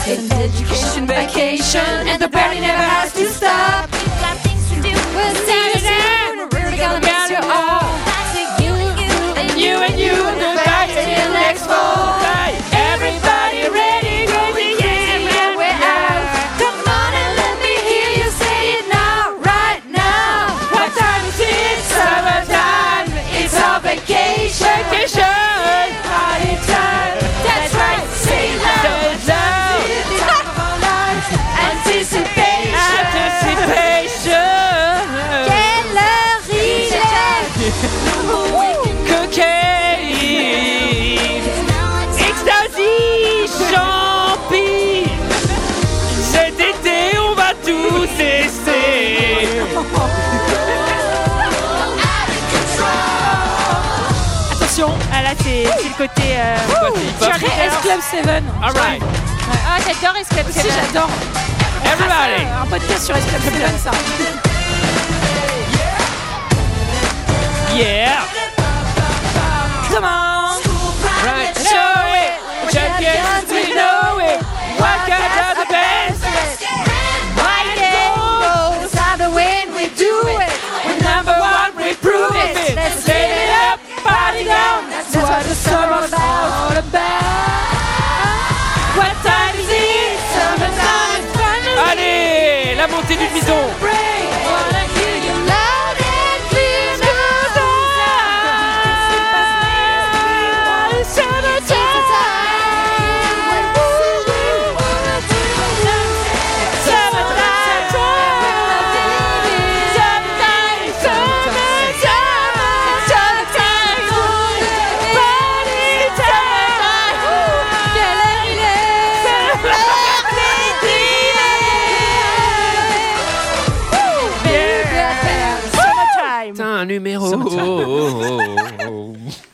[SPEAKER 16] It's an education vacation, and the party never has to stop. We've got things to do. We'll see you soon. We're really gonna miss you all. Back to you, and you, and you, and goodbye till next fall. Everybody ready? Go begin, and we're out. Come on and let me hear you say it now, right now. What time is it? Summertime. It's our vacation. Vacation. Party time. That's right. Say loud. Say loud. Anticipation. Anticipation.
[SPEAKER 1] attention.
[SPEAKER 7] Ah là, c'est c'est le côté. euh,
[SPEAKER 11] Cheerleader. S Club 7.
[SPEAKER 1] All right.
[SPEAKER 11] Ah, j'adore S Club 7. j'adore.
[SPEAKER 1] Everybody.
[SPEAKER 11] Un podcast sur S Club 7, ça.
[SPEAKER 1] Yeah.
[SPEAKER 11] Come on.
[SPEAKER 1] Right. Show it. Champions we know it. Workers are the best.
[SPEAKER 16] Right it goes out the wind, we do it. We're number one, we prove it. Let's live it up, party down. That's what the summer's all about. What time is it? Summertime, finally.
[SPEAKER 1] Allez, la montée du bison.
[SPEAKER 16] Break. Wanna hear you loud and clear hein. now. Summertime. Woo, wanna do it. Summertime. Summertime. Summertime. Party time. Quelle heure il est L'heure des dîners. Woo. Beer, beer, beer. Summertime.
[SPEAKER 1] Putain, un numéro. Oh, oh, oh, oh.